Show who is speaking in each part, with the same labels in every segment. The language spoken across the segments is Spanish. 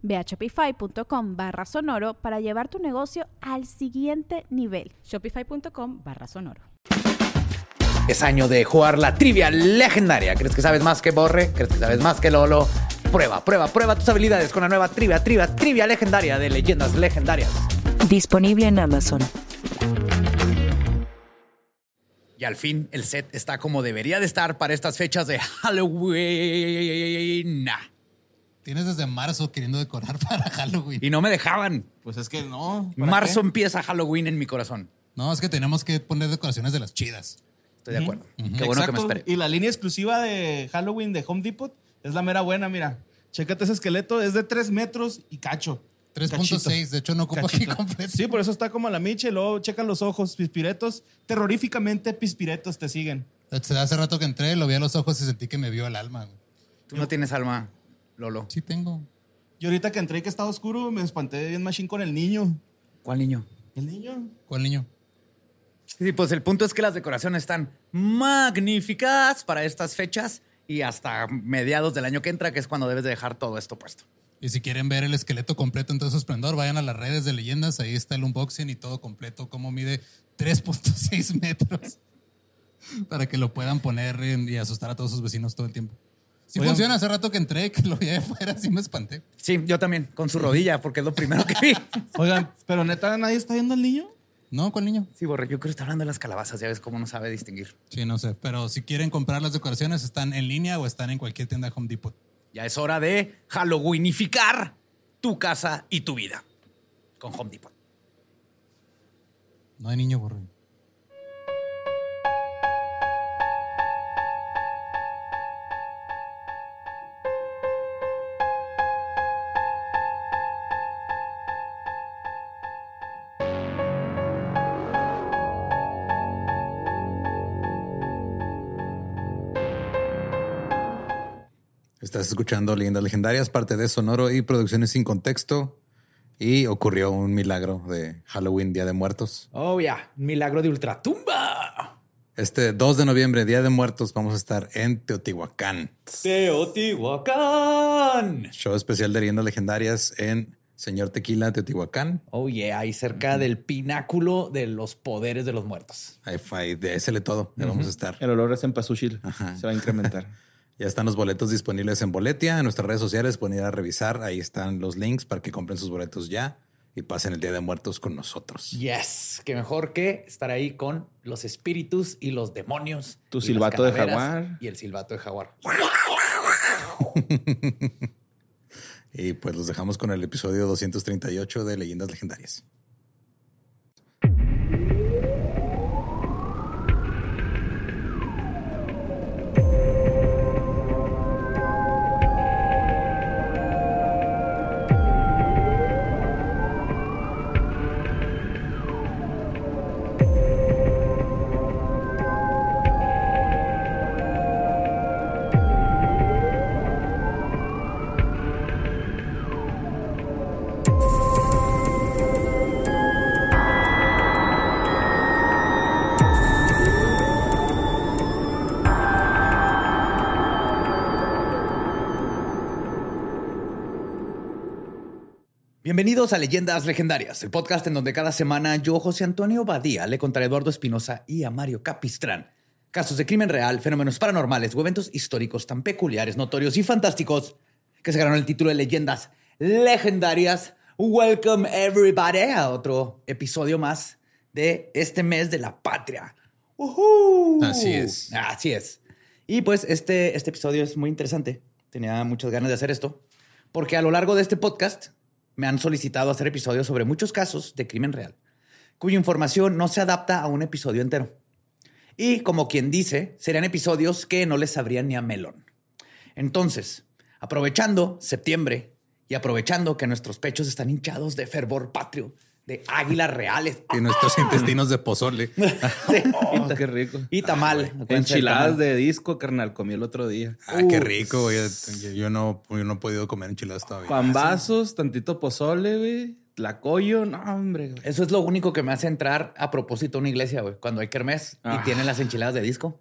Speaker 1: Ve a shopify.com barra sonoro para llevar tu negocio al siguiente nivel.
Speaker 2: Shopify.com barra sonoro.
Speaker 3: Es año de jugar la trivia legendaria. ¿Crees que sabes más que Borre? ¿Crees que sabes más que Lolo? Prueba, prueba, prueba tus habilidades con la nueva trivia, trivia, trivia legendaria de leyendas legendarias.
Speaker 4: Disponible en Amazon.
Speaker 3: Y al fin el set está como debería de estar para estas fechas de Halloween.
Speaker 5: Tienes desde marzo queriendo decorar para Halloween.
Speaker 3: Y no me dejaban.
Speaker 5: Pues es que no. ¿para
Speaker 3: Marzo
Speaker 5: qué?
Speaker 3: empieza Halloween en mi corazón.
Speaker 6: No, es que tenemos que poner decoraciones de las chidas.
Speaker 3: Estoy de acuerdo. Qué bueno que me
Speaker 5: Exacto.
Speaker 3: esperé.
Speaker 5: Y la línea exclusiva de Halloween de Home Depot es la mera buena, mira. Chécate ese esqueleto, es de 3 metros y cacho.
Speaker 6: 3.6, de hecho no ocupa aquí
Speaker 5: Cachito.
Speaker 6: completo.
Speaker 5: Sí, por eso está como a la micha y luego checa los ojos, pispiretos. Terroríficamente pispiretos te siguen.
Speaker 6: Hace rato que entré, lo vi a los ojos y sentí que me vio el alma. güey.
Speaker 3: Tú no tienes alma, Lolo.
Speaker 6: Sí tengo.
Speaker 5: Y ahorita que entré y que estaba oscuro, me espanté bien machín con el niño.
Speaker 3: ¿Cuál niño?
Speaker 5: ¿El niño?
Speaker 6: ¿Cuál niño?
Speaker 3: Sí, pues el punto es que las decoraciones están magníficas para estas fechas y hasta mediados del año que entra, que es cuando debes de dejar todo esto puesto.
Speaker 6: Y si quieren ver el esqueleto completo en todo su esplendor, vayan a las redes de leyendas. Ahí está el unboxing y todo completo, como mide 3.6 metros. Para que lo puedan poner en- y asustar a todos sus vecinos todo el tiempo. Sí
Speaker 5: Oigan.
Speaker 6: funciona, hace rato que entré, que lo vi ahí afuera, sí me espanté.
Speaker 3: Sí, yo también, con su rodilla, porque es lo primero que vi.
Speaker 5: Oigan, pero neta, nadie está viendo al niño.
Speaker 6: No, ¿cuál niño?
Speaker 3: Sí, Borre, yo creo que está hablando de las calabazas, ya ves cómo no sabe distinguir.
Speaker 6: Sí, no sé. Pero si quieren comprar las decoraciones, están en línea o están en cualquier tienda Home Depot.
Speaker 3: Ya es hora de Halloweenificar tu casa y tu vida con Home Depot.
Speaker 6: No hay niño borrón. Estás escuchando Leyendas Legendarias, parte de Sonoro y Producciones Sin Contexto. Y ocurrió un milagro de Halloween, Día de Muertos.
Speaker 7: Oh, ya. Milagro de ultratumba.
Speaker 6: Este 2 de noviembre, Día de Muertos, vamos a estar en Teotihuacán.
Speaker 7: Teotihuacán.
Speaker 6: Show especial de leyendas legendarias en Señor Tequila, Teotihuacán.
Speaker 7: Oh, yeah. Ahí cerca del pináculo de los poderes de los muertos.
Speaker 6: Ahí, fue, ahí de ahí sale todo. Ahí vamos a estar.
Speaker 8: El olor a cempasúchil se va a incrementar.
Speaker 6: Ya están los boletos disponibles en Boletia, en nuestras redes sociales. Pueden ir a revisar. Ahí están los links para que compren sus boletos ya y pasen el Día de Muertos con nosotros.
Speaker 7: Yes. Qué mejor que estar ahí con los espíritus y los demonios.
Speaker 8: Tu
Speaker 7: y las
Speaker 8: silbato de
Speaker 7: calaveras
Speaker 8: jaguar.
Speaker 7: Y el silbato de jaguar.
Speaker 6: Y pues los dejamos con el episodio 238 de Leyendas Legendarias.
Speaker 3: Bienvenidos a Leyendas Legendarias, el podcast en donde cada semana yo, José Antonio Badía, le contaré a Eduardo Espinosa y a Mario Capistrán casos de crimen real, fenómenos paranormales o eventos históricos tan peculiares, notorios y fantásticos que se ganaron el título de Leyendas Legendarias. Welcome everybody a otro episodio más de este mes de la patria. ¡Ujú!
Speaker 9: Así es.
Speaker 3: Así es. Y pues este, este episodio es muy interesante. Tenía muchas ganas de hacer esto, porque a lo largo de este podcast me han solicitado hacer episodios sobre muchos casos de crimen real, cuya información no se adapta a un episodio entero. Y como quien dice, serían episodios que no les sabrían ni a melón. Entonces, aprovechando septiembre y aprovechando que nuestros pechos están hinchados de fervor patrio, de águilas reales
Speaker 9: Y nuestros intestinos de pozole.
Speaker 8: Oh, qué rico.
Speaker 3: y tamal. acuérdense del
Speaker 8: Enchiladas
Speaker 3: tamal.
Speaker 8: de disco, carnal, comí el otro día.
Speaker 9: Ah, qué rico, güey. Yo, yo no, yo no he podido comer enchiladas todavía.
Speaker 6: Ah,
Speaker 8: Pambazos, tantito pozole, güey. Tlacoyo, no, hombre. güey.
Speaker 3: Eso es lo único que me hace entrar a propósito a una iglesia, güey. Cuando hay kermés
Speaker 8: Ah.
Speaker 3: y tienen las enchiladas de disco.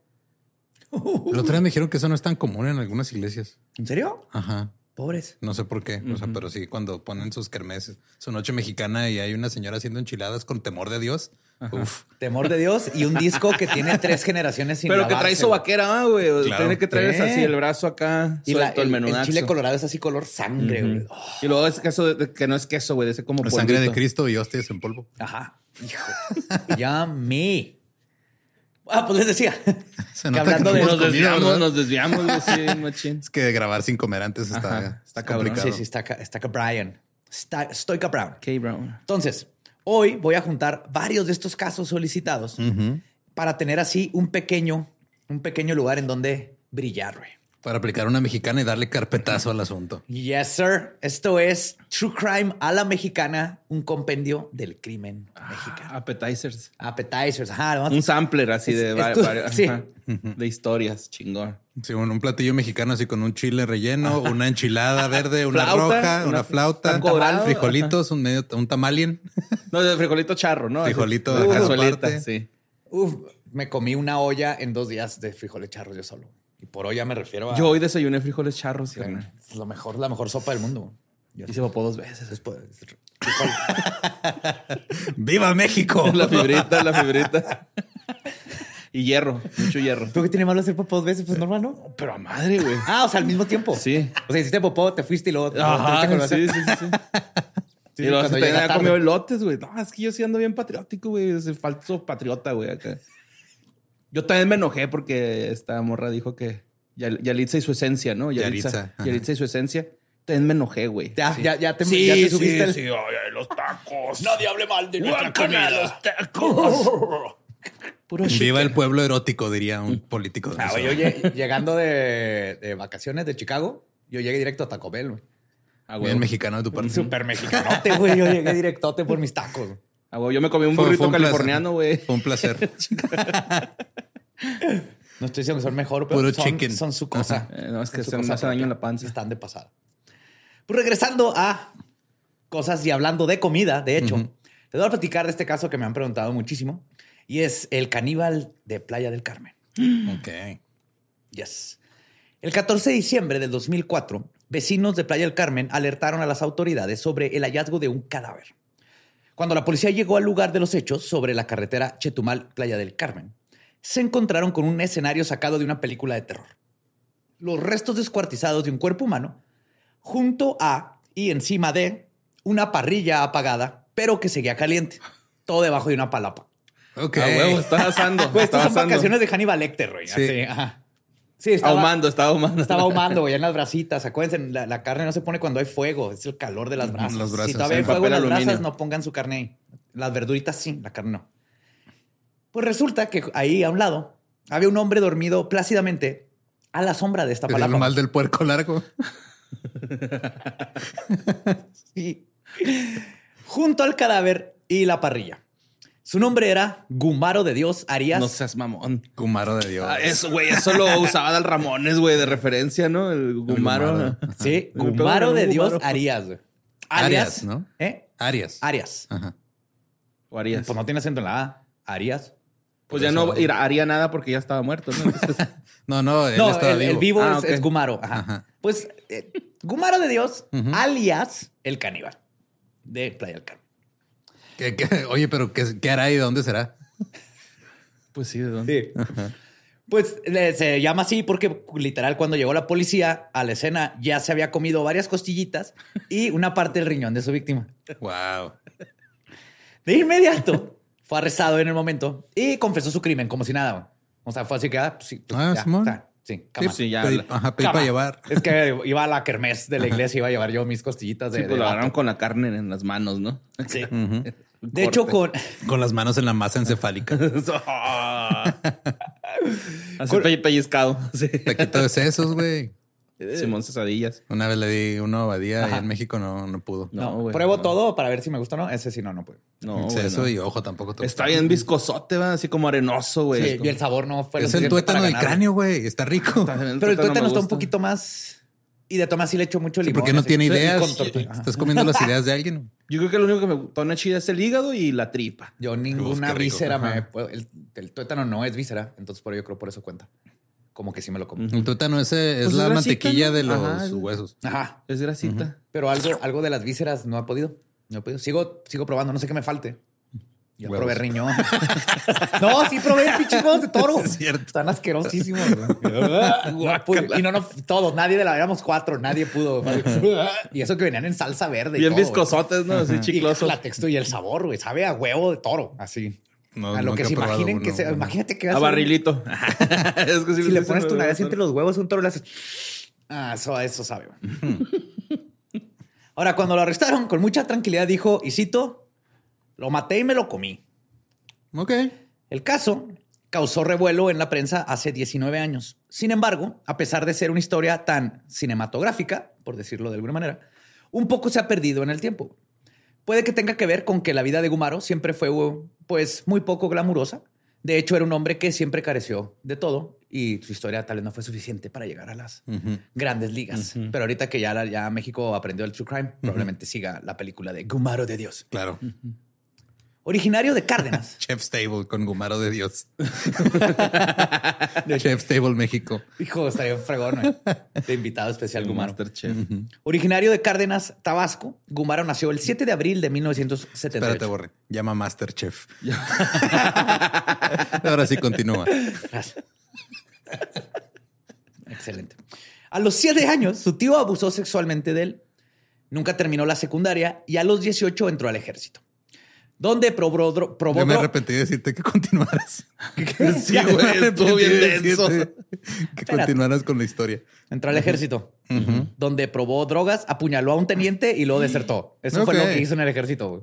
Speaker 9: El otro día me dijeron que eso no es tan común en algunas iglesias.
Speaker 3: ¿En serio?
Speaker 9: Ajá.
Speaker 3: Pobres.
Speaker 9: No sé por qué, o sea, pero sí, cuando ponen sus kermeses, su noche mexicana y hay una señora haciendo enchiladas con temor de Dios. Uf,
Speaker 3: Temor de Dios y un disco que tiene tres generaciones sin
Speaker 8: Pero que trae
Speaker 3: lavarse,
Speaker 8: su
Speaker 3: güey.
Speaker 8: vaquera, güey. O sea,
Speaker 9: Claro.
Speaker 8: Tiene que traer
Speaker 3: Sí.
Speaker 8: así el brazo acá.
Speaker 3: Y
Speaker 8: suelto,
Speaker 3: la- el, el
Speaker 8: menudazo.
Speaker 3: chile colorado es así color sangre, güey. Oh,
Speaker 8: Ujú. Y luego es queso de- de- que no es queso, güey, de ese como
Speaker 9: la sangre de
Speaker 8: polvito.
Speaker 9: Cristo y hostias en polvo.
Speaker 3: Ajá. Hijo. Yummy. Ah, pues les decía.
Speaker 9: Se
Speaker 3: Que
Speaker 9: nota
Speaker 3: hablando de
Speaker 9: hemos
Speaker 8: Nos
Speaker 9: comido,
Speaker 8: desviamos,
Speaker 9: ¿verdad?
Speaker 8: nos desviamos, güey, sí, machín.
Speaker 9: Es que de grabar sin comer antes está,
Speaker 8: Ajá.
Speaker 9: está
Speaker 8: Cabrón.
Speaker 9: complicado.
Speaker 3: Sí, sí, está acá, está acá Brian. Está, estoy acá Brown.
Speaker 8: K. Brown.
Speaker 3: Entonces, hoy voy a juntar varios de estos casos solicitados
Speaker 9: Ujú.
Speaker 3: para tener así un pequeño, un pequeño lugar en donde brillar, güey.
Speaker 9: Para aplicar una mexicana y darle carpetazo al asunto.
Speaker 3: Yes, sir. Esto es True Crime a la Mexicana, un compendio del crimen mexicano.
Speaker 8: Appetizers.
Speaker 3: Appetizers, ajá. lo vamos a-
Speaker 8: Ah. Un sampler así de
Speaker 3: Es-
Speaker 8: va-
Speaker 3: esto-
Speaker 8: varios-
Speaker 3: sí.
Speaker 8: ajá, de historias, chingón.
Speaker 9: Sí, un, un platillo mexicano así con un chile relleno, una enchilada verde, una
Speaker 8: Flauta,
Speaker 9: roja,
Speaker 8: una
Speaker 9: una flauta,
Speaker 8: taco dorado,
Speaker 9: frijolitos, un medio, un tamalien.
Speaker 8: No, de frijolito charro, ¿no?
Speaker 9: Frijolito
Speaker 8: Así,
Speaker 9: de
Speaker 8: la
Speaker 9: cada
Speaker 8: cazuelita,
Speaker 9: parte.
Speaker 8: sí.
Speaker 3: Uf, me comí una olla en dos días de frijoles charros yo solo. Y por olla me refiero a.
Speaker 8: Yo hoy desayuné frijoles charros,
Speaker 3: Sí, güey,
Speaker 8: carnal.
Speaker 3: es lo mejor, la mejor sopa del mundo. Yo-
Speaker 8: Y se popó dos veces.
Speaker 3: Después- frijol.
Speaker 9: ¡Viva México!
Speaker 8: La fibrita, la fibrita. Y hierro, mucho hierro.
Speaker 3: ¿Tú qué tiene malo hacer popó dos veces? Pues normal, ¿no?
Speaker 8: Pero a madre, güey.
Speaker 3: Ah, o sea, al mismo tiempo.
Speaker 8: Sí.
Speaker 3: O sea, hiciste popó, te fuiste y luego. te
Speaker 8: Ajá,
Speaker 3: volviste a
Speaker 8: sí, sí,
Speaker 3: conocer.
Speaker 8: sí, sí.
Speaker 3: Sí,
Speaker 8: y luego
Speaker 3: cuando
Speaker 8: se
Speaker 3: llega
Speaker 8: tenía
Speaker 3: tarde.
Speaker 8: comido elotes, güey. No, es que yo sí ando bien patriótico, güey. Es el falso patriota, güey, acá. Yo también me enojé porque esta morra dijo que Yal- Yalitza y su esencia, ¿no?
Speaker 9: Yaritza,
Speaker 8: Yalitza.
Speaker 9: ajá.
Speaker 8: Yalitza y su esencia. También me enojé, güey.
Speaker 3: Ya, ya, ya te,
Speaker 8: Sí,
Speaker 3: ya te
Speaker 8: sí,
Speaker 3: subiste. el-
Speaker 8: sí, ay, ay, los tacos.
Speaker 7: Nadie hable mal de ¿eh? nuestra
Speaker 8: Guácala,
Speaker 7: comida.
Speaker 8: los tacos. Puro shit.
Speaker 9: Viva el pueblo erótico, diría un político. de
Speaker 3: Ah, güey,
Speaker 9: eso.
Speaker 3: yo lle- llegando de, de vacaciones de Chicago, yo llegué directo a Taco Bell. güey.
Speaker 8: Ah, güey.
Speaker 9: Bien mexicano de tu parte.
Speaker 3: Súper mexicanote, güey. Yo llegué directote por mis tacos.
Speaker 8: Ah, güey, Yo me comí un
Speaker 9: Fue- fue
Speaker 8: burrito
Speaker 9: un placer.
Speaker 8: californiano, güey.
Speaker 9: Fue un placer.
Speaker 3: No estoy diciendo que son mejor, pero
Speaker 9: Puro
Speaker 3: son,
Speaker 9: chicken.
Speaker 3: son su cosa.
Speaker 8: Eh, no, es
Speaker 3: Son
Speaker 8: que
Speaker 3: su
Speaker 8: se me
Speaker 3: cosa
Speaker 8: hace daño
Speaker 3: propia.
Speaker 8: en la panza.
Speaker 3: Están de pasada. Pues regresando a cosas y hablando de comida, de hecho, te voy a platicar de este caso que me han preguntado muchísimo y es el caníbal de Playa del Carmen.
Speaker 9: ok.
Speaker 3: Yes. El 14 de diciembre del 2004, vecinos de Playa del Carmen alertaron a las autoridades sobre el hallazgo de un cadáver. Cuando la policía llegó al lugar de los hechos sobre la carretera Chetumal-Playa del Carmen, se encontraron con un escenario sacado de una película de terror. Los restos descuartizados de un cuerpo humano junto a y encima de una parrilla apagada, pero que seguía caliente, todo debajo de una palapa.
Speaker 9: Ok.
Speaker 8: Ah, huevo, estaba asando.
Speaker 3: Pues estas
Speaker 8: estaba
Speaker 3: son
Speaker 8: asando.
Speaker 3: vacaciones de Hannibal Lecter, güey.
Speaker 9: Sí.
Speaker 3: así, ajá. Sí, estaba-
Speaker 8: Ahumando, estaba ahumando.
Speaker 3: estaba ahumando, güey, en las brasitas. Acuérdense, la, la carne no se pone cuando hay fuego, es el calor de las brasas.
Speaker 9: Las brasas,
Speaker 3: si todavía
Speaker 9: sí.
Speaker 3: hay fuego en
Speaker 8: Papel
Speaker 3: las
Speaker 8: aluminio.
Speaker 3: brasas, no pongan su carne ahí. Las verduritas sí, la carne no. Pues resulta que ahí a un lado había un hombre dormido plácidamente a la sombra de esta
Speaker 9: Te digo lo
Speaker 3: palapa.
Speaker 9: mal del puerco largo.
Speaker 3: Sí. Junto al cadáver y la parrilla. Su nombre era Gumaro de Dios Arias.
Speaker 8: No seas mamón.
Speaker 9: Gumaro de Dios.
Speaker 8: Ah, eso, güey, eso lo usaba Dal Ramones, güey, de referencia, ¿no? El gumaro.
Speaker 9: gumaro.
Speaker 3: Sí,
Speaker 8: Me pegó
Speaker 3: Gumaro
Speaker 8: un
Speaker 3: de Dios
Speaker 8: Gumaro.
Speaker 3: Arias. güey.
Speaker 9: Arias, ¿no?
Speaker 3: ¿Eh?
Speaker 9: Arias.
Speaker 3: Arias.
Speaker 9: Ajá.
Speaker 8: O Arias.
Speaker 3: Pues no tiene acento en la A. Arias.
Speaker 8: Pues ya no ir- haría nada porque ya estaba muerto, ¿no? Entonces,
Speaker 9: No, no, él
Speaker 3: no,
Speaker 9: estaba
Speaker 3: el, el
Speaker 9: vivo.
Speaker 3: vivo
Speaker 8: Ah,
Speaker 3: es,
Speaker 8: ok.
Speaker 3: es Gumaro. Ajá.
Speaker 9: Ajá.
Speaker 3: Pues eh, Gumaro de Dios,
Speaker 9: Ujú.
Speaker 3: alias el caníbal de Playa del Carmen.
Speaker 9: ¿Qué- qué- oye, pero ¿qué, qué hará y de dónde será?
Speaker 8: pues sí, ¿de dónde?
Speaker 3: Sí. Pues le- se llama así porque literal cuando llegó la policía a la escena ya se había comido varias costillitas y una parte del riñón de su víctima.
Speaker 9: Wow.
Speaker 3: De inmediato Fue arrestado en el momento y confesó su crimen como si nada. güey. O sea, fue así que, ah, pues sí, pues
Speaker 9: Ah,
Speaker 3: ya,
Speaker 9: Simón.
Speaker 3: o sea, sí,
Speaker 9: Sí, pues,
Speaker 3: cama.
Speaker 9: sí,
Speaker 8: ya.
Speaker 9: Pedí- ajá, pedí para
Speaker 3: Cama.
Speaker 9: llevar.
Speaker 3: Es que iba a la kermés de la iglesia, iba a llevar yo mis costillitas de,
Speaker 8: Sí,
Speaker 3: de
Speaker 8: pues lo
Speaker 3: vaca.
Speaker 8: agarraron con la carne en las manos, ¿no?
Speaker 3: Sí.
Speaker 9: Ujú.
Speaker 3: De hecho, con,
Speaker 9: Con las manos en la masa encefálica.
Speaker 8: Así pe- pellizcado. Sí.
Speaker 9: Taquito de sesos, güey.
Speaker 8: Simón Cesadillas.
Speaker 9: Una vez le di una abadía y
Speaker 3: Ajá.
Speaker 9: en México no, no pudo.
Speaker 8: No, güey,
Speaker 3: pruebo
Speaker 8: no.
Speaker 3: todo para ver si me gusta o no. Ese sí, no, no pude.
Speaker 8: No, güey,
Speaker 9: Seso
Speaker 8: no.
Speaker 9: y ojo tampoco. te
Speaker 8: Está
Speaker 9: gustaron.
Speaker 8: bien viscosote, ¿verdad? así como arenoso, güey.
Speaker 3: Sí,
Speaker 8: Es como-
Speaker 3: y el sabor no fue lo
Speaker 9: Pues Es el
Speaker 3: suficiente para
Speaker 9: tuétano del
Speaker 3: ganar.
Speaker 9: cráneo, güey. Está rico.
Speaker 3: Pero el
Speaker 8: tuétano
Speaker 3: tuétano
Speaker 8: me
Speaker 3: está un
Speaker 8: gusta.
Speaker 3: poquito más. Y de Tomás sí le echo mucho
Speaker 9: Sí,
Speaker 3: limón.
Speaker 9: porque no
Speaker 3: así.
Speaker 9: tiene
Speaker 3: Sí, y
Speaker 9: ideas.
Speaker 3: con tortilla. Ajá.
Speaker 9: Estás comiendo las ideas de alguien.
Speaker 8: Yo creo que lo único que me gustó una chida es el hígado y la tripa.
Speaker 3: Yo
Speaker 9: Uf, qué
Speaker 3: ninguna
Speaker 9: rico.
Speaker 3: víscera me
Speaker 9: Ajá.
Speaker 3: puedo- el, el tuétano no es víscera, entonces por ello creo por eso cuenta. Como que sí me lo como.
Speaker 8: Ujú.
Speaker 9: El tuétano ese es
Speaker 8: Pues
Speaker 9: la
Speaker 8: es grasita,
Speaker 9: mantequilla
Speaker 8: ¿no?
Speaker 9: de los
Speaker 8: Ajá, es-
Speaker 9: huesos.
Speaker 3: Ajá.
Speaker 8: Es grasita.
Speaker 3: Pero algo, algo de las vísceras no ha podido. No he podido. Sigo, sigo probando, no sé qué me falte. Yo
Speaker 9: Huevos.
Speaker 3: probé riñón. no, sí probé pinches huevos de toro.
Speaker 9: Es cierto.
Speaker 3: Están asquerosísimos. güey. Pude- y no, no, todos, nadie de la éramos cuatro, nadie pudo. y eso que venían en salsa verde. y
Speaker 8: Bien
Speaker 3: todo,
Speaker 8: viscosotes, ¿no? Así
Speaker 3: güey. Y
Speaker 8: chicloso.
Speaker 3: la textura y el sabor, güey. Sabe a huevo de toro. Así.
Speaker 9: No,
Speaker 3: a lo
Speaker 9: nunca
Speaker 3: que
Speaker 9: he
Speaker 3: se
Speaker 9: probado
Speaker 3: imaginen que
Speaker 9: uno,
Speaker 3: se.
Speaker 9: güey.
Speaker 3: Imagínate que vas
Speaker 8: A
Speaker 3: un-
Speaker 8: barrilito. Es que
Speaker 3: Si le pones tu nariz entre
Speaker 8: siempre
Speaker 3: los huevos, un toro le haces. Ah, eso, a eso sabe. güey. Ahora, cuando lo arrestaron, con mucha tranquilidad dijo, y cito, lo maté y me lo comí.
Speaker 9: Ok.
Speaker 3: El caso causó revuelo en la prensa hace 19 años. Sin embargo, a pesar de ser una historia tan cinematográfica, por decirlo de alguna manera, un poco se ha perdido en el tiempo. Puede que tenga que ver con que la vida de Gumaro siempre fue pues muy poco glamurosa. De hecho, era un hombre que siempre careció de todo y su historia tal vez no fue suficiente para llegar a las
Speaker 9: Ujú.
Speaker 3: grandes ligas. Pero ahorita que ya, la- ya México aprendió el true crime, probablemente siga la película de Gumaro de Dios.
Speaker 9: Claro.
Speaker 3: Originario de Cárdenas.
Speaker 9: Chef's Table con Gumaro de Dios. Chef's Table México.
Speaker 3: Hijo, estaría un fregón, güey. De invitado especial Gumaro.
Speaker 8: Masterchef.
Speaker 3: Originario de Cárdenas, Tabasco, Gumaro nació el 7 de abril de 1978.
Speaker 9: Espérate, Borre. Llama Masterchef. Ahora sí continúa.
Speaker 3: Gracias. Excelente. A los 7 años, su tío abusó sexualmente de él. Nunca terminó la secundaria y a los 18 entró al ejército. Donde probó, dro- probó
Speaker 9: Yo me
Speaker 3: dro-
Speaker 9: arrepentí de decirte que continuaras.
Speaker 8: Sí, güey, estuvo bien denso.
Speaker 9: Que continuaras con la historia.
Speaker 3: Entró al ejército. Donde probó drogas, apuñaló a un teniente y luego desertó. Eso fue
Speaker 9: Ok.
Speaker 3: lo que hizo en el ejército. güey.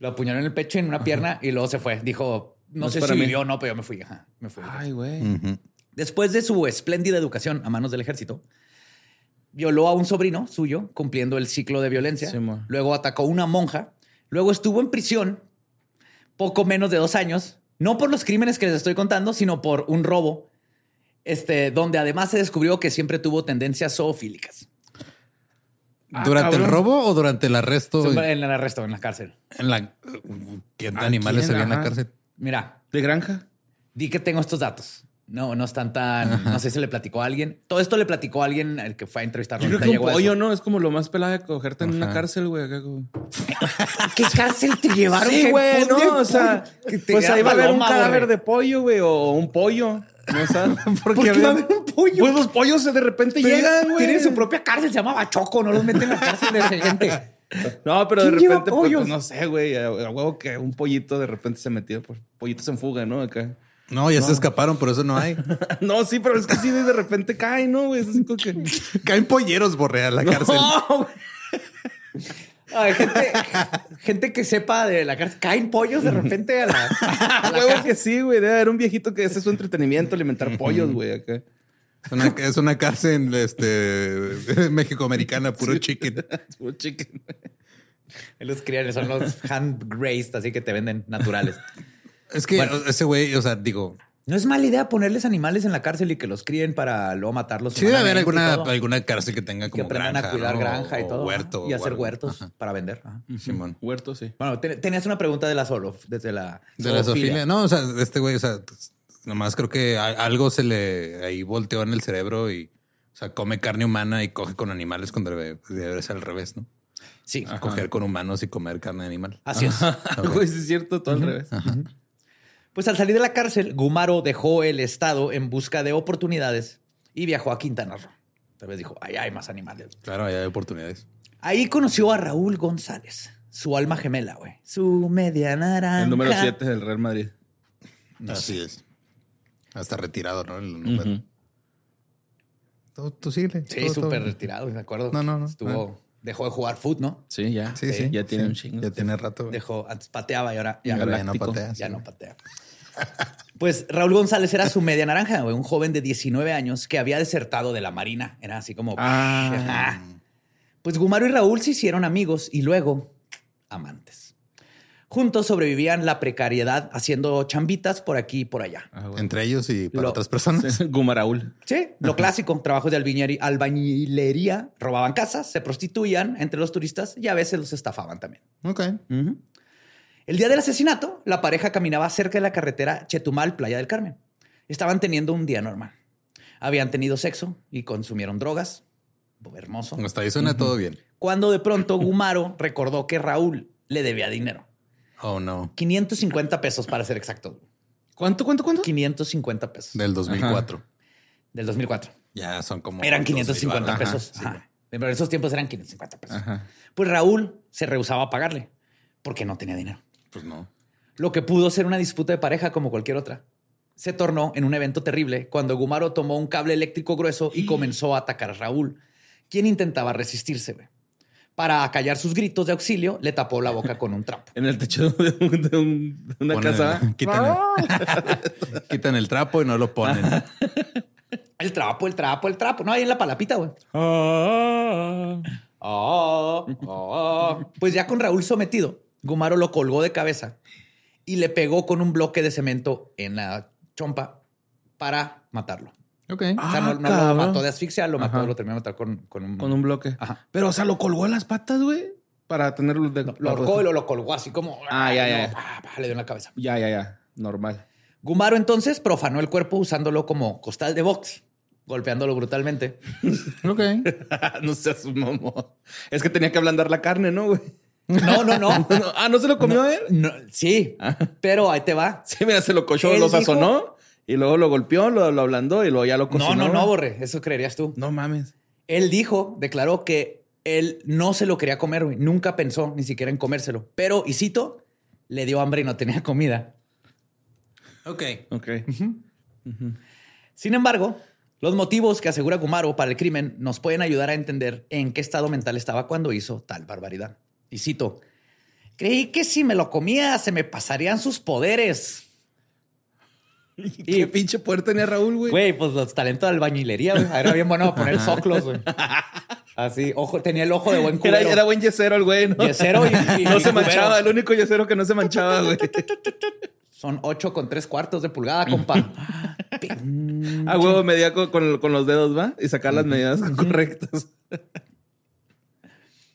Speaker 3: Lo apuñaló en el pecho, en una pierna y luego se fue. Dijo, no,
Speaker 8: No es
Speaker 3: sé
Speaker 8: para
Speaker 3: si
Speaker 8: mí.
Speaker 3: vivió o no, pero yo me fui. Ajá, me fui.
Speaker 8: Ay, güey.
Speaker 9: Ujú.
Speaker 3: Después de su espléndida educación a manos del ejército, violó a un sobrino suyo, cumpliendo el ciclo de violencia.
Speaker 8: Sí, mo.
Speaker 3: luego atacó a una monja. Luego estuvo en prisión poco menos de dos años, no por los crímenes que les estoy contando, sino por un robo, este, donde además se descubrió que siempre tuvo tendencias zoofílicas.
Speaker 9: ¿Durante el
Speaker 8: cabrón.
Speaker 9: robo o durante el arresto?
Speaker 3: Siempre En el arresto, en la cárcel.
Speaker 9: En la, ¿Qué animales
Speaker 8: quién?
Speaker 9: había en la
Speaker 8: Ajá.
Speaker 9: cárcel?
Speaker 3: Mira,
Speaker 8: ¿De granja?
Speaker 3: di que tengo estos datos. No, no están tan. No sé si le platicó a alguien. Todo esto le platicó a alguien el que fue a entrevistarlo.
Speaker 8: Yo creo
Speaker 3: Ahorita
Speaker 8: que un
Speaker 3: llegó a eso.
Speaker 8: pollo, ¿no? Es como lo más pelado de cogerte en una
Speaker 9: Ajá.
Speaker 8: cárcel, güey. acá como-
Speaker 3: ¿Qué cárcel te llevaron?
Speaker 8: Sí,
Speaker 3: ¿Qué
Speaker 8: güey,
Speaker 3: pon-
Speaker 8: no, o sea,
Speaker 3: que te
Speaker 8: pues ahí va a haber un
Speaker 3: paloma,
Speaker 8: cadáver
Speaker 3: güey?
Speaker 8: de pollo, güey, o un pollo. No sabes.
Speaker 9: ¿Por qué va a haber
Speaker 3: un pollo?
Speaker 8: Pues los pollos de repente
Speaker 3: Pero
Speaker 8: llegan, güey.
Speaker 3: Tienen su propia cárcel, se llama Bachoco, no los meten en la cárcel de esa gente.
Speaker 8: No, pero de
Speaker 3: ¿Quién lleva
Speaker 8: repente, pues,
Speaker 3: pollos?
Speaker 8: pues, no sé, güey. A a huevo que un pollito de repente se metió por pollitos en fuga, ¿no? Acá.
Speaker 9: No, ya se escaparon, por eso no hay.
Speaker 8: No, sí, pero es que sí, de repente cae, ¿no? güey? Es así como que.
Speaker 9: Caen polleros, borrea la cárcel.
Speaker 8: No, güey.
Speaker 3: Ay, gente, gente que sepa de la cárcel. Caen pollos de repente a la, a
Speaker 8: A
Speaker 3: la
Speaker 8: huevo
Speaker 3: cárcel.
Speaker 8: que sí, güey. Debe haber un viejito que ese es su entretenimiento, alimentar pollos, güey. Acá.
Speaker 9: Es una, es una cárcel este, mexicoamericana, puro chicken.
Speaker 8: Puro chicken.
Speaker 3: Los crían, son los hand raised, así que te venden naturales.
Speaker 9: Es que
Speaker 3: Bueno.
Speaker 9: ese güey, o sea, digo,
Speaker 3: No es mala idea ponerles animales en la cárcel y que los críen para luego matarlos.
Speaker 9: sí debe haber
Speaker 3: humanamente y
Speaker 9: alguna,
Speaker 3: todo.
Speaker 9: alguna cárcel que tenga
Speaker 3: que
Speaker 9: como
Speaker 3: aprendan
Speaker 9: granja,
Speaker 3: a cuidar
Speaker 9: ¿no?
Speaker 3: granja y
Speaker 9: O
Speaker 3: todo. ajá,
Speaker 9: huerto.
Speaker 3: y
Speaker 9: o
Speaker 3: hacer
Speaker 9: algo.
Speaker 3: huertos
Speaker 9: Ajá,
Speaker 3: para vender. ajá.
Speaker 9: Simón.
Speaker 8: Huerto, sí.
Speaker 3: Bueno, te- tenías una pregunta de la solo, desde la
Speaker 9: De la zoofilia. No, o sea, este güey, o sea, nomás creo que a- algo se le ahí volteó en el cerebro y, o sea, come carne humana y coge con animales cuando debe, debe ser al revés, ¿no?
Speaker 3: Sí,
Speaker 9: Coger con humanos y comer carne de animal.
Speaker 3: así es.
Speaker 8: Güey, sí es cierto, todo al revés.
Speaker 3: Pues al salir de la cárcel, Gumaro dejó el estado en busca de oportunidades y viajó a Quintana Roo. Tal vez dijo, ahí hay más animales.
Speaker 9: Claro, ahí hay oportunidades.
Speaker 3: Ahí conoció a Raúl González, su alma gemela, güey. Su media naranja.
Speaker 8: Ah. El número 7 del Real Madrid.
Speaker 9: Así es. Hasta retirado, ¿no? El número.
Speaker 8: Ujú.
Speaker 9: Tú, tú síguele.
Speaker 3: Sí,
Speaker 9: Todo- todo
Speaker 3: súper
Speaker 9: bien.
Speaker 3: retirado, me acuerdo.
Speaker 9: No, no, no.
Speaker 3: Estuvo, dejó de jugar foot, ¿no?
Speaker 8: Sí, ya.
Speaker 9: Sí, sí.
Speaker 8: Ya tiene
Speaker 9: sí.
Speaker 8: un chingo.
Speaker 9: Ya tiene rato. güey.
Speaker 3: Dejó, antes pateaba y ahora
Speaker 9: Y
Speaker 3: ya,
Speaker 9: ahora ya no
Speaker 8: galáctico.
Speaker 9: pateas.
Speaker 3: ya no patea. Pues Raúl González era su media naranja, güey, un joven de 19 años que había desertado de la Marina. Era así como...
Speaker 8: Ah.
Speaker 3: Ajá. Pues Gumaro y Raúl se hicieron amigos y luego amantes. Juntos sobrevivían la precariedad haciendo chambitas por aquí y por allá.
Speaker 8: Ah, bueno.
Speaker 9: Entre ellos y para
Speaker 3: Lo-
Speaker 9: otras personas.
Speaker 8: Gumaraúl.
Speaker 3: Sí, lo clásico, trabajos de albiñeri- albañilería, robaban casas, se prostituían entre los turistas y a veces los estafaban también.
Speaker 9: Ok.
Speaker 3: El día del asesinato, la pareja caminaba cerca de la carretera Chetumal, Playa del Carmen. Estaban teniendo un día normal. Habían tenido sexo y consumieron drogas. Hermoso.
Speaker 9: Hasta ahí suena todo bien.
Speaker 3: Cuando de pronto Gumaro recordó que Raúl le debía dinero.
Speaker 9: Oh, no.
Speaker 3: 550 pesos para ser exacto.
Speaker 8: ¿Cuánto, cuánto, cuánto?
Speaker 3: 550 pesos
Speaker 9: Del 2004.
Speaker 3: del 2004.
Speaker 9: Ya son como.
Speaker 3: Eran
Speaker 9: 550
Speaker 3: 550 pesos. Ajá. Pero en esos tiempos eran 550 pesos.
Speaker 8: Ajá.
Speaker 3: Pues Raúl se rehusaba a pagarle porque no tenía dinero.
Speaker 9: Pues no.
Speaker 3: Lo que pudo ser una disputa de pareja como cualquier otra. Se tornó en un evento terrible cuando Gumaro tomó un cable eléctrico grueso y comenzó a atacar a Raúl, quien intentaba resistirse. güey. Para acallar sus gritos de auxilio, le tapó la boca con un trapo.
Speaker 8: En el techo de, un- de un- de una
Speaker 9: Ponen-
Speaker 8: casa.
Speaker 9: quitan, el, quitan el trapo y no lo ponen.
Speaker 3: El trapo, el trapo, el trapo. No, ahí en la palapita, güey. Ah, ah. Pues ya con Raúl sometido, Gumaro lo colgó de cabeza y le pegó con un bloque de cemento en la chompa para matarlo.
Speaker 9: Ok.
Speaker 3: O sea,
Speaker 8: Ah,
Speaker 3: no, no lo
Speaker 8: cabrón.
Speaker 3: mató de asfixia, lo mató,
Speaker 8: Ajá.
Speaker 3: lo terminó de matar con, con un...
Speaker 8: Con un bloque.
Speaker 3: Ajá.
Speaker 8: Pero, o sea, lo colgó en las patas, güey. Para tenerlo de.
Speaker 3: Lo ahorcó y lo, lo colgó así como...
Speaker 8: Ah, ya, ya,
Speaker 3: y luego, pa, pa, le dio en la cabeza.
Speaker 8: Ya, ya, ya. Normal.
Speaker 3: Gumaro entonces profanó el cuerpo usándolo como costal de box, golpeándolo brutalmente.
Speaker 9: Ok.
Speaker 8: no seas un mamón. Es que tenía que ablandar la carne, ¿no, güey?
Speaker 3: No, no, no.
Speaker 8: No, ah, ¿no se lo comió él?
Speaker 3: No, sí,
Speaker 8: Ah.
Speaker 3: pero ahí te va.
Speaker 8: Sí, mira, se lo cochó,
Speaker 3: Él
Speaker 8: lo
Speaker 3: dijo-
Speaker 8: sazonó y luego lo golpeó, lo, lo ablandó y luego ya lo cocinó.
Speaker 3: No, no, no,
Speaker 8: güey.
Speaker 3: Borre, eso creerías tú.
Speaker 8: No mames.
Speaker 3: Él dijo, declaró que él no se lo quería comer, güey. Nunca pensó ni siquiera en comérselo. Pero, y cito, le dio hambre y no tenía comida.
Speaker 9: Ok.
Speaker 8: Ok.
Speaker 3: Sin embargo, los motivos que asegura Gumaro para el crimen nos pueden ayudar a entender en qué estado mental estaba cuando hizo tal barbaridad. Y cito, creí que si me lo comía se me pasarían sus poderes.
Speaker 8: ¿Qué pinche poder tenía Raúl, güey?
Speaker 3: Güey, pues los talentos de albañilería, güey. Era bien bueno para poner soclos, güey. Así, ojo, tenía el ojo de buen cubero.
Speaker 8: Era, era buen yesero el güey, ¿no?
Speaker 3: Yesero y- y-
Speaker 8: no
Speaker 3: y cubero.
Speaker 8: se manchaba, el único yesero que no se manchaba, güey.
Speaker 3: Son ocho con tres cuartos de pulgada, compa. Pin.
Speaker 8: A huevo medía con, con- con los dedos, ¿va? Y sacar las medidas correctas.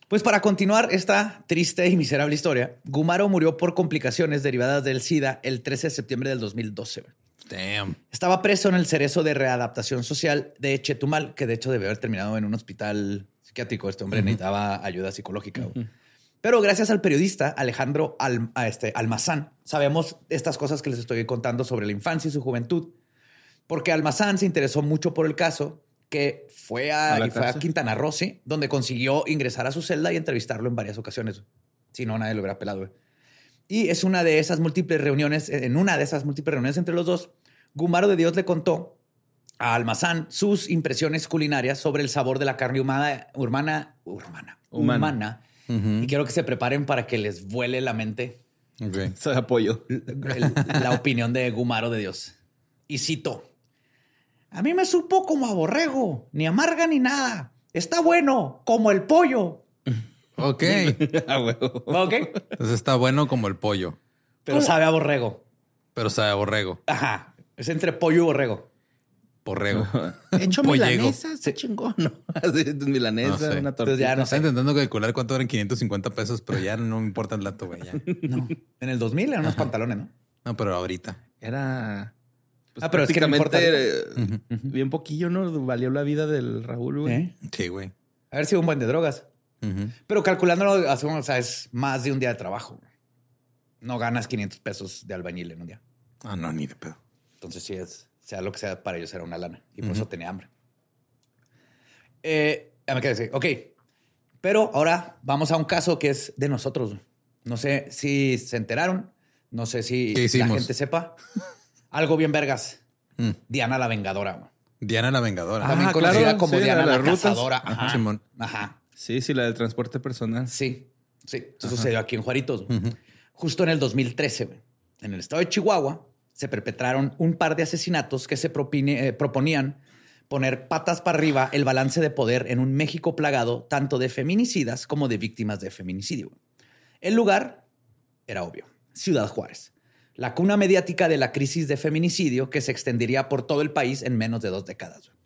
Speaker 3: Pues para continuar esta triste y miserable historia, Gumaro murió por complicaciones derivadas del SIDA el 13 de septiembre del 2012. güey.
Speaker 9: Damn.
Speaker 3: Estaba preso en el cerezo de readaptación social de Chetumal, que de hecho debió haber terminado en un hospital psiquiátrico. Este hombre necesitaba ayuda psicológica. güey. Pero gracias al periodista Alejandro Al- a este, Almazán, sabemos estas cosas que les estoy contando sobre la infancia y su juventud, porque Almazán se interesó mucho por el caso que fue a,
Speaker 8: ¿A la
Speaker 3: y fue a
Speaker 8: cárcel?
Speaker 3: Quintana Roo, sí, donde consiguió ingresar a su celda y entrevistarlo en varias ocasiones. Si no, nadie lo hubiera pelado. güey. Y es una de esas múltiples reuniones, e, en una de esas múltiples reuniones entre los dos, Gumaro de Dios le contó a Almazán sus impresiones culinarias sobre el sabor de la carne humana, humana, humana,
Speaker 8: Humana.
Speaker 3: humana. Y quiero que se preparen para que les vuele la mente
Speaker 9: Ok.
Speaker 8: Se apoyo.
Speaker 3: el- la opinión de Gumaro de Dios. Y cito: A mí me supo como a borrego, ni amarga ni nada. Está bueno, como el pollo.
Speaker 9: Ok.
Speaker 8: A huevo.
Speaker 3: ¿Ok?
Speaker 9: Entonces está bueno como el pollo,
Speaker 3: Pero sabe a borrego.
Speaker 9: pero sabe a borrego.
Speaker 3: Ajá. Es entre pollo y borrego.
Speaker 9: Borrego.
Speaker 8: Hecho
Speaker 9: Pollego.
Speaker 8: milanesa, ah, está chingón, ¿no? Así, milanesa,
Speaker 9: No sé.
Speaker 8: una tortilla.
Speaker 3: Entonces ya no
Speaker 9: Estaba
Speaker 3: sé.
Speaker 9: intentando calcular cuánto eran 550 pesos, pero ya no me importa el dato, güey. ya.
Speaker 3: No. En el 2000 eran unos pantalones, ¿no?
Speaker 9: No, pero ahorita.
Speaker 8: Era. pues,
Speaker 3: Ah, pero es que no importa
Speaker 8: prácticamente, eh,
Speaker 9: Ujú.
Speaker 8: bien poquillo, ¿no? Valió la vida del Raúl, güey.
Speaker 3: ¿Eh?
Speaker 9: Sí, güey.
Speaker 3: A ver si un buen de drogas.
Speaker 9: Ujú.
Speaker 3: Pero calculándolo, hacemos, o sea, es más de un día de trabajo. No ganas 500 pesos de albañil en un día.
Speaker 9: Ah, no, ni de pedo.
Speaker 3: Entonces, sí, es, sea lo que sea, para ellos era una lana. Y por eso tenía hambre. Eh, ya me quedé así. Ok. Pero ahora vamos a un caso que es de nosotros. güey. No sé si se enteraron. No sé si
Speaker 9: ¿Qué
Speaker 3: la
Speaker 9: hicimos?
Speaker 3: gente sepa. Algo bien vergas.
Speaker 9: Mm.
Speaker 3: Diana la Vengadora. güey.
Speaker 9: Diana la Vengadora.
Speaker 3: También
Speaker 8: Ah, claro,
Speaker 3: conocida como
Speaker 8: sí,
Speaker 3: Diana
Speaker 8: la de
Speaker 3: la,
Speaker 8: las rutas.
Speaker 3: Cazadora. Ajá,
Speaker 9: Ajá, Simón.
Speaker 3: Ajá.
Speaker 8: Sí, sí, la del transporte personal.
Speaker 3: Sí, sí. Esto sucedió aquí en Juaritos. güey. Justo en el 2013, güey. en el estado de Chihuahua, se perpetraron un par de asesinatos que se propine- eh, proponían poner patas para arriba el balance de poder en un México plagado tanto de feminicidas como de víctimas de feminicidio. güey. El lugar era obvio, Ciudad Juárez, la cuna mediática de la crisis de feminicidio que se extendería por todo el país en menos de dos décadas. güey.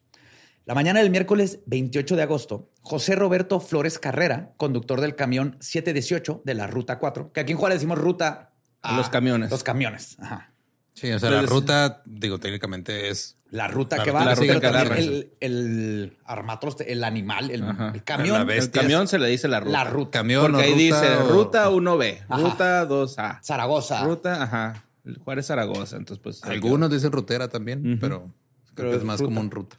Speaker 3: La mañana del miércoles 28 de agosto, José Roberto Flores Carrera, conductor del camión 718 de la Ruta 4, que aquí en Juárez decimos ruta
Speaker 8: A los camiones.
Speaker 3: Los camiones, ajá.
Speaker 9: Sí, o sea, la
Speaker 8: Entonces-
Speaker 9: ruta, digo, técnicamente es
Speaker 3: La ruta
Speaker 9: La
Speaker 3: que
Speaker 9: ruta-
Speaker 3: va,
Speaker 8: la ruta
Speaker 3: pero
Speaker 8: que
Speaker 3: también
Speaker 8: agarra,
Speaker 3: el, el armatroste, el animal, el,
Speaker 8: Ajá.
Speaker 3: el camión, este,
Speaker 9: La bestia.
Speaker 8: El camión se le dice la ruta.
Speaker 3: la ruta,
Speaker 9: camión
Speaker 8: Porque
Speaker 9: o
Speaker 8: ahí
Speaker 9: ruta
Speaker 8: dice
Speaker 9: o-
Speaker 8: ruta 1B,
Speaker 3: Ajá. Ah.
Speaker 8: ruta 2A,
Speaker 3: Zaragoza.
Speaker 8: ruta, ajá, Juárez Zaragoza. Entonces, pues.
Speaker 9: Algunos dicen rutera también,
Speaker 8: Ujú.
Speaker 9: pero creo
Speaker 8: Pero
Speaker 9: que
Speaker 8: es
Speaker 9: es más
Speaker 8: ruta.
Speaker 9: común ruta.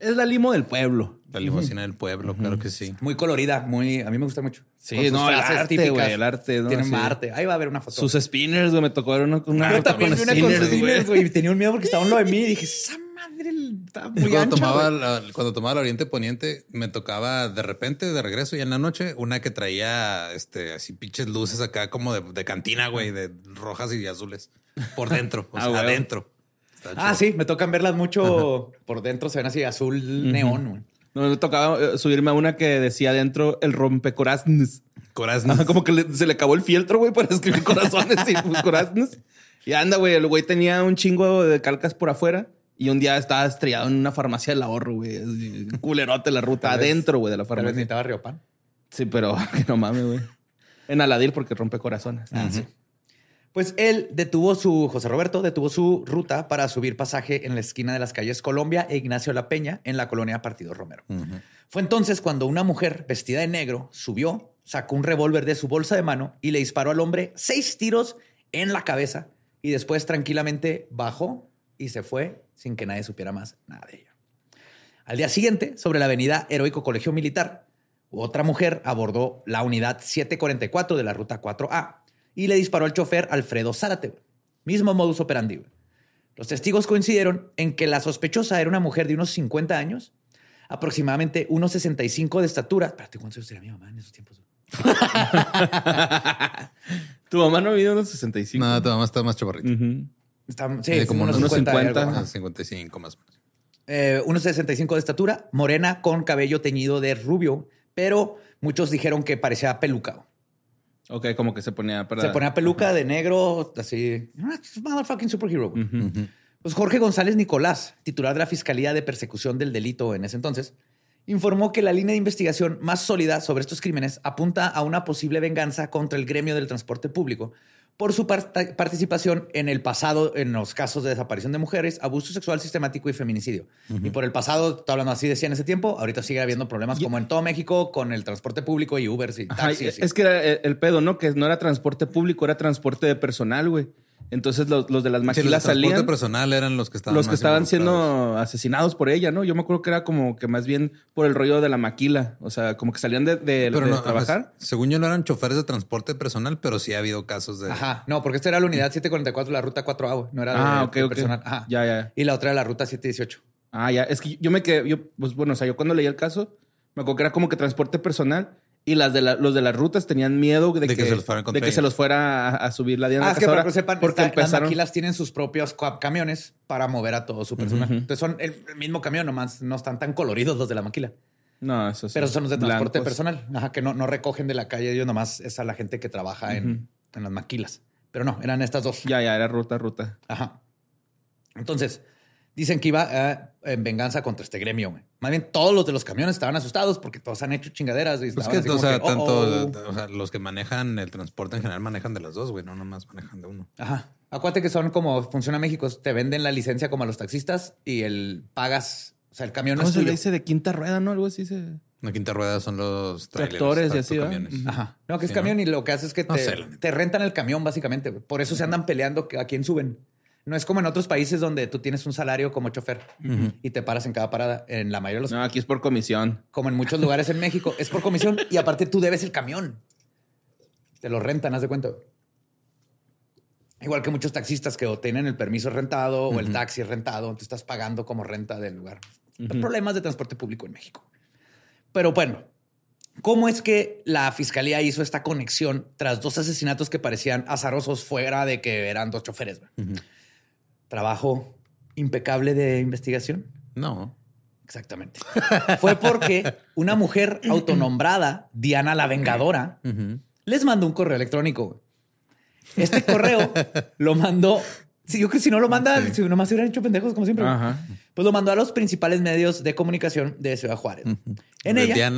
Speaker 8: Es la limo del pueblo.
Speaker 9: La limusina del pueblo, claro que sí.
Speaker 3: Muy colorida, muy, a mí me gusta mucho.
Speaker 8: Sí,
Speaker 3: Con sus
Speaker 8: no, el
Speaker 3: frases
Speaker 8: arte,
Speaker 3: típicas.
Speaker 8: güey, el arte, ¿no?
Speaker 3: Tiene
Speaker 8: Sí.
Speaker 3: más arte. Ahí va a haber una foto.
Speaker 8: Sus spinners, güey, me tocó uno con una
Speaker 3: Yo
Speaker 8: ruta
Speaker 3: también
Speaker 8: con
Speaker 3: vi una con
Speaker 8: spinners,
Speaker 3: spinners,
Speaker 8: güey.
Speaker 3: güey. y Tenía un miedo porque estaba en lo de mí y dije, esa madre está
Speaker 9: Yo
Speaker 3: muy
Speaker 9: cuando
Speaker 3: ancha,
Speaker 9: tomaba,
Speaker 3: güey".
Speaker 9: la- cuando tomaba la Oriente Poniente, me tocaba de repente, de regreso y en la noche, una que traía este así pinches luces acá como de, de cantina, güey, de rojas y azules. Por dentro, o
Speaker 8: Ah,
Speaker 9: sea,
Speaker 8: güey.
Speaker 9: adentro. Está
Speaker 3: Ah,
Speaker 9: chido.
Speaker 3: sí, me tocan verlas mucho por dentro, se ven así azul neón, güey.
Speaker 8: No, me tocaba eh, subirme a una que decía adentro el rompecorazones.
Speaker 9: Corazón.
Speaker 8: Ajá, como que le- se le acabó el fieltro, güey, para escribir corazones y pues, corazones. Y anda, güey, el güey tenía un chingo de calcas por afuera y un día estaba estrellado en una farmacia del ahorro, güey. Así, Culerote la ruta
Speaker 3: Tal vez-
Speaker 8: adentro, güey, de la
Speaker 3: Tal vez
Speaker 8: farmacia.
Speaker 3: necesitaba Riopan.
Speaker 8: Sí, pero que no mames, güey. En Aladir porque rompe corazones. Ah,
Speaker 3: Pues él detuvo su, José Roberto detuvo su ruta para subir pasaje en la esquina de las calles Colombia e Ignacio La Peña en la colonia Partido Romero.
Speaker 9: Ujú.
Speaker 3: Fue entonces cuando una mujer vestida de negro subió, sacó un revólver de su bolsa de mano y le disparó al hombre seis tiros en la cabeza y después tranquilamente bajó y se fue sin que nadie supiera más nada de ello. Al día siguiente, sobre la avenida Heroico Colegio Militar, otra mujer abordó la unidad 744 de la ruta 4A y le disparó al chofer Alfredo Zárate. güey. Mismo modus operandi. güey. Los testigos coincidieron en que la sospechosa era una mujer de unos 50 años, aproximadamente 1,65 de estatura. Espérate, ¿cuántos años tenía mi mamá en esos tiempos? güey?
Speaker 8: Tu mamá no vivió en los 65.
Speaker 9: No, tu mamá está más chaparrita.
Speaker 8: Ujú.
Speaker 3: Está- sí,
Speaker 9: Tiene
Speaker 3: sí,
Speaker 9: Eh, como
Speaker 3: unos
Speaker 9: unos
Speaker 3: 50 y algo,
Speaker 8: 50.
Speaker 3: ajá.
Speaker 9: Ah, 55 más o menos.
Speaker 3: Eh, 1,65 de estatura, morena con cabello teñido de rubio, pero muchos dijeron que parecía pelucado.
Speaker 8: Ok, como que se ponía para.
Speaker 3: Se ponía peluca de negro, así. "Ah, it's a Motherfucking superhero. güey".
Speaker 8: Ujú.
Speaker 3: Pues Jorge González Nicolás, titular de la Fiscalía de Persecución del Delito en ese entonces, informó que la línea de investigación más sólida sobre estos crímenes apunta a una posible venganza contra el gremio del transporte público por su parta- participación en el pasado en los casos de desaparición de mujeres, abuso sexual sistemático y feminicidio. Y por el pasado, está hablando así decía en ese tiempo, ahorita sigue habiendo problemas como en todo México con el transporte público y Uber y
Speaker 8: Ajá, e,
Speaker 3: taxis. y-
Speaker 8: es que era eh, el, el pedo, ¿no? Que no era transporte público, era transporte de personal, güey. Entonces los, los de las
Speaker 9: Sí, los de
Speaker 8: maquilas
Speaker 9: transporte
Speaker 8: salían.
Speaker 9: personal eran los que estaban
Speaker 8: los que
Speaker 9: más
Speaker 8: estaban
Speaker 9: involucrados.
Speaker 8: siendo asesinados por ella, ¿no? Yo me acuerdo que era como que más bien por el rollo de la maquila. O sea, como que salían de, de- eh, de
Speaker 9: no,
Speaker 8: trabajar.
Speaker 9: ajá, según yo no eran choferes de transporte personal, pero sí ha habido casos de
Speaker 3: Ajá, no, porque esta era la unidad 744, la ruta 4A, güey, no era
Speaker 8: Mm. Ah,
Speaker 3: de-
Speaker 8: ok,
Speaker 3: de
Speaker 8: ok.
Speaker 3: personal. Ajá.
Speaker 8: Ya, ya.
Speaker 3: Y la otra era la ruta 718.
Speaker 8: Ah, ya. Es que yo me quedé, yo, pues bueno, o sea, yo cuando leí el caso, me acuerdo que era como que transporte personal y las de la- los de las rutas tenían miedo de, que, se los fuera,
Speaker 9: con
Speaker 8: de que
Speaker 9: ellos.
Speaker 8: se los fuera a, a subir la Diana
Speaker 3: Ah, es que para
Speaker 8: Cazadora,
Speaker 3: que sepan,
Speaker 8: porque
Speaker 3: está- las
Speaker 8: empezaron.
Speaker 3: maquilas tienen sus propios cua- camiones para mover a todo su personal.
Speaker 8: Ujú.
Speaker 3: Entonces son el el mismo camión, nomás no están tan coloridos los de la maquila.
Speaker 8: No, eso sí.
Speaker 3: Pero son los de transporte
Speaker 8: Blancos.
Speaker 3: personal, ajá, que no, no recogen de la calle, ellos nomás es a la gente que trabaja en, en las maquilas. Pero no, eran estas dos.
Speaker 8: Ya, ya, era ruta, ruta.
Speaker 3: Ajá. Entonces, dicen que iba eh, en venganza contra este gremio. güey. Más bien todos los de los camiones estaban asustados porque todos han hecho chingaderas. Y
Speaker 9: Pues
Speaker 3: estaban
Speaker 9: que,
Speaker 3: así
Speaker 9: o
Speaker 3: como
Speaker 9: sea,
Speaker 3: que, "Oh,
Speaker 9: tanto,
Speaker 3: oh".
Speaker 9: o sea, los que manejan el transporte en general manejan de las dos, güey, no nomás manejan de uno.
Speaker 3: Ajá. Acuérdate que son como funciona México, te venden la licencia como a los taxistas y el pagas, o sea, el camión no
Speaker 8: ¿Cómo
Speaker 3: es
Speaker 8: se le
Speaker 3: tuyo.
Speaker 8: dice de quinta rueda, no? Algo así se...
Speaker 9: La quinta rueda son los trailers,
Speaker 8: Tractores y
Speaker 9: tra-
Speaker 8: así, ¿va?
Speaker 9: camiones.
Speaker 8: Ujú.
Speaker 3: Ajá. No, que es
Speaker 9: Sí,
Speaker 3: camión y lo que hace es que
Speaker 9: No
Speaker 3: te,
Speaker 9: sé, la neta.
Speaker 3: te rentan el camión básicamente. güey. Por eso se andan peleando que a quién suben. No es como en otros países donde tú tienes un salario como chofer y te paras en cada parada. En la mayoría de los,
Speaker 8: No, aquí es por comisión.
Speaker 3: como en muchos lugares en México, es por comisión y aparte tú debes el camión. Te lo rentan, haz de cuenta. Igual que muchos taxistas que o tienen el permiso rentado o el taxi rentado, tú estás pagando como renta del lugar. Problemas de transporte público en México. Pero bueno, ¿cómo es que la fiscalía hizo esta conexión tras dos asesinatos que parecían azarosos fuera de que eran dos choferes? güey? Trabajo impecable de investigación.
Speaker 9: No.
Speaker 3: Exactamente. Fue porque una mujer autonombrada, Diana la Vengadora, les mandó un correo electrónico. güey. Este correo lo mandó. Si, yo, creo que si no lo manda, si nomás se hubieran hecho pendejos como siempre. güey.
Speaker 8: Ajá.
Speaker 3: Pues lo mandó a los principales medios de comunicación de Ciudad Juárez. En ella,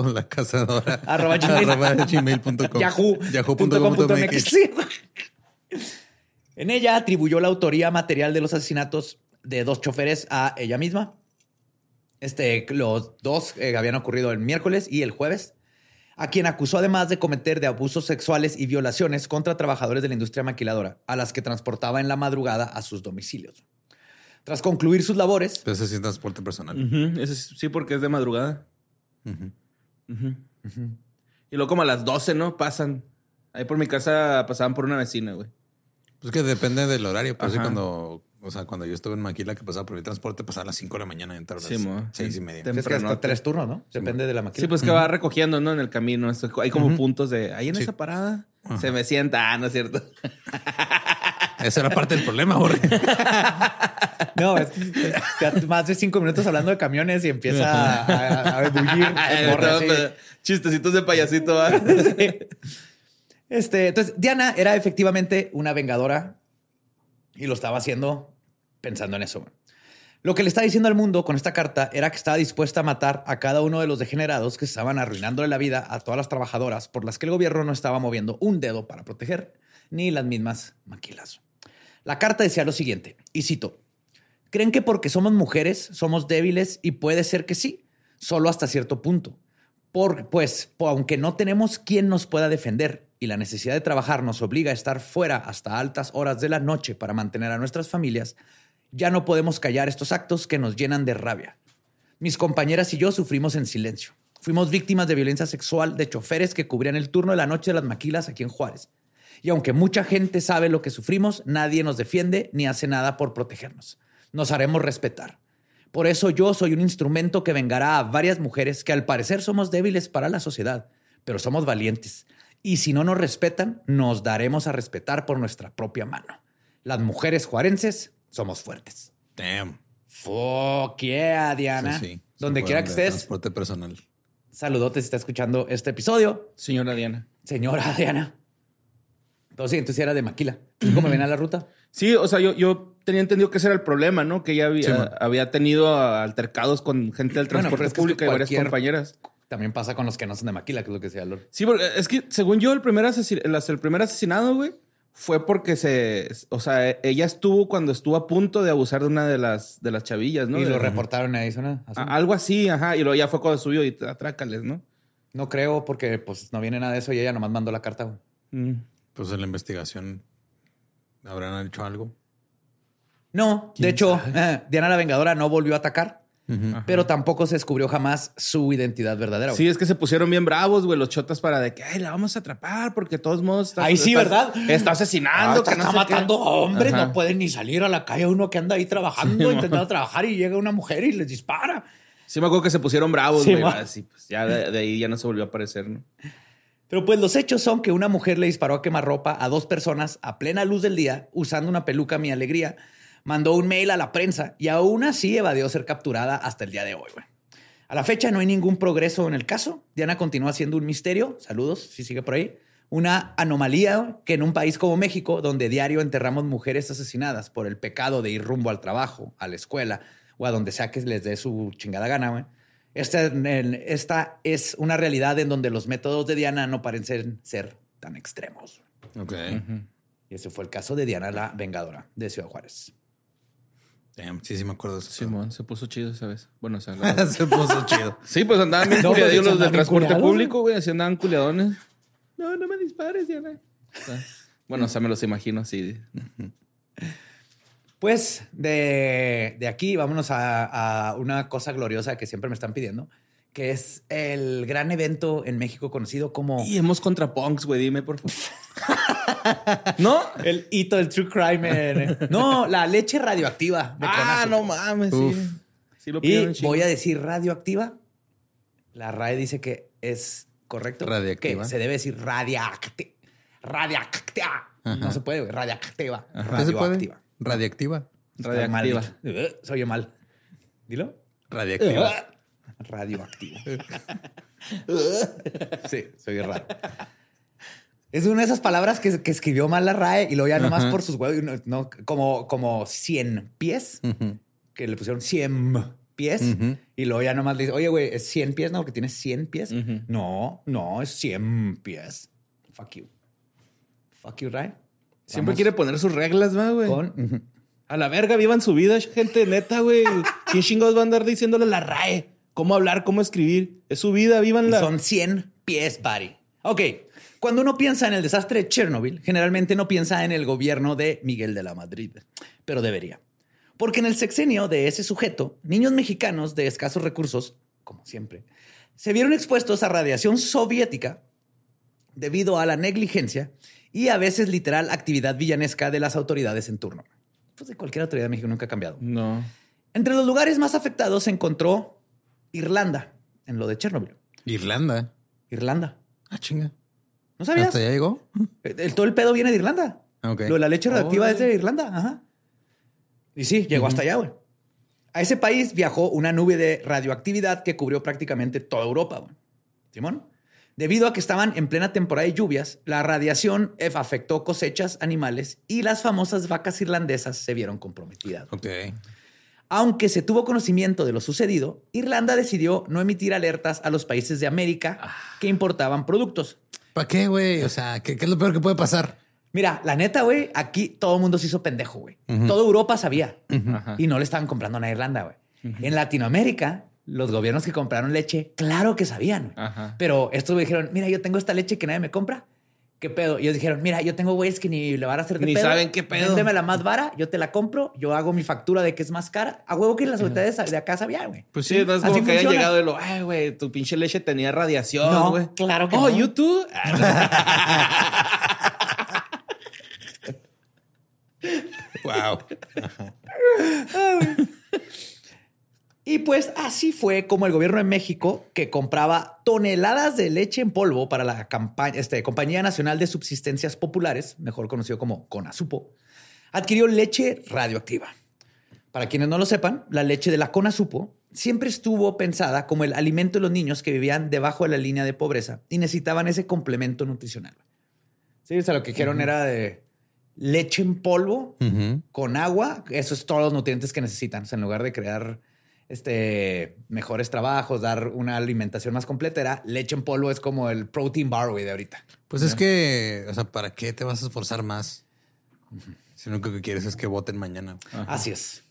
Speaker 9: Diana.lacazadora.
Speaker 3: Arroba gmail.
Speaker 9: Arroba gmail.com.
Speaker 3: Yahoo.
Speaker 9: Yahoo.com.mx.
Speaker 3: Sí. En ella atribuyó la autoría material de los asesinatos de dos choferes a ella misma. Este, los dos eh, habían ocurrido el miércoles y el jueves, a quien acusó además de cometer de abusos sexuales y violaciones contra trabajadores de la industria maquiladora, a las que transportaba en la madrugada a sus domicilios. Tras concluir sus labores,
Speaker 9: Entonces sí es transporte personal.
Speaker 8: Ujú, Ese es- sí, porque es de madrugada.
Speaker 9: Ujú.
Speaker 8: Ujú. Y luego como a las 12, ¿no? Pasan. Ahí por mi casa pasaban por una vecina, güey.
Speaker 9: Pues que depende del horario. Pero sí
Speaker 8: Ajá.
Speaker 9: cuando, o sea, cuando yo estuve en Maquila que pasaba por el transporte, pasaba a las 5 de la mañana y entraba a las
Speaker 8: Sí, mo.
Speaker 9: 6 y media.
Speaker 8: Tem-
Speaker 3: es que hasta
Speaker 8: tempranote.
Speaker 3: tres turnos, ¿no? Depende de la
Speaker 8: Sí,
Speaker 3: maquila.
Speaker 8: pues que va recogiendo, ¿no? En el camino. Eso- Hay como puntos de... Ahí en
Speaker 9: Sí.
Speaker 8: esa parada
Speaker 9: Ajá.
Speaker 8: se me sienta. Ah, no es cierto.
Speaker 9: Esa era parte del problema, Jorge.
Speaker 3: No, es que ya más de cinco minutos hablando de camiones y empieza a, a, a bullir. morra,
Speaker 8: No,
Speaker 3: así.
Speaker 8: pero Chistecitos de payasito, ¿va?
Speaker 3: Este, entonces, Diana era efectivamente una vengadora y lo estaba haciendo pensando en eso. Lo que le estaba diciendo al mundo con esta carta era que estaba dispuesta a matar a cada uno de los degenerados que estaban arruinándole la vida a todas las trabajadoras por las que el gobierno no estaba moviendo un dedo para proteger, ni las mismas maquilas. La carta decía lo siguiente, y cito, Creen que porque somos mujeres somos débiles y puede ser que sí, solo hasta cierto punto. Por, pues, po- aunque no tenemos quien nos pueda defender y la necesidad de trabajar nos obliga a estar fuera hasta altas horas de la noche para mantener a nuestras familias, ya no podemos callar estos actos que nos llenan de rabia. Mis compañeras y yo sufrimos en silencio. Fuimos víctimas de violencia sexual de choferes que cubrían el turno de la noche de las maquilas aquí en Juárez. Y aunque mucha gente sabe lo que sufrimos, nadie nos defiende ni hace nada por protegernos. Nos haremos respetar. Por eso yo soy un instrumento que vengará a varias mujeres que al parecer somos débiles para la sociedad, pero somos valientes. Y si no nos respetan, nos daremos a respetar por nuestra propia mano. Las mujeres juarenses somos fuertes.
Speaker 9: Damn.
Speaker 3: Fuck yeah, Diana.
Speaker 9: Sí, sí.
Speaker 3: Donde
Speaker 9: Se
Speaker 3: quiera que
Speaker 9: fueron de
Speaker 3: estés,
Speaker 9: Transporte personal.
Speaker 3: saludote si está escuchando este episodio,
Speaker 8: Señora Diana.
Speaker 3: señora Diana. Entonces, entonces era de Maquila. ¿Cómo ven a la ruta?
Speaker 8: Sí, o sea, yo, yo tenía entendido que ese era el problema, ¿no? Que ella había,
Speaker 9: Sí, man.
Speaker 8: había tenido altercados con gente del
Speaker 3: Bueno,
Speaker 8: transporte
Speaker 3: pero es que
Speaker 8: público y varias
Speaker 3: cualquier-
Speaker 8: compañeras.
Speaker 3: También pasa con los que no son de Maquila, que es lo que decía Lord.
Speaker 8: Sí, porque es que según yo, el primer, asesi- el, as- el primer asesinado, güey, fue porque se. O sea, ella estuvo cuando estuvo a punto de abusar de una de las, de las chavillas, ¿no?
Speaker 3: y
Speaker 8: De- Ah,
Speaker 3: lo reportaron ahí, ¿suena? Así.
Speaker 8: a- algo así, ajá. Y luego ya fue cuando subió y atrácales, ¿no?
Speaker 3: No creo, porque pues no viene nada de eso y ella nomás mandó la carta. güey.
Speaker 8: Mm.
Speaker 9: Pues en la investigación habrán hecho algo.
Speaker 3: No, de hecho, eh, Diana la Vengadora no volvió a atacar, pero tampoco se descubrió jamás su identidad verdadera.
Speaker 8: Sí,
Speaker 3: güey.
Speaker 8: es que se pusieron bien bravos, güey, los chotas para de que, ay, la vamos a atrapar porque de todos modos. estás-
Speaker 3: Ahí sí,
Speaker 8: estás-
Speaker 3: ¿verdad?
Speaker 8: Está
Speaker 3: Ah,
Speaker 8: asesinando,
Speaker 3: está,
Speaker 8: que no
Speaker 3: está
Speaker 8: sé qué.
Speaker 3: matando hombres,
Speaker 8: Ajá.
Speaker 3: no pueden ni salir a la calle uno que anda ahí trabajando, intentando trabajar y llega una mujer y les dispara.
Speaker 8: Sí, me acuerdo que se pusieron bravos,
Speaker 3: Sí,
Speaker 8: güey.
Speaker 3: ma.
Speaker 8: Así, pues ya de, de ahí ya no se volvió a aparecer, ¿no?
Speaker 3: Pero pues los hechos son que una mujer le disparó a quemarropa a dos personas a plena luz del día usando una peluca Mi Alegría, mandó un mail a la prensa y aún así evadió ser capturada hasta el día de hoy. güey. A la fecha no hay ningún progreso en el caso. Diana continúa siendo un misterio. Saludos, si sigue por ahí. Una anomalía güey, que en un país como México, donde diario enterramos mujeres asesinadas por el pecado de ir rumbo al trabajo, a la escuela o a donde sea que les dé su chingada gana, güey. Esta, en- esta es una realidad en donde los métodos de Diana no parecen ser tan extremos.
Speaker 9: Ok.
Speaker 3: Y ese fue el caso de Diana la Vengadora de Ciudad Juárez.
Speaker 9: Damn, sí, sí me acuerdo de eso.
Speaker 8: Simón, se puso chido esa vez. Bueno, o sea,
Speaker 9: Se puso chido.
Speaker 8: Sí, pues andaban bien
Speaker 3: No, pues,
Speaker 8: culiadillos los
Speaker 3: andaban
Speaker 8: del
Speaker 3: bien
Speaker 8: transporte
Speaker 3: culiados,
Speaker 8: público, güey. Así andaban culiadones. No, no me dispares, Diana. O sea, Bueno, o sea, me los imagino así.
Speaker 3: Pues de, de aquí vámonos a, a una cosa gloriosa que siempre me están pidiendo, que es el gran evento en México conocido como
Speaker 8: Y hemos contra punks, güey. Dime, por favor. ¿No?
Speaker 7: El hito del true crime. en-
Speaker 3: No, la leche radioactiva. de
Speaker 8: Ah,
Speaker 3: Conazo.
Speaker 8: no mames.
Speaker 9: Uf.
Speaker 8: Sí. Sí lo pidieron
Speaker 3: Y voy a decir radioactiva. La RAE dice que es correcto.
Speaker 9: Radiactiva.
Speaker 3: Que se debe decir radiacte, radiactea. No se puede, güey. Radiactiva.
Speaker 9: ¿Qué se puede?
Speaker 3: Radioactiva.
Speaker 9: Radiactiva.
Speaker 3: Está mal
Speaker 8: Radioactiva.
Speaker 3: dicho. Se oye mal. Dilo. Eh.
Speaker 9: Radiactiva.
Speaker 3: Radioactivo. sí, soy raro. Es una de esas palabras que, que escribió mal la RAE y luego ya nomás
Speaker 9: Ajá.
Speaker 3: por sus huevos, no, no, como, como 100 pies,
Speaker 9: Ujú.
Speaker 3: que le pusieron 100 pies
Speaker 9: Ujú.
Speaker 3: y luego ya nomás le dice, oye, güey, es 100 pies, no, porque tienes 100 pies. No, no, es 100 pies. Fuck you. Fuck you, RAE.
Speaker 8: Siempre
Speaker 3: Vamos
Speaker 8: quiere poner sus reglas, ¿va, güey.
Speaker 3: con- ujú.
Speaker 8: A la verga, vivan su vida, gente, neta, güey. ¿Quién chingados va a andar diciéndole la RAE? ¿Cómo hablar? ¿Cómo escribir? Es su vida,
Speaker 3: Y
Speaker 8: vívanla.
Speaker 3: Son 100 pies, buddy. Ok. Cuando uno piensa en el desastre de Chernobyl, generalmente no piensa en el gobierno de Miguel de la Madrid, pero debería. Porque en el sexenio de ese sujeto, niños mexicanos de escasos recursos, como siempre, se vieron expuestos a radiación soviética debido a la negligencia y a veces literal actividad villanesca de las autoridades en turno. Pues de cualquier autoridad de México nunca ha cambiado.
Speaker 8: No.
Speaker 3: Entre los lugares más afectados se encontró Irlanda, en lo de Chernobyl.
Speaker 9: Irlanda.
Speaker 3: Irlanda.
Speaker 9: Ah, chinga.
Speaker 3: ¿No sabías?
Speaker 9: ¿Hasta allá llegó?
Speaker 3: El, el- todo el pedo viene de Irlanda.
Speaker 9: Ah, ok.
Speaker 3: Lo de la leche radioactiva
Speaker 8: Órale.
Speaker 3: es de Irlanda. Ajá. Y sí, llegó hasta allá, güey. A ese país viajó una nube de radioactividad que cubrió prácticamente toda Europa, güey. Simón. Debido a que estaban en plena temporada de lluvias, la radiación F afectó cosechas, animales y las famosas vacas irlandesas se vieron comprometidas.
Speaker 9: Ok.
Speaker 3: Aunque se tuvo conocimiento de lo sucedido, Irlanda decidió no emitir alertas a los países de América
Speaker 9: Ah.
Speaker 3: que importaban productos.
Speaker 9: ¿Para qué, güey? O sea, ¿qué, qué es lo peor que puede pasar?
Speaker 3: Mira, la neta, güey, aquí todo el mundo se hizo pendejo, güey. Toda Europa sabía
Speaker 8: Ajá.
Speaker 3: y no le estaban comprando nada a Irlanda, güey. En Latinoamérica, los gobiernos que compraron leche, claro que sabían. güey.
Speaker 8: Ajá.
Speaker 3: Pero estos güey dijeron, mira, yo tengo esta leche que nadie me compra. ¿Qué pedo? Y ellos dijeron, mira, yo tengo güeyes que ni le van a hacer de
Speaker 8: Ni
Speaker 3: pedo.
Speaker 8: saben qué pedo.
Speaker 3: Véndeme la más vara, yo te la compro, yo hago mi factura de que es más cara. A huevo que las autoridades de acá sabían, güey.
Speaker 8: Pues sí, no es como
Speaker 3: Así
Speaker 8: que hayan
Speaker 3: funciona.
Speaker 8: llegado y lo, ay, güey, tu pinche leche tenía radiación,
Speaker 3: No,
Speaker 8: güey.
Speaker 3: claro que
Speaker 8: oh,
Speaker 3: no.
Speaker 8: YouTube.
Speaker 9: Wow.
Speaker 3: Y pues así fue como el gobierno de México, que compraba toneladas de leche en polvo para la campa- este, Compañía Nacional de Subsistencias Populares, mejor conocido como CONASUPO, adquirió leche radioactiva. Para quienes no lo sepan, la leche de la CONASUPO siempre estuvo pensada como el alimento de los niños que vivían debajo de la línea de pobreza y necesitaban ese complemento nutricional. Sí, o sea, lo que dijeron era de leche en polvo
Speaker 9: Ujú.
Speaker 3: con agua, eso es todos los nutrientes que necesitan. O sea, en lugar de crear este, mejores trabajos, dar una alimentación más completa, era leche en polvo, es como el protein bar, güey, de ahorita.
Speaker 9: Pues es que, o sea, ¿para qué te vas a esforzar más? Si lo único que quieres es que voten mañana.
Speaker 3: Así es.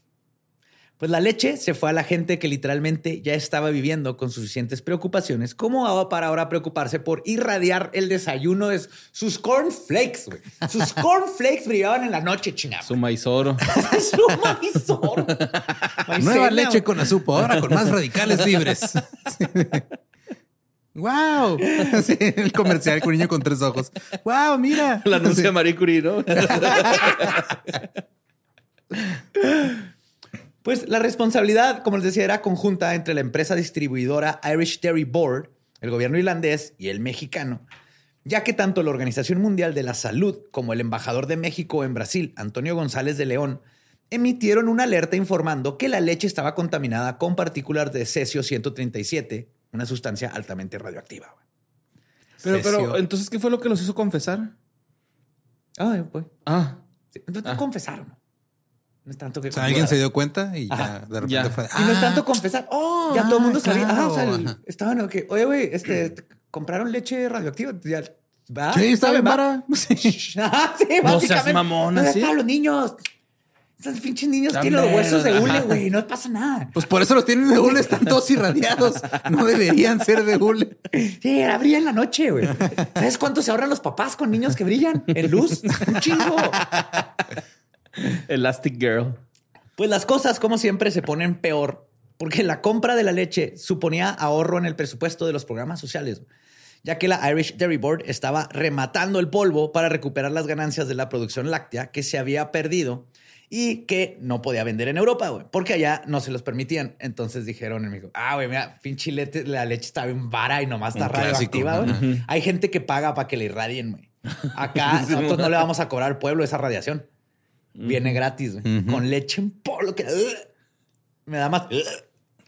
Speaker 3: Pues la leche se fue a la gente que literalmente ya estaba viviendo con suficientes preocupaciones, como ahora para ahora preocuparse por irradiar el desayuno de sus cornflakes, güey. Sus cornflakes brillaban en la noche, chingada.
Speaker 8: Su maizoro.
Speaker 3: Su maizoro.
Speaker 9: Nueva
Speaker 3: Maicena,
Speaker 9: leche con azupo, ahora con más radicales libres. ¡Wow! el comercial con un niño con tres ojos. ¡Wow! Mira.
Speaker 8: La anuncia
Speaker 9: Sí.
Speaker 8: Marie Curie, ¿no?
Speaker 3: Pues la responsabilidad, como les decía, era conjunta entre la empresa distribuidora Irish Dairy Board, el gobierno irlandés y el mexicano, ya que tanto la Organización Mundial de la Salud como el embajador de México en Brasil, Antonio González de León, emitieron una alerta informando que la leche estaba contaminada con partículas de cesio 137, una sustancia altamente radioactiva.
Speaker 8: Pero,
Speaker 9: Cesio.
Speaker 8: pero, entonces, ¿qué fue lo que los hizo confesar?
Speaker 3: Ah, pues.
Speaker 8: Ah,
Speaker 3: No te confesaron. No es tanto que
Speaker 9: O sea, alguien
Speaker 3: confesar.
Speaker 9: se dio cuenta y ya
Speaker 3: Ajá,
Speaker 9: de repente
Speaker 8: ya.
Speaker 9: fue.
Speaker 3: Y no es
Speaker 9: "Ah,
Speaker 3: tanto confesar. Oh, ya
Speaker 9: ah,
Speaker 3: todo el mundo sabía.
Speaker 9: claro,
Speaker 3: Ajá, o sea, el-
Speaker 9: ajá.
Speaker 3: estaban ok. Oye, güey, este, t- compraron leche radioactiva. Ya, ¿va?
Speaker 9: Sí, está bien,
Speaker 3: ¿Va?
Speaker 9: para.
Speaker 3: Ajá, sí,
Speaker 8: No seas
Speaker 3: básicamente.
Speaker 8: mamón,
Speaker 3: No,
Speaker 8: así.
Speaker 3: para los niños. Esos pinches niños
Speaker 8: La
Speaker 3: tienen los huesos de
Speaker 8: mierda,
Speaker 3: hule,
Speaker 8: ajá.
Speaker 3: güey. No pasa nada.
Speaker 9: Pues por eso los tienen de hule, están todos irradiados. No deberían ser de hule.
Speaker 3: Sí, era brilla en la noche, güey. ¿Sabes cuánto se ahorran los papás con niños que brillan en luz? Un chingo.
Speaker 8: Elastic Girl.
Speaker 3: Pues las cosas, como siempre, se ponen peor porque la compra de la leche suponía ahorro en el presupuesto de los programas sociales, ya que la Irish Dairy Board estaba rematando el polvo para recuperar las ganancias de la producción láctea que se había perdido y que no podía vender en Europa, güey, porque allá no se los permitían. Entonces dijeron, amigo, ah, güey, mira, pinche lete- la leche está bien vara y nomás está
Speaker 9: Un clásico,
Speaker 3: radioactiva, güey.
Speaker 9: ajá.
Speaker 3: Hay gente que paga para que le irradien, güey. Acá nosotros no le vamos a cobrar al pueblo esa radiación. Viene gratis, güey.
Speaker 9: Ujú.
Speaker 3: Con leche en polvo que... me da más...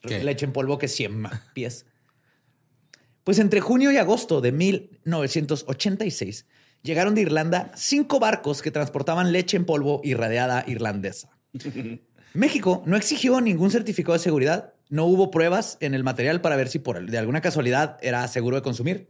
Speaker 9: ¿Qué?
Speaker 3: Leche en polvo que 100 más pies. Pues entre junio y agosto de 1986 llegaron de Irlanda cinco barcos que transportaban leche en polvo irradiada irlandesa. México no exigió ningún certificado de seguridad, no hubo pruebas en el material para ver si por de alguna casualidad era seguro de consumir.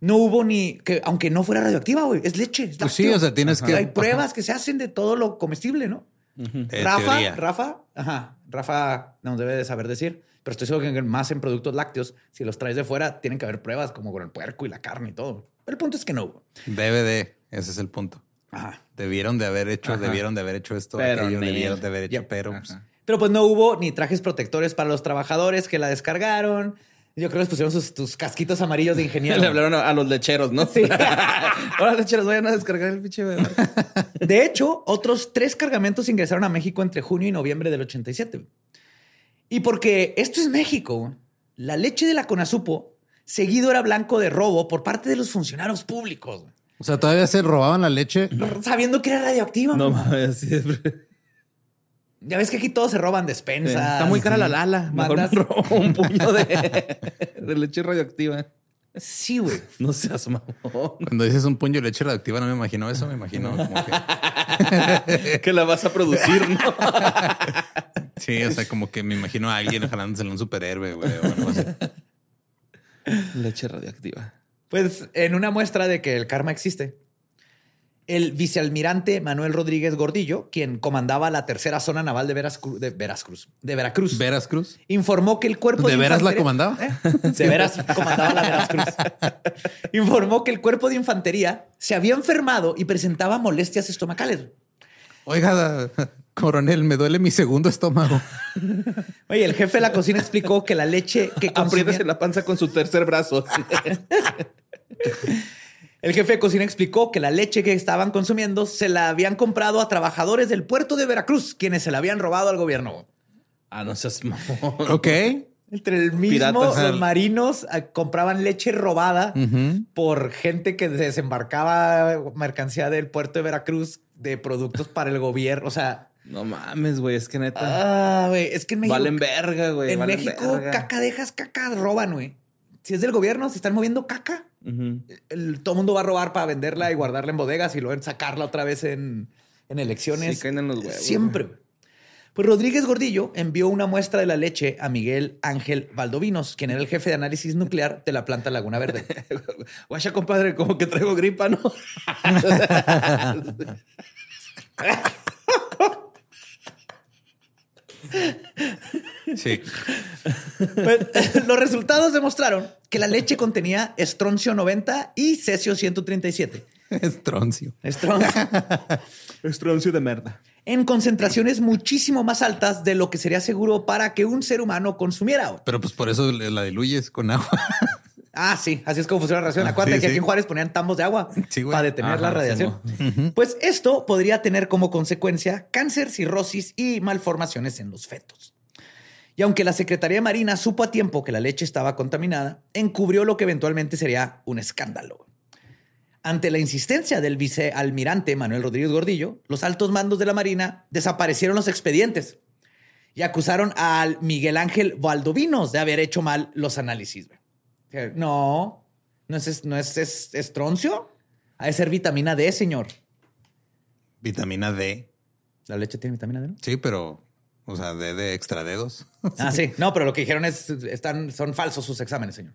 Speaker 3: No hubo ni que, aunque no fuera radioactiva, güey, es leche. es
Speaker 9: Pues sí,
Speaker 3: lácteo.
Speaker 9: o sea, tienes que-
Speaker 3: Hay pruebas que se hacen de todo lo comestible, ¿no?
Speaker 9: En
Speaker 3: Rafa,
Speaker 9: teoría.
Speaker 3: Rafa, ajá, Rafa nos debe de saber decir, pero estoy seguro que más en productos lácteos, si los traes de fuera, tienen que haber pruebas como con el puerco y la carne y todo. Pero el punto es que no hubo.
Speaker 9: Debe de, ese es el punto.
Speaker 3: Ajá.
Speaker 9: Debieron de haber hecho, debieron de haber hecho esto,
Speaker 8: Pero
Speaker 9: aquello,
Speaker 8: ni-
Speaker 9: debieron de haber hecho,
Speaker 3: Ya.
Speaker 9: pero pues,
Speaker 3: Pero pues no hubo ni trajes protectores para los trabajadores que la descargaron. Yo creo que les pusieron sus tus casquitos amarillos de ingeniero.
Speaker 8: Le hablaron a, a los lecheros, ¿no?
Speaker 3: Sí.
Speaker 8: Ahora lecheros, vayan a descargar el pinche.
Speaker 3: De hecho, otros tres cargamentos ingresaron a México entre junio y noviembre del 87. Y porque esto es México, la leche de la Conasupo seguido era blanco de robo por parte de los funcionarios públicos,
Speaker 6: O sea, todavía se robaban la leche.
Speaker 3: sabiendo que era radioactiva.
Speaker 8: No
Speaker 3: mamá.
Speaker 8: mames, siempre.
Speaker 3: Ya ves que aquí todos se roban despensas.
Speaker 8: Está muy cara la lala. Mejor me
Speaker 3: Mandas-
Speaker 8: robo un puño de, de leche radioactiva.
Speaker 3: Sí, güey.
Speaker 8: No seas mamón.
Speaker 9: cuando dices un puño de leche radioactiva no me imagino eso, me imagino como que...
Speaker 8: que la vas a producir, ¿no?
Speaker 9: Sí, o sea, como que me imagino a alguien jalándosela a un superhéroe, güey, o algo así.
Speaker 8: Leche radioactiva.
Speaker 3: Pues en una muestra de que el karma existe, el vicealmirante Manuel Rodríguez Gordillo, quien comandaba la tercera zona naval de Veracruz, de, Veracruz, de Veracruz,
Speaker 9: ¿Veras Cruz?
Speaker 3: informó que el cuerpo
Speaker 9: ¿De veras la
Speaker 3: infantería-
Speaker 9: comandaba?
Speaker 3: De veras comandaba la Veracruz. informó que el cuerpo de infantería se había enfermado y presentaba molestias estomacales.
Speaker 9: Oiga, coronel, me duele mi segundo estómago.
Speaker 3: Oye, el jefe de la cocina explicó que la leche que consumía...
Speaker 8: Apriétese la panza con su tercer brazo.
Speaker 3: El jefe de cocina explicó que la leche que estaban consumiendo se la habían comprado a trabajadores del puerto de Veracruz, quienes se la habían robado al gobierno.
Speaker 8: ah, no seas mamón.
Speaker 9: Ok.
Speaker 3: Eh. Entre el mismo,
Speaker 8: Piratas,
Speaker 3: los
Speaker 8: el-
Speaker 3: marinos eh, compraban leche robada
Speaker 9: Ujú.
Speaker 3: por gente que desembarcaba mercancía del puerto de Veracruz de productos para el gobierno. O sea,
Speaker 8: No mames, güey. Es que neta.
Speaker 3: ah, güey, es que en México,
Speaker 8: valen verga, güey.
Speaker 3: en
Speaker 8: valen
Speaker 3: México
Speaker 8: verga.
Speaker 3: caca dejas, caca roban, güey. Si es del gobierno, se están moviendo caca.
Speaker 8: Ujú.
Speaker 3: el- todo el mundo va a robar para venderla y guardarla en bodegas y luego sacarla otra vez en, en elecciones.
Speaker 8: Sí, caen en los huevos,
Speaker 3: Siempre. güey. Pues Rodríguez Gordillo envió una muestra de la leche a Miguel Ángel Valdovinos, quien era el jefe de análisis nuclear de la planta Laguna Verde.
Speaker 8: Guacha, compadre, como que traigo gripa, ¿no?
Speaker 9: Sí.
Speaker 3: Pues, los resultados demostraron que la leche contenía estroncio 90 y cesio 137.
Speaker 9: Estroncio.
Speaker 3: Estroncio.
Speaker 8: Estroncio de merda.
Speaker 3: En concentraciones muchísimo más altas de lo que sería seguro para que un ser humano consumiera. güey.
Speaker 9: Pero pues por eso le- la diluyes con agua.
Speaker 3: Ah, sí, así es como funciona la ración. Acuérdate
Speaker 9: Ah, Sí,
Speaker 3: que
Speaker 9: sí.
Speaker 3: aquí en Juárez ponían tambos de agua
Speaker 9: Sí, güey.
Speaker 3: para detener la
Speaker 8: Ajá,
Speaker 3: radiación. Pues esto podría tener como consecuencia cáncer, cirrosis y malformaciones en los fetos. Y aunque la Secretaría de Marina supo a tiempo que la leche estaba contaminada, encubrió lo que eventualmente sería un escándalo. Ante la insistencia del vicealmirante Manuel Rodríguez Gordillo, los altos mandos de la Marina desaparecieron los expedientes y acusaron al Miguel Ángel Valdovinos de haber hecho mal los análisis. güey. O sea, No, no es, no es, es- estroncio. Ha de ser vitamina D, señor.
Speaker 9: Vitamina D.
Speaker 3: La leche tiene vitamina D, ¿no?
Speaker 9: Sí, pero, o sea, D de extra dedos.
Speaker 3: Ah, sí. No, pero lo que dijeron es, están, son falsos sus exámenes, señor.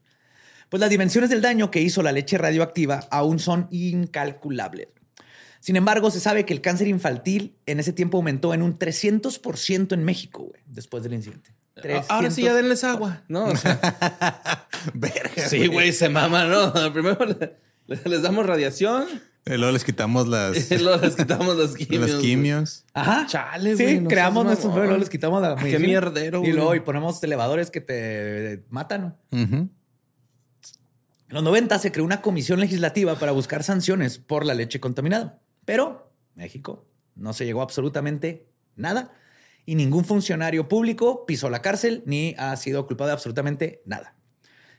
Speaker 3: Pues las dimensiones del daño que hizo la leche radioactiva aún son incalculables. Sin embargo, se sabe que el cáncer infantil en ese tiempo aumentó en un 300% en México, güey, después del incidente.
Speaker 8: Ah, Ahora sí, ya denles agua, ¿no? O sea,
Speaker 9: Verga.
Speaker 8: sí, güey, se mama, ¿no? Primero le- le- les damos radiación,
Speaker 9: Y luego les quitamos las,
Speaker 8: Luego les quitamos los quimios.
Speaker 9: las quimios.
Speaker 3: Ajá.
Speaker 8: Chale,
Speaker 3: Ah, Sí,
Speaker 8: güey, no
Speaker 3: creamos
Speaker 8: seas
Speaker 3: nuestros,
Speaker 8: mamón.
Speaker 3: pero les quitamos la medicina.
Speaker 8: mierdero,
Speaker 3: Y
Speaker 8: güey.
Speaker 3: luego y ponemos elevadores que te matan.
Speaker 9: Ujú.
Speaker 3: En los 90 se creó una comisión legislativa para buscar sanciones por la leche contaminada. Pero México no se llegó a absolutamente nada y ningún funcionario público pisó la cárcel ni ha sido culpado de absolutamente nada.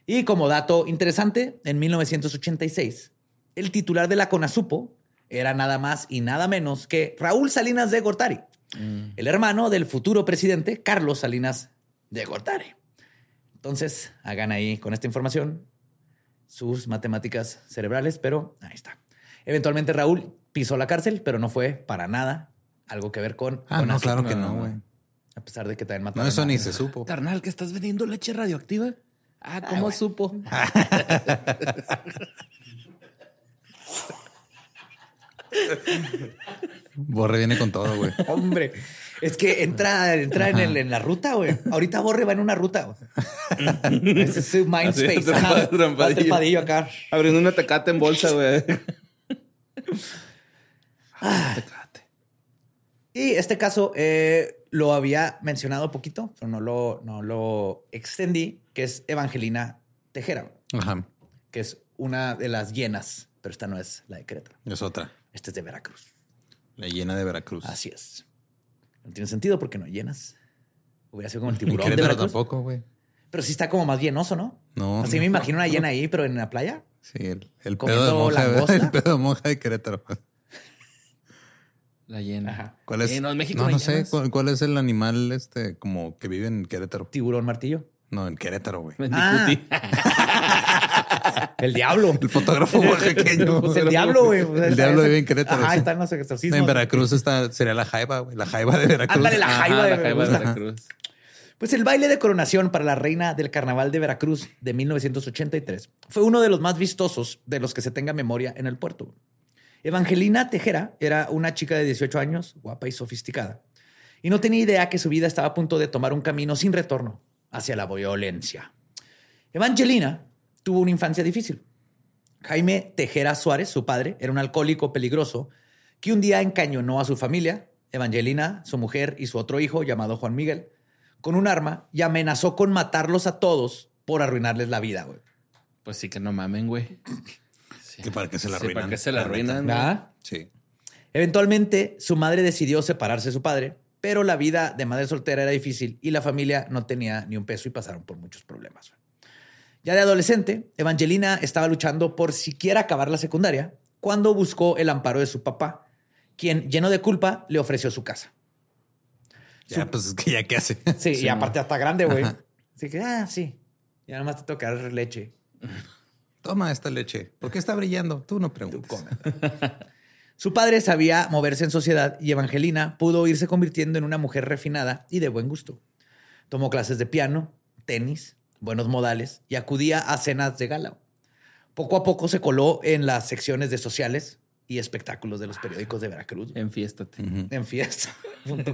Speaker 3: Y como dato interesante, en 1986, el titular de la CONASUPO era nada más y nada menos que Raúl Salinas de Gortari,
Speaker 9: Mm.
Speaker 3: el hermano del futuro presidente Carlos Salinas de Gortari. Entonces, hagan ahí con esta información sus matemáticas cerebrales, pero ahí está. Eventualmente Raúl pisó la cárcel, pero no fue para nada algo que ver con...
Speaker 9: Ah,
Speaker 3: con
Speaker 9: no,
Speaker 3: así.
Speaker 9: claro que no, güey.
Speaker 3: A pesar de que también mataron
Speaker 9: No, eso
Speaker 3: a-
Speaker 9: ni se supo.
Speaker 8: Carnal, que estás vendiendo leche radioactiva. Ah, ¿cómo supo?
Speaker 9: Borre viene con todo, güey.
Speaker 3: Hombre, es que entra, entra en, el- en la ruta, güey. Ahorita Borre va en una ruta, güey. Ese es su mind
Speaker 8: Así,
Speaker 3: space.
Speaker 8: trampa-
Speaker 3: ajá. Va
Speaker 8: trampadillo.
Speaker 3: trepadillo acá.
Speaker 8: Abriendo una tecate en bolsa, güey. Ah, tecate.
Speaker 3: Y este caso eh, lo había mencionado poquito, pero no lo, no lo extendí, que es Evangelina Tejera,
Speaker 9: Ajá.
Speaker 3: que es una de las llenas, pero esta no es la de Querétaro.
Speaker 9: Es otra.
Speaker 3: Esta es de Veracruz.
Speaker 9: La llena de Veracruz.
Speaker 3: Así es. No tiene sentido porque no hay llenas. Hubiera sido como el
Speaker 9: Ni
Speaker 3: tiburón de
Speaker 9: Querétaro
Speaker 3: Veracruz.
Speaker 9: tampoco, güey.
Speaker 3: Pero sí está como más llenoso, ¿no?
Speaker 9: No.
Speaker 3: Así me imagino una llena ahí, pero en la playa.
Speaker 9: Sí, el, el pedo de
Speaker 3: Comiendo
Speaker 9: monja.
Speaker 3: langosta.
Speaker 9: El pedo de monja de Querétaro.
Speaker 8: La llena.
Speaker 3: Ajá.
Speaker 9: ¿Cuál es?
Speaker 8: Eh, no, en México
Speaker 9: no,
Speaker 8: hay
Speaker 9: no sé.
Speaker 8: llamas.
Speaker 9: ¿cuál, cuál es el animal este como que vive en Querétaro?
Speaker 3: Tiburón martillo.
Speaker 9: No, en Querétaro, güey.
Speaker 3: Ah,
Speaker 8: Mendicuti.
Speaker 3: El diablo.
Speaker 9: El fotógrafo oaxaqueño.
Speaker 3: Pues el diablo, güey.
Speaker 9: El diablo vive en Querétaro.
Speaker 3: Ah,
Speaker 9: sí.
Speaker 3: están los exorcismos.
Speaker 9: en Veracruz está, sería la jaiba, güey. La jaiba de Veracruz.
Speaker 3: Ándale, la
Speaker 8: Ajá,
Speaker 3: jaiba de
Speaker 8: la jaiba de
Speaker 3: Veracruz.
Speaker 8: Veracruz.
Speaker 3: Pues el baile de coronación para la reina del carnaval de Veracruz de 1983 fue uno de los más vistosos de los que se tenga memoria en el puerto. Evangelina Tejera era una chica de 18 años, guapa y sofisticada, y no tenía idea que su vida estaba a punto de tomar un camino sin retorno hacia la violencia. Evangelina tuvo una infancia difícil. Jaime Tejera Suárez, su padre, era un alcohólico peligroso que un día encañonó a su familia, Evangelina, su mujer y su otro hijo llamado Juan Miguel, con un arma y amenazó con matarlos a todos por arruinarles la vida, güey.
Speaker 8: Pues sí que no mamen, güey.
Speaker 9: Que para que se la
Speaker 8: Sí,
Speaker 9: arruinan.
Speaker 8: para que se la arruinan.
Speaker 3: ¿Verdad?
Speaker 9: Sí.
Speaker 3: Eventualmente, su madre decidió separarse de su padre, pero la vida de madre soltera era difícil y la familia no tenía ni un peso y pasaron por muchos problemas. güey. Ya de adolescente, Evangelina estaba luchando por siquiera acabar la secundaria cuando buscó el amparo de su papá, quien, lleno de culpa, le ofreció su casa.
Speaker 9: Ya, pues es que ya qué hace.
Speaker 3: Sí, y aparte hasta grande, güey.
Speaker 9: Ajá.
Speaker 3: Así que, ah, sí. Ya nada más te tocar leche.
Speaker 9: Toma esta leche. ¿Por qué está brillando? Tú no
Speaker 3: Tú
Speaker 9: preguntes.
Speaker 3: come. Su padre sabía moverse en sociedad y Evangelina pudo irse convirtiendo en una mujer refinada y de buen gusto. Tomó clases de piano, tenis, buenos modales y acudía a cenas de gala. Poco a poco se coló en las secciones de sociales y espectáculos de los periódicos de Veracruz.
Speaker 8: Enfiéstate.
Speaker 3: En fiesta.com.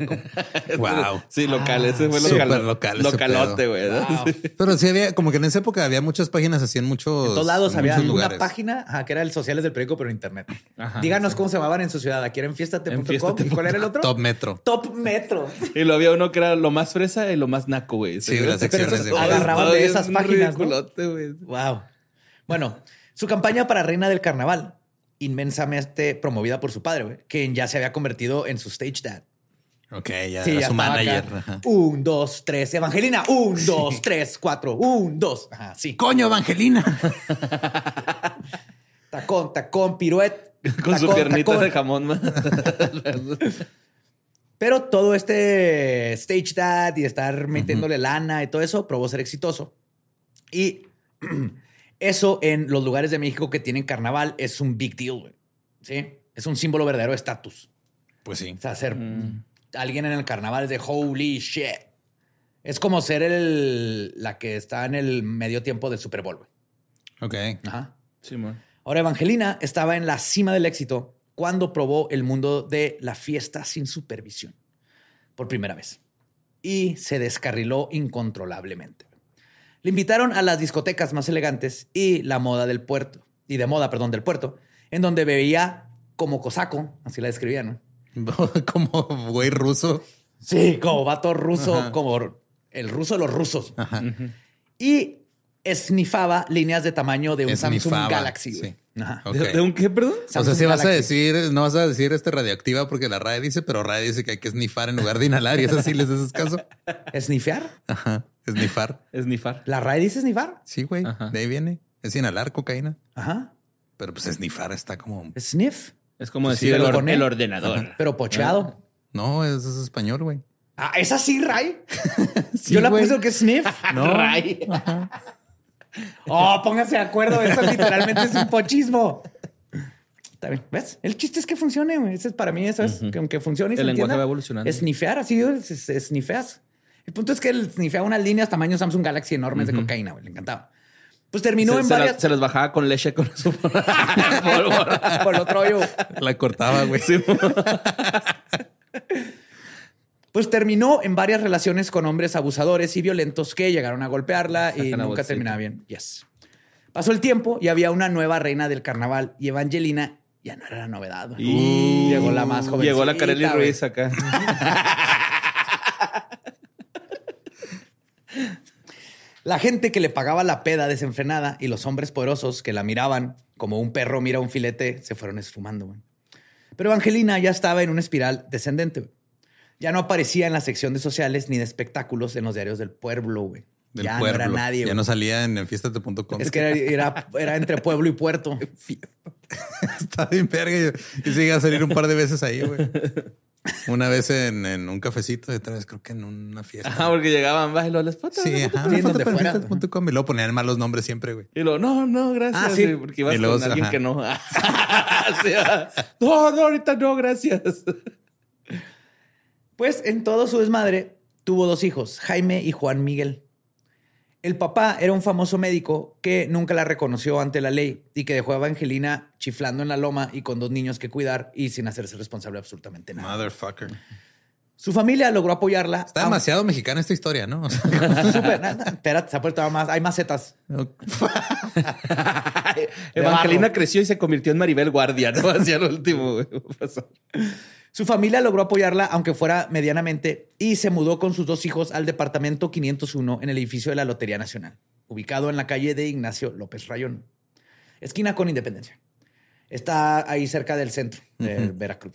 Speaker 9: Wow.
Speaker 8: Sí,
Speaker 3: Ah,
Speaker 8: local. ese fue
Speaker 9: Súper
Speaker 8: local.
Speaker 9: local ese
Speaker 8: Localote,
Speaker 9: pedo.
Speaker 8: güey. ¿no? Sí.
Speaker 9: Pero sí había, como que en esa época había muchas páginas así en muchos.
Speaker 3: En todos lados
Speaker 9: en
Speaker 3: había
Speaker 9: muchos
Speaker 3: una
Speaker 9: lugares.
Speaker 3: página ajá, que era el sociales del periódico, pero en internet.
Speaker 8: Ajá,
Speaker 3: Díganos cómo se llamaban en su ciudad. Aquí era
Speaker 8: En
Speaker 3: enfiestate.com.
Speaker 8: fiéstate
Speaker 3: ¿Y ¿Cuál era el otro?
Speaker 9: Top Metro.
Speaker 3: Top Metro.
Speaker 8: Y lo había uno que era lo más fresa y lo más naco, güey.
Speaker 9: Sí, las secciones de
Speaker 3: agarraban de esas páginas, ¿no?
Speaker 8: Ridiculote, güey.
Speaker 3: Wow. Bueno, su campaña para Reina del Carnaval, inmensamente promovida por su padre, güey, quien ya se había convertido en su stage dad.
Speaker 9: Ok, ya
Speaker 3: Sí,
Speaker 9: era
Speaker 3: ya
Speaker 9: su
Speaker 3: estaba
Speaker 9: manager.
Speaker 3: acá.
Speaker 9: Ajá.
Speaker 3: Un, dos, tres. Evangelina, un, dos, tres, cuatro. Un, dos. Ajá, sí.
Speaker 9: Coño, Evangelina.
Speaker 3: Tacón, tacón, piruet.
Speaker 8: Con su
Speaker 3: tacón,
Speaker 8: piernita
Speaker 3: tacón.
Speaker 8: de jamón, man.
Speaker 3: Pero todo este stage dad y estar metiéndole lana y todo eso probó ser exitoso. Y eso en los lugares de México que tienen carnaval es un big deal, güey. ¿Sí? Es un símbolo verdadero de estatus.
Speaker 9: Pues sí.
Speaker 3: O sea, ser alguien en el carnaval es de holy shit. Es como ser el, la que está en el medio tiempo del Super Bowl. güey.
Speaker 9: Ok.
Speaker 3: Ajá.
Speaker 8: Sí, man.
Speaker 3: Ahora, Evangelina estaba en la cima del éxito cuando probó el mundo de la fiesta sin supervisión por primera vez y se descarriló incontrolablemente. Le invitaron a las discotecas más elegantes y la moda del puerto y de moda, perdón, del puerto, en donde bebía como cosaco, así la describían. ¿no?
Speaker 9: Como güey ruso.
Speaker 3: Sí, como vato ruso, como el ruso de los rusos.
Speaker 9: Ajá.
Speaker 3: Y esnifaba líneas de tamaño de un
Speaker 9: Esnifaba,
Speaker 3: Samsung Galaxy. güey.
Speaker 9: sí.
Speaker 3: Ajá.
Speaker 9: Ok.
Speaker 8: ¿De, de un qué, perdón?
Speaker 9: O sea,
Speaker 3: Samsung
Speaker 9: si vas a
Speaker 3: Galaxy.
Speaker 9: decir, no vas a decir este radioactiva porque la RAE dice, pero RAE dice que hay que snifar en lugar de inhalar y es así, les haces caso.
Speaker 3: ¿Esnifear?
Speaker 9: Ajá. Snifar.
Speaker 8: Esnifar.
Speaker 3: ¿La RAE dice esnifar?
Speaker 9: Sí, güey.
Speaker 8: Ajá.
Speaker 9: De ahí viene. Es inhalar cocaína.
Speaker 3: Ajá.
Speaker 9: Pero pues snifar está como.
Speaker 3: Sniff,
Speaker 8: Es como
Speaker 9: Sí,
Speaker 8: decir el,
Speaker 3: pero
Speaker 8: or-
Speaker 3: con él.
Speaker 8: el ordenador. Ah.
Speaker 3: pero pocheado.
Speaker 9: No, eso es español, güey.
Speaker 3: Ah, ¿Es así, Ray? Yo la
Speaker 9: güey.
Speaker 3: puse que es sniff.
Speaker 8: Ray.
Speaker 3: Oh, pónganse de acuerdo. Eso literalmente es un pochismo. Está bien. ¿Ves? El chiste es que funcione. güey. Ese es para mí eso es. Que aunque funcione y
Speaker 8: El
Speaker 3: se
Speaker 8: lenguaje
Speaker 3: entienda,
Speaker 8: va evolucionando.
Speaker 3: Snifear, así es- es- es- snifeas. El punto es que él snifeaba unas líneas tamaño Samsung Galaxy enormes de cocaína. güey. Le encantaba. Pues terminó
Speaker 8: se,
Speaker 3: en
Speaker 8: se la-
Speaker 3: varias...
Speaker 8: se las bajaba con leche con su pólvora.
Speaker 3: Por el otro hoyo.
Speaker 9: La cortaba, güey.
Speaker 3: Pues terminó en varias relaciones con hombres abusadores y violentos que llegaron a golpearla y
Speaker 8: Sacan la
Speaker 3: nunca
Speaker 8: bolsita.
Speaker 3: terminaba bien. Yes. Pasó el tiempo y había una nueva reina del carnaval y Evangelina ya no era la novedad. güey.
Speaker 8: Y-
Speaker 3: llegó la más joven.
Speaker 8: Uh, Llegó la Kareli Ruiz acá.
Speaker 3: La gente que le pagaba la peda desenfrenada y los hombres poderosos que la miraban como un perro mira un filete se fueron esfumando. güey. Pero Evangelina ya estaba en una espiral descendente. güey. Ya no aparecía en la sección de sociales ni de espectáculos en los diarios del pueblo. güey.
Speaker 9: Del
Speaker 3: ya
Speaker 9: pueblo.
Speaker 3: no era nadie.
Speaker 9: ya
Speaker 3: güey.
Speaker 9: no salía en fiestate.com.
Speaker 3: Es que era, era, era entre pueblo y puerto.
Speaker 9: Está bien verga. Y, y sí, iba a salir un par de veces ahí, güey. Una vez en, eh, en un cafecito, y otra vez creo que en una fiesta.
Speaker 8: Ah, porque llegaban, bájalo las fotos.
Speaker 9: sí,
Speaker 8: las
Speaker 9: ajá.
Speaker 8: fotos".
Speaker 3: Sí, donde
Speaker 9: Foto para
Speaker 3: fuera.
Speaker 9: fiestas.com. Y luego ponían malos nombres siempre, güey.
Speaker 8: Y luego, no, no, gracias.
Speaker 3: Ah, sí.
Speaker 8: güey, Porque ibas
Speaker 9: Y luego
Speaker 8: con
Speaker 9: se-
Speaker 8: alguien
Speaker 9: ajá.
Speaker 8: que no. Sí, ah. no, no, ahorita no, gracias.
Speaker 3: Pues en todo su desmadre tuvo dos hijos, Jaime y Juan Miguel. El papá era un famoso médico que nunca la reconoció ante la ley y que dejó a Evangelina chiflando en la loma y con dos niños que cuidar y sin hacerse responsable absolutamente nada.
Speaker 9: Motherfucker.
Speaker 3: Su familia logró apoyarla.
Speaker 9: Está
Speaker 3: aunque-
Speaker 9: demasiado mexicana esta historia, ¿no? O sea,
Speaker 3: Súper, na- na- espérate, se ha puesto más. Hay macetas.
Speaker 9: no-
Speaker 8: Evangelina
Speaker 3: barro.
Speaker 8: creció y se convirtió en Maribel Guardia, ¿no? Hacia lo último, güey. Pasó.
Speaker 3: Su familia logró apoyarla, aunque fuera medianamente, y se mudó con sus dos hijos al departamento 501 en el edificio de la Lotería Nacional, ubicado en la calle de Ignacio López Rayón, esquina con Independencia. Está ahí cerca del centro de Veracruz.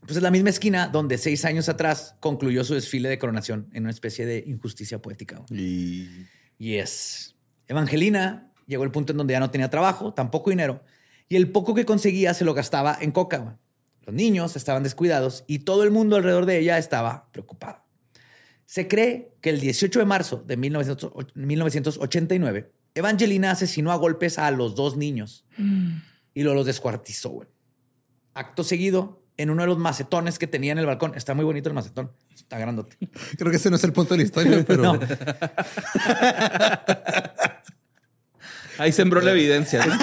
Speaker 3: Pues es la misma esquina donde seis años atrás concluyó su desfile de coronación en una especie de injusticia poética. güey.
Speaker 9: y
Speaker 3: Yes. Evangelina llegó al punto en donde ya no tenía trabajo, tampoco dinero, y el poco que conseguía se lo gastaba en coca. güey. Los niños estaban descuidados y todo el mundo alrededor de ella estaba preocupado. Se cree que el 18 de marzo de 1908 1989, Evangelina asesinó a golpes a los dos niños y luego los descuartizó. güey. Acto seguido, en uno de los macetones que tenía en el balcón, está muy bonito el macetón, está grandote.
Speaker 9: creo que ese no es el punto de la historia, pero
Speaker 3: No.
Speaker 8: Ahí sembró la evidencia. ¿no?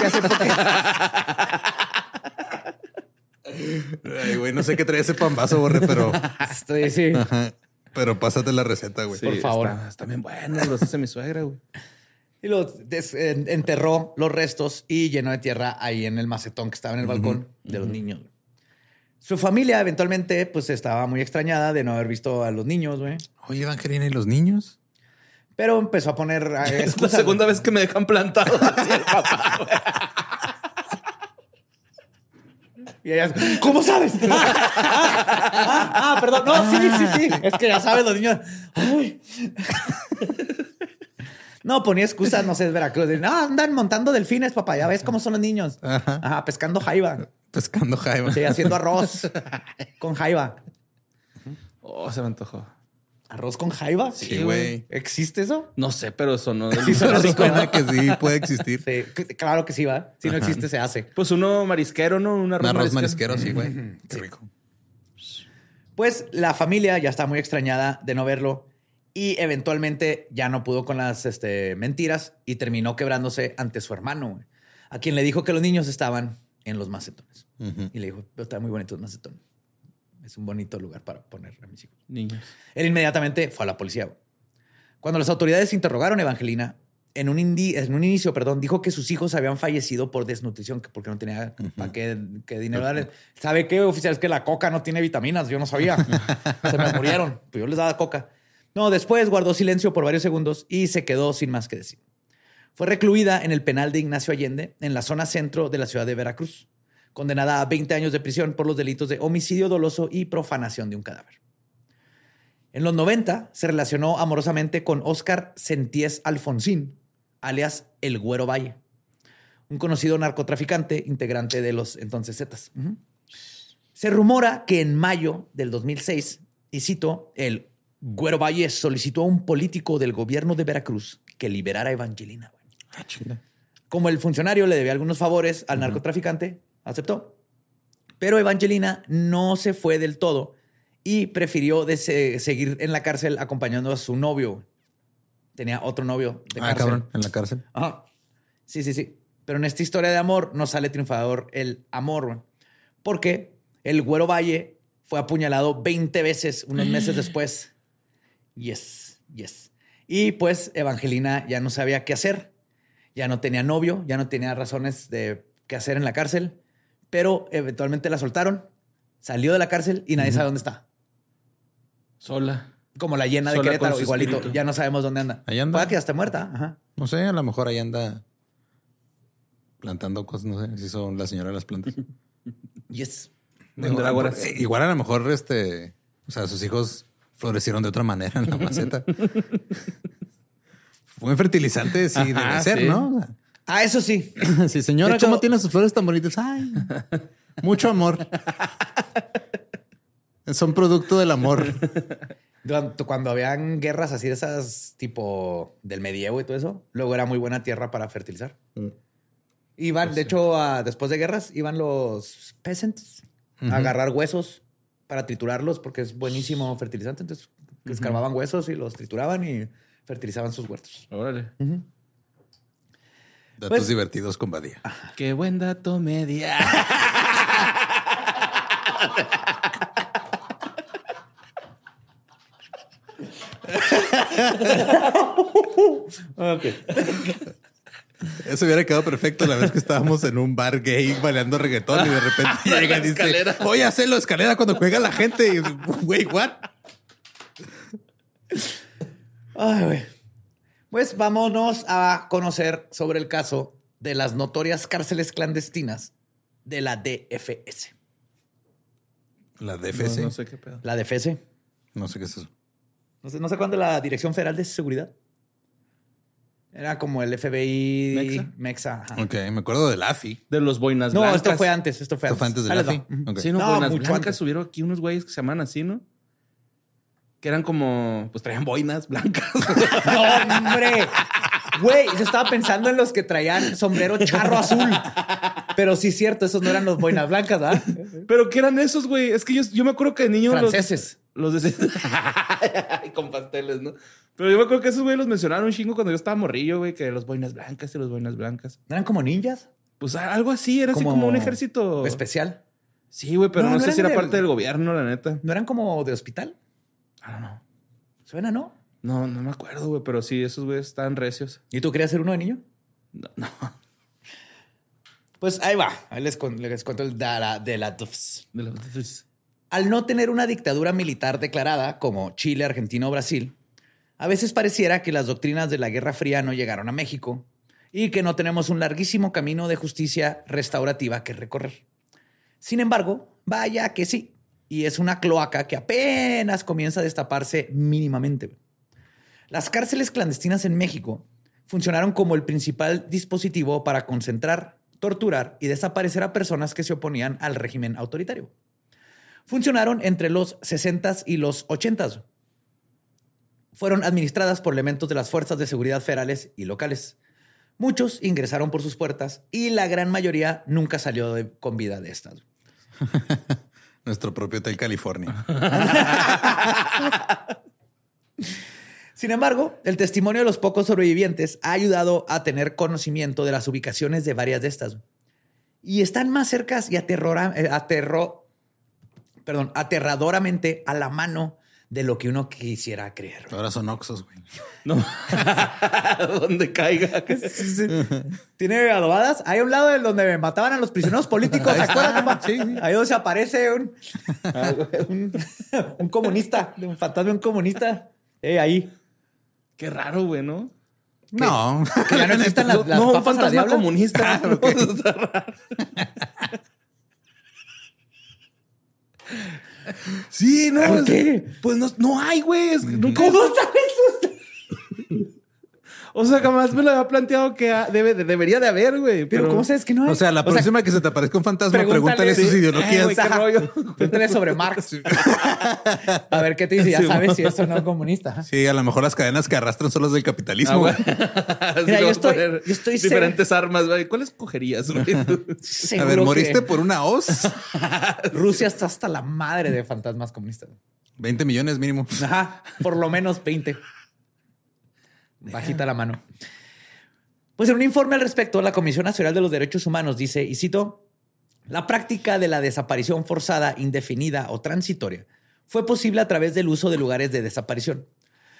Speaker 9: Ay, güey, no sé qué trae ese pambazo, borre, pero
Speaker 3: Estoy, Este, sí.
Speaker 9: ajá. pero pásate la receta, güey.
Speaker 3: Por
Speaker 8: Sí,
Speaker 3: favor.
Speaker 8: Está, está bien bueno, los hace mi suegra, güey.
Speaker 3: Y los des- en- enterró los restos y llenó de tierra ahí en el macetón que estaba en el balcón de los niños. Su familia eventualmente pues estaba muy extrañada de no haber visto a los niños, güey.
Speaker 9: Oye, Evangelina, ¿y los niños?
Speaker 3: Pero empezó a poner eh,
Speaker 8: Es la
Speaker 3: excusas,
Speaker 8: segunda
Speaker 3: güey.
Speaker 8: vez que me dejan plantado. así el papá.
Speaker 3: Y ellas, ¿cómo sabes? Ah, ah, ah, perdón. No, sí, sí, sí. Es que ya sabes, los niños. Ay. No, ponía excusas, no sé, es Veracruz. De, No, andan montando delfines, papá. Ya ves cómo son los niños.
Speaker 9: Ajá.
Speaker 3: Ajá, pescando jaiba.
Speaker 9: Pescando jaiba.
Speaker 3: Sí, haciendo arroz con jaiba.
Speaker 8: Oh, se me antojó.
Speaker 3: ¿Arroz con jaiba?
Speaker 9: Sí, güey.
Speaker 3: ¿Existe eso?
Speaker 8: No sé, pero sonó
Speaker 9: Sí,
Speaker 8: delicioso.
Speaker 9: pero suena que sí puede existir.
Speaker 3: Sí, c- claro que sí, va. Si no existe, se hace.
Speaker 8: Pues uno marisquero, ¿no? Un
Speaker 9: Un
Speaker 8: arroz,
Speaker 9: arroz marisquero, sí, güey. Mm, Qué rico.
Speaker 3: Pues la familia ya está muy extrañada de no verlo y eventualmente ya no pudo con las este, mentiras y terminó quebrándose ante su hermano, güey, a quien le dijo que los niños estaban en los macetones.
Speaker 9: Ujú.
Speaker 3: Y le dijo, pero está muy bonito el macetón. Es un bonito lugar para poner a mis hijos.
Speaker 8: Niños.
Speaker 3: Él inmediatamente fue a la policía. güey. Cuando las autoridades interrogaron a Evangelina, en un, indi- en un inicio, perdón, dijo que sus hijos habían fallecido por desnutrición, que porque no tenía para qué, qué dinero darles. ¿Sabe qué, oficial? Es que la coca no tiene vitaminas, yo no sabía. se me murieron, pues yo les daba coca. No, después guardó silencio por varios segundos y se quedó sin más que decir. Fue recluida en el penal de Ignacio Allende, en la zona centro de la ciudad de Veracruz, condenada a 20 años de prisión por los delitos de homicidio doloso y profanación de un cadáver. En los 90 se relacionó amorosamente con Óscar Senties Alfonsín, alias El Güero Valle, un conocido narcotraficante integrante de los entonces Zetas. Ujú. Se rumora que en mayo del 2006, y cito, el Güero Valle solicitó a un político del gobierno de Veracruz que liberara a Evangelina. güey.
Speaker 9: Ah,
Speaker 3: Como el funcionario le debía algunos favores al narcotraficante, aceptó. Pero Evangelina no se fue del todo y prefirió de se- seguir en la cárcel acompañando a su novio. Tenía otro novio de
Speaker 9: Ah,
Speaker 3: cárcel.
Speaker 9: cabrón, en la cárcel.
Speaker 3: Ajá. Sí, sí, sí. Pero en esta historia de amor no sale triunfador el amor, güey. Porque el Güero Valle fue apuñalado 20 veces unos meses después. Yes, yes. Y pues Evangelina ya no sabía qué hacer. Ya no tenía novio, ya no tenía razones de qué hacer en la cárcel. Pero eventualmente la soltaron, salió de la cárcel y nadie sabe dónde está.
Speaker 8: Sola.
Speaker 3: Como la llena de
Speaker 8: Sola con
Speaker 3: Querétaro,
Speaker 8: su
Speaker 3: igualito.
Speaker 8: espíritu.
Speaker 3: Ya no sabemos dónde anda.
Speaker 9: Ahí anda.
Speaker 3: Puede que ya esté muerta. Ajá.
Speaker 9: No sé, a lo mejor ahí anda plantando cosas, no sé, si son la señora de las plantas.
Speaker 3: Yes.
Speaker 8: Mandrágoras.
Speaker 9: Eh, Igual a lo mejor este, o sea, sus hijos florecieron de otra manera en la maceta. Fue un fertilizante, sí, debe
Speaker 8: Ajá,
Speaker 9: ser,
Speaker 8: sí.
Speaker 9: ¿no?
Speaker 3: Ah, eso sí.
Speaker 9: Sí, señora,
Speaker 3: De hecho-
Speaker 9: ¿cómo tiene sus flores tan bonitas? Ay, mucho amor. Son producto del amor.
Speaker 3: Durante- cuando habían guerras así de esas, tipo del medievo y todo eso, luego era muy buena tierra para fertilizar. Iban, de hecho, a- después de guerras, iban los peasants a agarrar huesos para triturarlos porque es buenísimo fertilizante. Entonces, escarbaban huesos y los trituraban y fertilizaban sus huertos.
Speaker 8: Órale.
Speaker 9: Datos
Speaker 3: Pues-
Speaker 9: divertidos con Badía.
Speaker 8: Qué buen dato media.
Speaker 9: Eso hubiera quedado perfecto la vez que estábamos en un bar gay bailando reggaetón y de repente llega y dice,
Speaker 8: escalera.
Speaker 9: voy a hacer la escalera cuando juega la gente. Y, Güey, what?
Speaker 3: Ay, güey. Pues vámonos a conocer sobre el caso de las notorias cárceles clandestinas de la DFS.
Speaker 9: La
Speaker 8: No,
Speaker 9: DFC.
Speaker 8: no sé qué pedo.
Speaker 3: La DFS.
Speaker 9: qué es eso.
Speaker 3: No sé, no sé cuándo la Dirección Federal de Seguridad. Era como el FBI
Speaker 8: ¿Mexa?
Speaker 3: Mexa. ajá.
Speaker 9: Ok, me acuerdo del AFI.
Speaker 8: De los boinas
Speaker 3: No,
Speaker 8: blancas.
Speaker 3: esto fue antes, esto fue
Speaker 9: Esto
Speaker 3: antes.
Speaker 9: fue antes del
Speaker 3: Ahí les va.
Speaker 9: AFI.
Speaker 3: Ujú.
Speaker 9: Ok.
Speaker 8: Sí, no,
Speaker 3: No,
Speaker 8: boinas
Speaker 3: mucho
Speaker 8: blancas
Speaker 3: antes.
Speaker 8: subieron aquí unos güeyes que se llaman así, ¿no? Que eran como, pues traían boinas blancas.
Speaker 3: ¡No, hombre! Güey, yo estaba pensando en los que traían sombrero charro azul. Pero sí, cierto, esos no eran los boinas blancas, ¿verdad?
Speaker 8: Pero ¿qué eran esos, güey? Es que yo, yo me acuerdo que de niño los-
Speaker 3: Franceses.
Speaker 8: Los de... Ay, con pasteles, ¿no? Pero yo me acuerdo que esos güey los mencionaron un chingo cuando yo estaba morrillo, güey, que los boinas blancas y los boinas blancas.
Speaker 3: ¿No eran como ninjas?
Speaker 8: Pues a- algo así, era así como un
Speaker 9: Oh.
Speaker 8: ejército.
Speaker 3: Especial.
Speaker 8: Sí, güey, pero
Speaker 3: No,
Speaker 8: no,
Speaker 3: no
Speaker 8: sé si
Speaker 3: eran
Speaker 8: era
Speaker 3: del-
Speaker 8: parte del gobierno, la neta.
Speaker 3: ¿No eran como de hospital?
Speaker 8: Ah, no.
Speaker 3: Suena, ¿no?
Speaker 8: No, no me acuerdo, güey, pero sí, esos güeyes estaban recios.
Speaker 3: ¿Y tú querías ser uno de niño?
Speaker 8: No, no.
Speaker 3: Pues ahí va. Ahí les, con- les cuento el da- la- de la DFS.
Speaker 8: De los-
Speaker 3: Al no tener una dictadura militar declarada como Chile, Argentina o Brasil, a veces pareciera que las doctrinas de la Guerra Fría no llegaron a México y que no tenemos un larguísimo camino de justicia restaurativa que recorrer. Sin embargo, vaya que sí, y es una cloaca que apenas comienza a destaparse mínimamente. Las cárceles clandestinas en México funcionaron como el principal dispositivo para concentrar, torturar y desaparecer a personas que se oponían al régimen autoritario funcionaron entre los 60s y los 80s. Fueron administradas por elementos de las fuerzas de seguridad federales y locales. Muchos ingresaron por sus puertas y la gran mayoría nunca salió de- con vida de estas.
Speaker 9: Nuestro propio Hotel California.
Speaker 3: Sin embargo, el testimonio de los pocos sobrevivientes ha ayudado a tener conocimiento de las ubicaciones de varias de estas. Y están más cercas y aterrora- eh, aterro- perdón, aterradoramente a la mano de lo que uno quisiera creer.
Speaker 9: Ahora son oxos, güey.
Speaker 8: No. Donde caiga.
Speaker 3: Tiene adobadas. Hay un lado de donde mataban a los prisioneros políticos. ¿Se acuerdan, compa? Ahí donde se aparece un, un, un comunista, un fantasma, de un comunista. Eh, ahí.
Speaker 8: Qué raro, güey, ¿no?
Speaker 9: No.
Speaker 3: Que ya no existen las, las
Speaker 8: no, un
Speaker 3: papas a la
Speaker 8: fantasma
Speaker 3: diabla.
Speaker 8: comunista. ¿no? Está raro. Sí, no.
Speaker 3: ¿Por
Speaker 8: es-
Speaker 3: qué?
Speaker 8: Pues no, no hay, güey. es- nunca-
Speaker 3: ¿Cómo están esos?
Speaker 8: O sea, jamás me lo había planteado que ha- debe, de- debería de haber, güey.
Speaker 3: Pero, ¿cómo sabes que no hay?
Speaker 9: O sea, la próxima que se te aparezca un fantasma, pregúntale, sus
Speaker 3: sí. Ay,
Speaker 9: ideologías.
Speaker 3: Eh, güey, qué
Speaker 9: Ajá.
Speaker 3: rollo. Pregúntale sobre Marx. A ver qué te dice. Ya
Speaker 8: Sí,
Speaker 3: sabes
Speaker 8: mo.
Speaker 3: si es o no comunista.
Speaker 9: Sí, a lo mejor las cadenas que arrastran son las del
Speaker 8: Ah,
Speaker 9: capitalismo.
Speaker 8: güey.
Speaker 9: güey.
Speaker 8: Así
Speaker 3: Mira,
Speaker 8: le
Speaker 3: yo
Speaker 8: voy a
Speaker 3: estoy-
Speaker 8: poner
Speaker 3: yo estoy
Speaker 8: Diferentes armas, güey. ¿Cuáles cogerías, güey?
Speaker 9: a
Speaker 3: Seguro
Speaker 9: ver,
Speaker 3: que
Speaker 9: ¿moriste por una hoz?
Speaker 3: Rusia está hasta la madre de fantasmas comunistas.
Speaker 9: 20 millones mínimo.
Speaker 3: Ajá, por lo menos 20. Bajita la mano. Pues en un informe al respecto, la Comisión Nacional de los Derechos Humanos dice, y cito, la práctica de la desaparición forzada, indefinida o transitoria fue posible a través del uso de lugares de desaparición,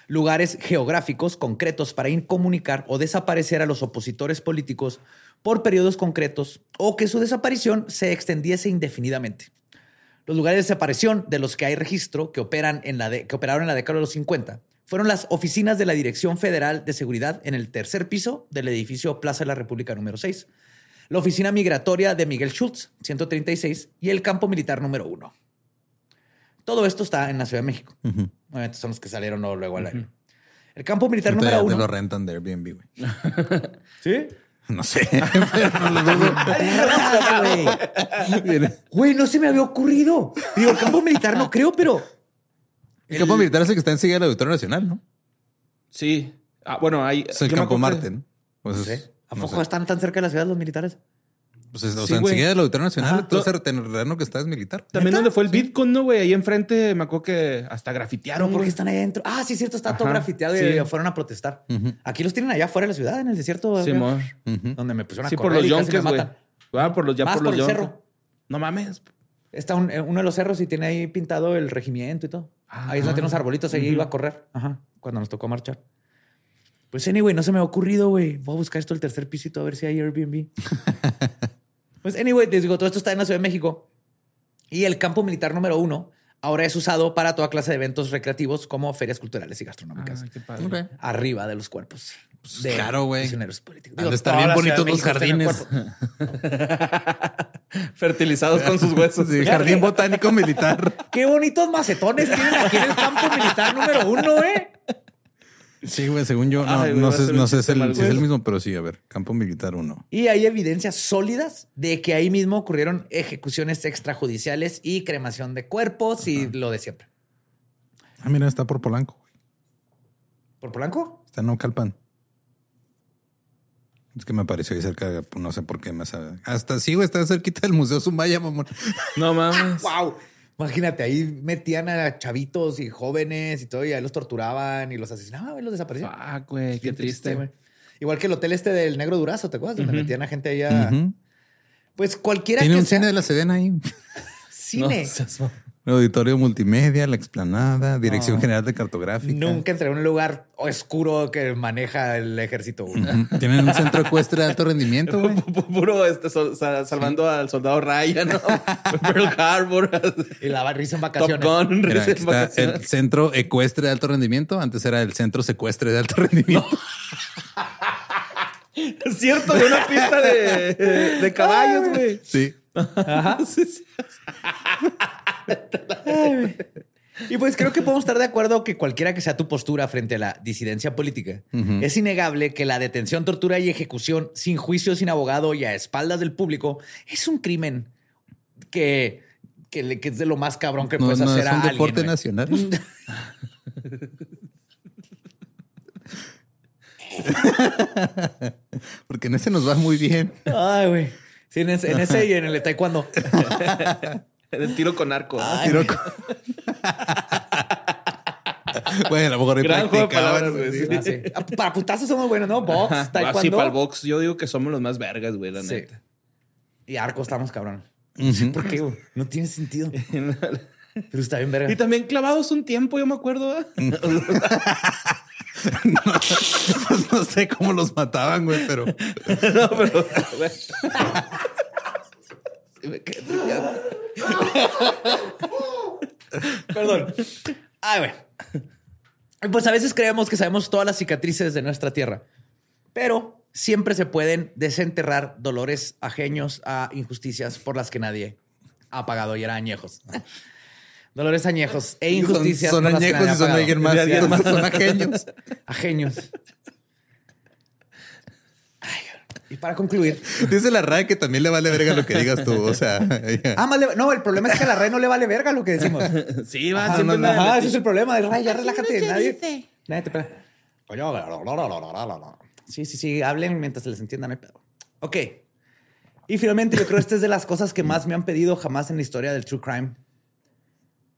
Speaker 3: lugares geográficos concretos para incomunicar o desaparecer a los opositores políticos por periodos concretos o que su desaparición se extendiese indefinidamente. Los lugares de desaparición de los que hay registro que, operan en la de- que operaron en la década de los 50 fueron las oficinas de la Dirección Federal de Seguridad en el tercer piso del edificio Plaza de la República número 6, la oficina migratoria de Miguel Schultz, 136, y el campo militar número 1. Todo esto está en la Ciudad de México. Obviamente son los que salieron luego luego al aire. El campo militar
Speaker 9: Ahorita
Speaker 3: número
Speaker 9: ya te lo
Speaker 3: 1.
Speaker 9: rentan de Airbnb, güey.
Speaker 3: ¿Sí?
Speaker 9: No sé. pero no lo dudo.
Speaker 3: Güey, no se me había ocurrido. Digo, el campo militar no creo, pero
Speaker 9: El campo militar es el que está enseguida del Auditorio Nacional, ¿no?
Speaker 8: sí. Ah, bueno, hay.
Speaker 9: Es el
Speaker 8: yo me
Speaker 9: campo
Speaker 8: acuerdo-
Speaker 9: Marte, ¿no? Pues
Speaker 3: no
Speaker 9: es-
Speaker 3: sé. ¿A
Speaker 9: no
Speaker 3: poco
Speaker 9: sé.
Speaker 3: están tan cerca de la ciudad los militares?
Speaker 9: Pues es- o
Speaker 8: Sí,
Speaker 9: sea,
Speaker 8: güey.
Speaker 9: enseguida del Auditorio Nacional,
Speaker 8: Ajá.
Speaker 9: todo ese terreno que está es militar.
Speaker 8: También donde fue el Bitcoin, ¿no, güey? Ahí enfrente me acuerdo que hasta grafitearon.
Speaker 3: No, porque
Speaker 8: güey.
Speaker 3: están ahí adentro. Ah, sí, es cierto, está todo
Speaker 8: Ajá,
Speaker 3: grafiteado y
Speaker 8: sí.
Speaker 3: fueron a protestar. Aquí los tienen allá afuera de la ciudad, en el desierto.
Speaker 8: Sí,
Speaker 3: acá,
Speaker 8: amor.
Speaker 9: Mm.
Speaker 3: donde me pusieron a
Speaker 8: Sí, por
Speaker 3: correr
Speaker 8: los
Speaker 3: y casi
Speaker 8: yonques,
Speaker 3: me
Speaker 8: güey.
Speaker 3: matan.
Speaker 8: Ah, por los, ya
Speaker 3: Más
Speaker 8: por los
Speaker 3: por el
Speaker 8: yonques.
Speaker 3: cerro.
Speaker 8: No mames.
Speaker 3: Está un- eh, uno de los cerros y tiene ahí pintado el regimiento y todo. ahí es donde
Speaker 9: Ah,
Speaker 3: tiene unos arbolitos, ahí iba a correr. Ajá, cuando nos tocó marchar. Pues anyway, no se me ha ocurrido, güey. Voy a buscar esto el tercer pisito a ver si hay Airbnb. pues anyway, les digo, todo esto está en la Ciudad de México. Y el campo militar número uno ahora es usado para toda clase de eventos recreativos como ferias culturales y gastronómicas.
Speaker 9: Ah,
Speaker 3: arriba de los cuerpos. de
Speaker 9: Pues, claro, güey.
Speaker 3: Prisioneros políticos.
Speaker 9: Han de estar bien
Speaker 3: toda la
Speaker 9: bonitos los
Speaker 3: Ciudad de México
Speaker 9: jardines.
Speaker 3: está en el cuerpo.
Speaker 8: Fertilizados con sus huesos.
Speaker 9: Sí, jardín botánico militar.
Speaker 3: Qué bonitos macetones tienen aquí en el campo militar número uno, ¿eh? güey.
Speaker 9: Sí, güey, según yo, no,
Speaker 8: Ay, güey,
Speaker 9: no
Speaker 8: va a
Speaker 9: sé,
Speaker 8: ser
Speaker 9: no
Speaker 8: un
Speaker 9: sé es
Speaker 8: chiste
Speaker 9: el-
Speaker 8: mal,
Speaker 9: si es el
Speaker 8: güey.
Speaker 9: mismo, pero sí, a ver, campo militar uno.
Speaker 3: Y hay evidencias sólidas de que ahí mismo ocurrieron ejecuciones extrajudiciales y cremación de cuerpos y lo de siempre.
Speaker 9: Ah, mira, está por Polanco, güey.
Speaker 3: ¿Por Polanco?
Speaker 9: Está en Ocalpan. Es que me apareció ahí cerca, no sé por qué me sabe. Hasta sí, güey, está cerquita del Museo Zumaya, mamón.
Speaker 8: No mames.
Speaker 3: ¡Wow! Imagínate, ahí metían a chavitos y jóvenes y todo, y ahí los torturaban y los asesinaban, güey, los
Speaker 9: Ah,
Speaker 3: desaparecían.
Speaker 8: Fuck, güey. Qué triste, güey.
Speaker 3: Igual que el hotel este del Negro Durazo, ¿te acuerdas? Donde metían a gente allá.
Speaker 9: Ujú.
Speaker 3: Pues cualquiera
Speaker 9: Tiene
Speaker 3: que
Speaker 9: un
Speaker 3: sea
Speaker 9: cine de la Sedena ahí.
Speaker 3: cine.
Speaker 9: El auditorio multimedia, la explanada, Dirección
Speaker 8: Ah.
Speaker 3: No.
Speaker 9: General de Cartográfica.
Speaker 3: Nunca entré en un lugar oscuro que maneja el ejército. güey.
Speaker 9: Ujú. Mm. Tienen un centro ecuestre de alto rendimiento, güey.
Speaker 8: Puro este, sol- sa- salvando al soldado Ryan, ¿no? Pearl Harbor,
Speaker 3: Y la barriza en vacaciones.
Speaker 8: Top Gun,
Speaker 9: Mira, aquí
Speaker 8: Risa en
Speaker 9: está el
Speaker 8: vacaciones.
Speaker 9: centro ecuestre de alto rendimiento. Antes era el centro secuestre de alto rendimiento.
Speaker 8: Es cierto, güey, una pista de, de caballos, güey.
Speaker 9: Sí.
Speaker 8: Sí, sí.
Speaker 3: Y pues creo que podemos estar de acuerdo que cualquiera que sea tu postura frente a la disidencia política, es innegable que la detención, tortura y ejecución sin juicio, sin abogado y a espaldas del público es un crimen que, que, le- que es de lo más cabrón que
Speaker 9: No,
Speaker 3: puedes
Speaker 9: no,
Speaker 3: hacer
Speaker 9: es
Speaker 3: a
Speaker 9: un
Speaker 3: alguien.
Speaker 9: deporte
Speaker 3: güey.
Speaker 9: nacional. Porque en ese nos va muy bien.
Speaker 3: Ay, güey. Sí, en ese, en ese y en el de taekwondo.
Speaker 8: El tiro con arco. ¿no?
Speaker 3: Ay,
Speaker 9: Tiro con- Güey, a lo mejor ahí
Speaker 8: Gran juego de
Speaker 9: practicaban,
Speaker 8: palabras, güey,
Speaker 9: sí.
Speaker 8: sí.
Speaker 3: Ah, sí. Ah, Para putazos somos buenos, ¿no? Box,
Speaker 8: Ah, sí,
Speaker 3: taekwondo.
Speaker 8: para el box, yo digo que somos los más vergas, güey, la
Speaker 3: Sí.
Speaker 8: neta.
Speaker 3: Y arco estamos, cabrón.
Speaker 9: Ujú.
Speaker 3: ¿Por qué? güey? No tiene sentido. Pero está bien, verga.
Speaker 8: Y también clavados un tiempo, yo me acuerdo. ¿eh?
Speaker 9: No, pues no sé cómo los mataban, güey, pero
Speaker 8: No, pero. Sí, me quedé trillado.
Speaker 3: Perdón. Ay, güey. Pues a veces creemos que sabemos todas las cicatrices de nuestra tierra, pero siempre se pueden desenterrar dolores ajeños a injusticias por las que nadie ha pagado y eran añejos. Dolores añejos e injusticias.
Speaker 9: Son,
Speaker 3: por
Speaker 9: son
Speaker 3: las que
Speaker 9: añejos
Speaker 3: nadie
Speaker 9: y
Speaker 3: ha
Speaker 9: son
Speaker 3: pagado.
Speaker 9: alguien más. y
Speaker 3: Alguien
Speaker 9: además
Speaker 3: más.
Speaker 9: son ajeños.
Speaker 3: Ajeños. Ay, y para concluir,
Speaker 9: Dice la RAE que también le vale verga lo que digas tú. O sea, ella-
Speaker 3: ah, más le- no, el problema es que a la red no le vale verga lo que decimos.
Speaker 8: Sí, va,
Speaker 3: Ajá,
Speaker 8: Ah, siempre
Speaker 3: no, no,
Speaker 8: me-
Speaker 3: ajá, ese es el problema. de, Ray, ya relájate. Nadie, nadie te pela. Oye, la, la, la, la, la, la, la. Sí, sí, sí. Hablen mientras se les entienda. No hay pedo. Ok. Y finalmente, yo creo que esta es de las cosas que más me han pedido jamás en la historia del true crime.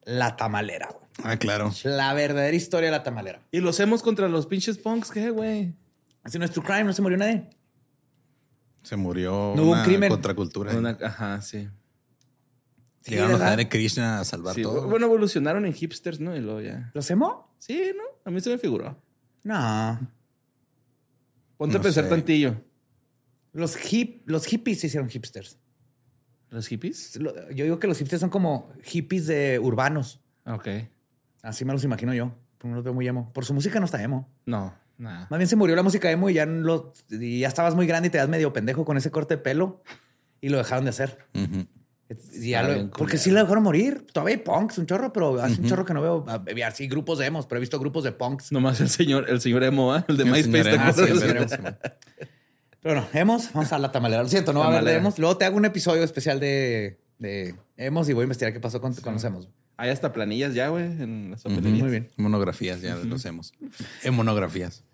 Speaker 3: La tamalera. güey.
Speaker 9: Ah, claro.
Speaker 3: La verdadera historia de la tamalera.
Speaker 8: Y los hemos contra los pinches punks, ¿qué, güey?
Speaker 3: Así no es true crime, no se murió nadie.
Speaker 9: Se murió
Speaker 3: No hubo un
Speaker 9: una
Speaker 3: crimen.
Speaker 9: contracultura.
Speaker 8: Una- Ajá, sí.
Speaker 9: Llegaron los
Speaker 3: ¿verdad?
Speaker 9: Hare Krishna a salvar
Speaker 8: Sí,
Speaker 9: todo.
Speaker 8: Bueno, evolucionaron en hipsters, ¿no? Y luego ya.
Speaker 3: ¿Los emo?
Speaker 8: Sí, ¿no? A mí se me figuró.
Speaker 3: No.
Speaker 8: Ponte
Speaker 9: No
Speaker 8: a pensar
Speaker 9: sé.
Speaker 8: tantillo.
Speaker 3: Los, hip, los hippies se hicieron hipsters.
Speaker 8: ¿Los hippies?
Speaker 3: Lo- Yo digo que los hipsters son como hippies de urbanos.
Speaker 8: Ah, Ok.
Speaker 3: Así me los imagino yo. Pero no los veo muy emo. Por su música no está emo.
Speaker 8: No, nada.
Speaker 3: Más bien se murió la música emo y ya, lo, y ya estabas muy grande y te das medio pendejo con ese corte de pelo y lo dejaron de hacer.
Speaker 9: Ujú.
Speaker 3: Y ya
Speaker 8: Está
Speaker 3: lo-
Speaker 8: bien
Speaker 3: porque
Speaker 8: culero.
Speaker 3: sí lo dejaron morir. Todavía hay punks, un chorro, pero hace un chorro que no veo. a- a- Sí, grupos de emos, pero he visto grupos de punks.
Speaker 8: Nomás el señor, el señor Emo, ¿va? el de
Speaker 9: El
Speaker 8: MySpace.
Speaker 9: señor
Speaker 8: ¿te
Speaker 9: Emo,
Speaker 8: acuerdas?
Speaker 9: sí, el
Speaker 3: Sí,
Speaker 9: señor
Speaker 3: sí.
Speaker 9: Emo.
Speaker 3: Pero no, emos, vamos a la tamalera. Lo siento, no va a haber de
Speaker 8: Tamalera.
Speaker 3: emos. Luego te hago un episodio especial de, de emos y voy a investigar qué pasó con, con los emos.
Speaker 8: Hay hasta planillas ya, güey, en las
Speaker 9: Ujú.
Speaker 8: papelerías.
Speaker 3: Muy bien.
Speaker 9: Monografías, ya lo hacemos. En monografías.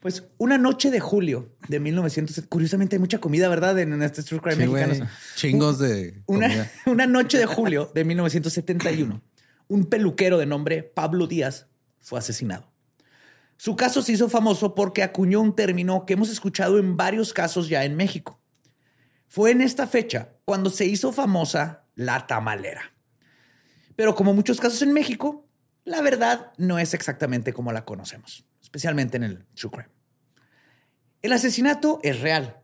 Speaker 3: Pues una noche de julio de 1900. Curiosamente hay mucha comida, ¿verdad? En, en este True Crime
Speaker 9: Sí, güey.
Speaker 3: mexicano.
Speaker 9: Chingos de
Speaker 3: Una,
Speaker 9: comida.
Speaker 3: una noche de julio de 1971, un peluquero de nombre Pablo Díaz fue asesinado. Su caso se hizo famoso porque acuñó un término que hemos escuchado en varios casos ya en México. Fue en esta fecha cuando se hizo famosa la tamalera. Pero como muchos casos en México, la verdad no es exactamente como la conocemos, especialmente en el true crime. El asesinato es real.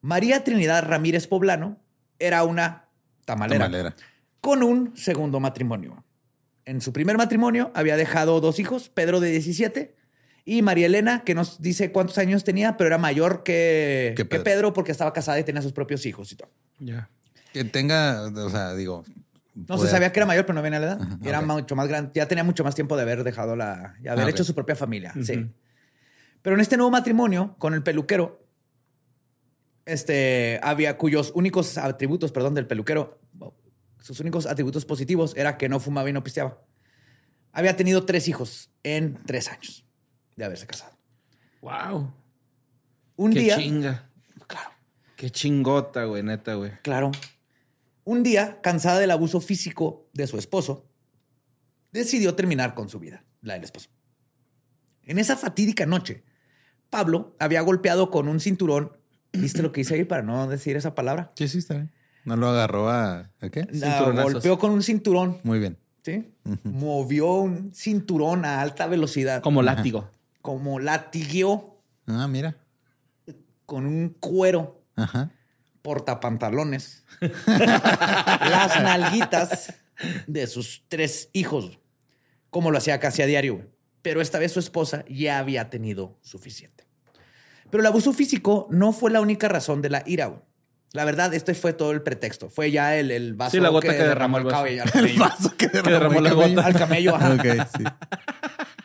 Speaker 3: María Trinidad Ramírez Poblano era una tamalera,
Speaker 9: Tamalera.
Speaker 3: con un segundo matrimonio. En su primer matrimonio había dejado dos hijos, Pedro de 17 y María Elena, que nos dice cuántos años tenía, pero era mayor que,
Speaker 9: Que
Speaker 3: que Pedro.
Speaker 9: Pedro.
Speaker 3: porque estaba casada y tenía sus propios hijos y todo.
Speaker 8: Ya.
Speaker 9: Que tenga, o sea, digo.
Speaker 3: No
Speaker 9: poder-
Speaker 3: se sabía que era mayor, pero no venía la edad.
Speaker 9: Pues, Ajá,
Speaker 3: era
Speaker 9: ok.
Speaker 3: mucho más grande. Ya tenía mucho más tiempo de haber dejado la. y haber
Speaker 9: Ah, ok.
Speaker 3: hecho su propia familia. Sí.
Speaker 8: Ujú.
Speaker 3: Pero en este nuevo matrimonio con el peluquero, este había cuyos únicos atributos, perdón, del peluquero, sus únicos atributos positivos era que no fumaba y no pisteaba. Había tenido tres hijos en tres años de haberse casado.
Speaker 8: Wow.
Speaker 3: Un
Speaker 8: Qué
Speaker 3: día.
Speaker 8: chinga.
Speaker 3: Claro.
Speaker 8: Qué chingota, güey, neta, güey.
Speaker 3: Claro. Un día, cansada del abuso físico de su esposo, decidió terminar con su vida, la del esposo. En esa fatídica noche, Pablo había golpeado con un cinturón. ¿Viste lo que hice ahí para no decir esa palabra?
Speaker 9: Sí, sí, está bien. No lo agarró a. ¿A qué?
Speaker 3: La
Speaker 8: Cinturonazos.
Speaker 3: golpeó con un cinturón,
Speaker 9: Muy bien.
Speaker 3: ¿sí?
Speaker 9: Ujú.
Speaker 3: Movió un cinturón a alta velocidad, como,
Speaker 8: Como látigo.
Speaker 3: latigueó
Speaker 9: Ah, mira.
Speaker 3: con un cuero
Speaker 9: Ajá.
Speaker 3: portapantalones las nalguitas de sus tres hijos, como lo hacía casi a diario. güey. Pero esta vez su esposa ya había tenido suficiente. Pero el abuso físico no fue la única razón de la ira. güey. La verdad, este fue todo el pretexto. Fue ya el, el vaso
Speaker 8: Sí, la gota que derramó el vaso.
Speaker 3: cabello. Al cabello.
Speaker 9: Paso que
Speaker 8: derramó la
Speaker 9: el
Speaker 3: al
Speaker 9: cabello.
Speaker 3: camello, ajá.
Speaker 9: Ok, sí.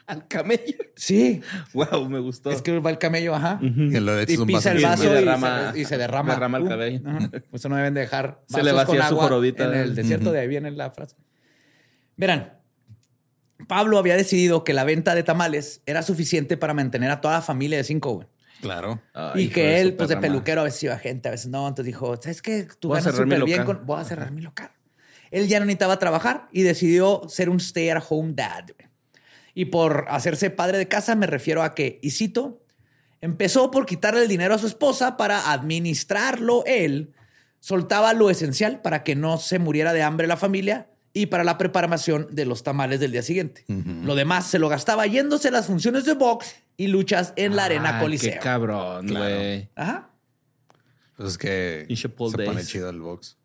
Speaker 8: Al camello.
Speaker 3: Sí,
Speaker 8: Wow, me gustó.
Speaker 3: es que va el camello, ajá.
Speaker 9: Que lo eches
Speaker 3: Y
Speaker 9: un
Speaker 3: pisa
Speaker 9: vaso
Speaker 3: el
Speaker 9: encima.
Speaker 3: vaso y,
Speaker 8: Y derrama-
Speaker 3: se, y se derrama.
Speaker 8: derrama el
Speaker 3: Uh,
Speaker 8: cabello.
Speaker 3: ajá. Eso no deben de dejar.
Speaker 8: Se le
Speaker 3: vasos
Speaker 8: vacía
Speaker 3: con
Speaker 8: su
Speaker 3: agua
Speaker 8: jorobita.
Speaker 3: En el desierto,
Speaker 9: Ujú.
Speaker 3: de ahí viene la frase. Verán, Pablo había decidido que la venta de tamales era suficiente para mantener a toda la familia de cinco, güey.
Speaker 9: Claro.
Speaker 8: Ay,
Speaker 3: Y
Speaker 8: Ah, hijo
Speaker 3: que él,
Speaker 8: su
Speaker 3: pues de
Speaker 8: perra madre.
Speaker 3: peluquero, a veces iba gente, a veces no. Entonces dijo, ¿sabes qué? Tú
Speaker 8: Voy a
Speaker 3: ganas
Speaker 8: cerrar mi
Speaker 3: súper bien
Speaker 8: local.
Speaker 3: con... Voy a cerrar mi local. Él ya no necesitaba trabajar y decidió ser un stay-at-home dad. güey. Y por hacerse padre de casa me refiero a que, y cito, empezó por quitarle el dinero a su esposa para administrarlo él, Soltaba lo esencial para que no se muriera de hambre la familia y para la preparación de los tamales del día siguiente. Lo demás se lo gastaba yéndose a las funciones de box y luchas en la arena
Speaker 8: Ah, Qué
Speaker 3: coliseo.
Speaker 8: cabrón, güey.
Speaker 3: Ajá.
Speaker 9: Pues es que
Speaker 8: Y
Speaker 9: se
Speaker 8: Chipotle
Speaker 9: pone
Speaker 8: Days.
Speaker 9: chido el box.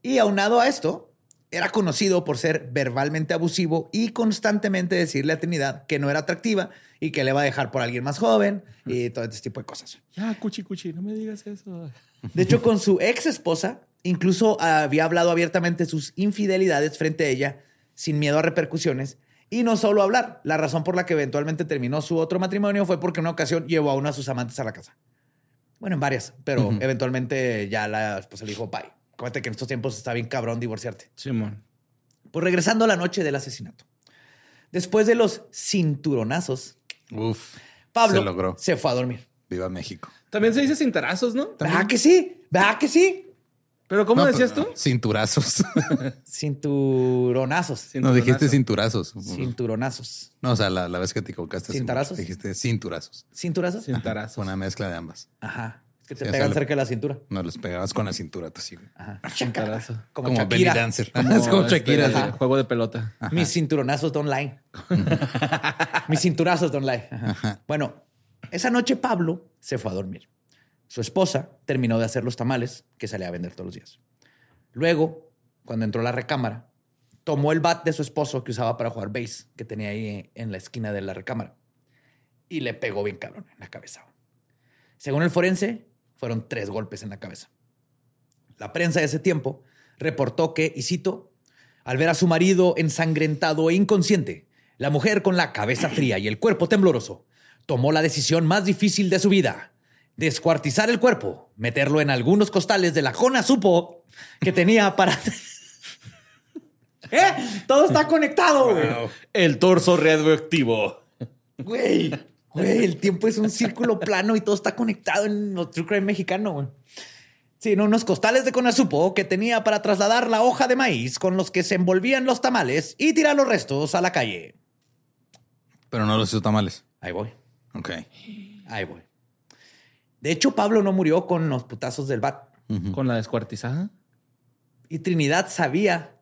Speaker 3: Y aunado a esto, era conocido por ser verbalmente abusivo y constantemente decirle a Trinidad que no era atractiva y que le va a dejar por alguien más joven y todo este tipo de cosas.
Speaker 8: Ya, cuchi, cuchi, no me digas eso.
Speaker 3: De hecho, con su ex esposa, incluso había hablado abiertamente sus infidelidades frente a ella, sin miedo a repercusiones. Y no solo hablar, la razón por la que eventualmente terminó su otro matrimonio fue porque en una ocasión llevó a una de sus amantes a la casa. Bueno, en varias, pero eventualmente ya la esposa le dijo, bye, acuérdate que en estos tiempos está bien cabrón divorciarte.
Speaker 8: Simón.
Speaker 3: Pues regresando a la noche del asesinato. Después de los cinturonazos,
Speaker 9: Uf.
Speaker 3: Pablo
Speaker 9: Se logró.
Speaker 3: se fue a dormir.
Speaker 9: Viva México.
Speaker 8: También se dice cintarazos, ¿no?
Speaker 3: ¿Verdad que sí? ¿Verdad que sí?
Speaker 8: Pero ¿cómo
Speaker 9: No,
Speaker 3: pues,
Speaker 8: decías
Speaker 3: ah,
Speaker 9: pero-
Speaker 8: tú?
Speaker 9: Cinturazos.
Speaker 3: Cinturonazos.
Speaker 9: no, dijiste cinturazos.
Speaker 3: Cinturonazos.
Speaker 9: No, o sea, la, la vez que te equivocaste.
Speaker 3: ¿Cintarazos?
Speaker 9: Dijiste cinturazos.
Speaker 3: ¿Cinturazos?
Speaker 8: Cintarazos.
Speaker 9: Fue una mezcla de ambas.
Speaker 3: Ajá. Es que te
Speaker 9: Sí, o sea,
Speaker 3: pegan
Speaker 9: lo-
Speaker 3: cerca de la cintura.
Speaker 9: No, los pegabas con la cintura, tú sí.
Speaker 3: Ajá.
Speaker 8: Cintarazo.
Speaker 3: Como,
Speaker 9: Como belly
Speaker 3: Shakira.
Speaker 9: dancer. es como
Speaker 8: este,
Speaker 9: Shakira.
Speaker 8: el
Speaker 9: sí.
Speaker 8: Juego de pelota.
Speaker 3: Mis cinturonazos de online. Mis cinturazos de online. Ajá. Bueno, esa noche Pablo se fue a dormir. Su esposa terminó de hacer los tamales que salía a vender todos los días. Luego, cuando entró a la recámara, tomó el bat de su esposo que usaba para jugar base, que tenía ahí en la esquina de la recámara, y le pegó bien cabrón en la cabeza. Según el forense, fueron tres golpes en la cabeza. La prensa de ese tiempo reportó que, y cito, al ver a su marido ensangrentado e inconsciente, la mujer con la cabeza fría y el cuerpo tembloroso tomó la decisión más difícil de su vida. Descuartizar el cuerpo, meterlo en algunos costales de la jona supo que tenía para... ¡Eh! Todo está conectado, güey.
Speaker 8: El torso radioactivo.
Speaker 3: Güey, güey, el tiempo es un círculo plano y todo está conectado en los True Crime mexicano, güey. Sí, no, unos costales de conazupo que tenía para trasladar la hoja de maíz con los que se envolvían los tamales y tirar los restos a la calle.
Speaker 9: Pero no los hizo tamales.
Speaker 3: Ahí voy,
Speaker 9: Ok.
Speaker 3: ahí voy. De hecho, Pablo no murió con los putazos del bat.
Speaker 8: Con la descuartizada.
Speaker 3: Y Trinidad sabía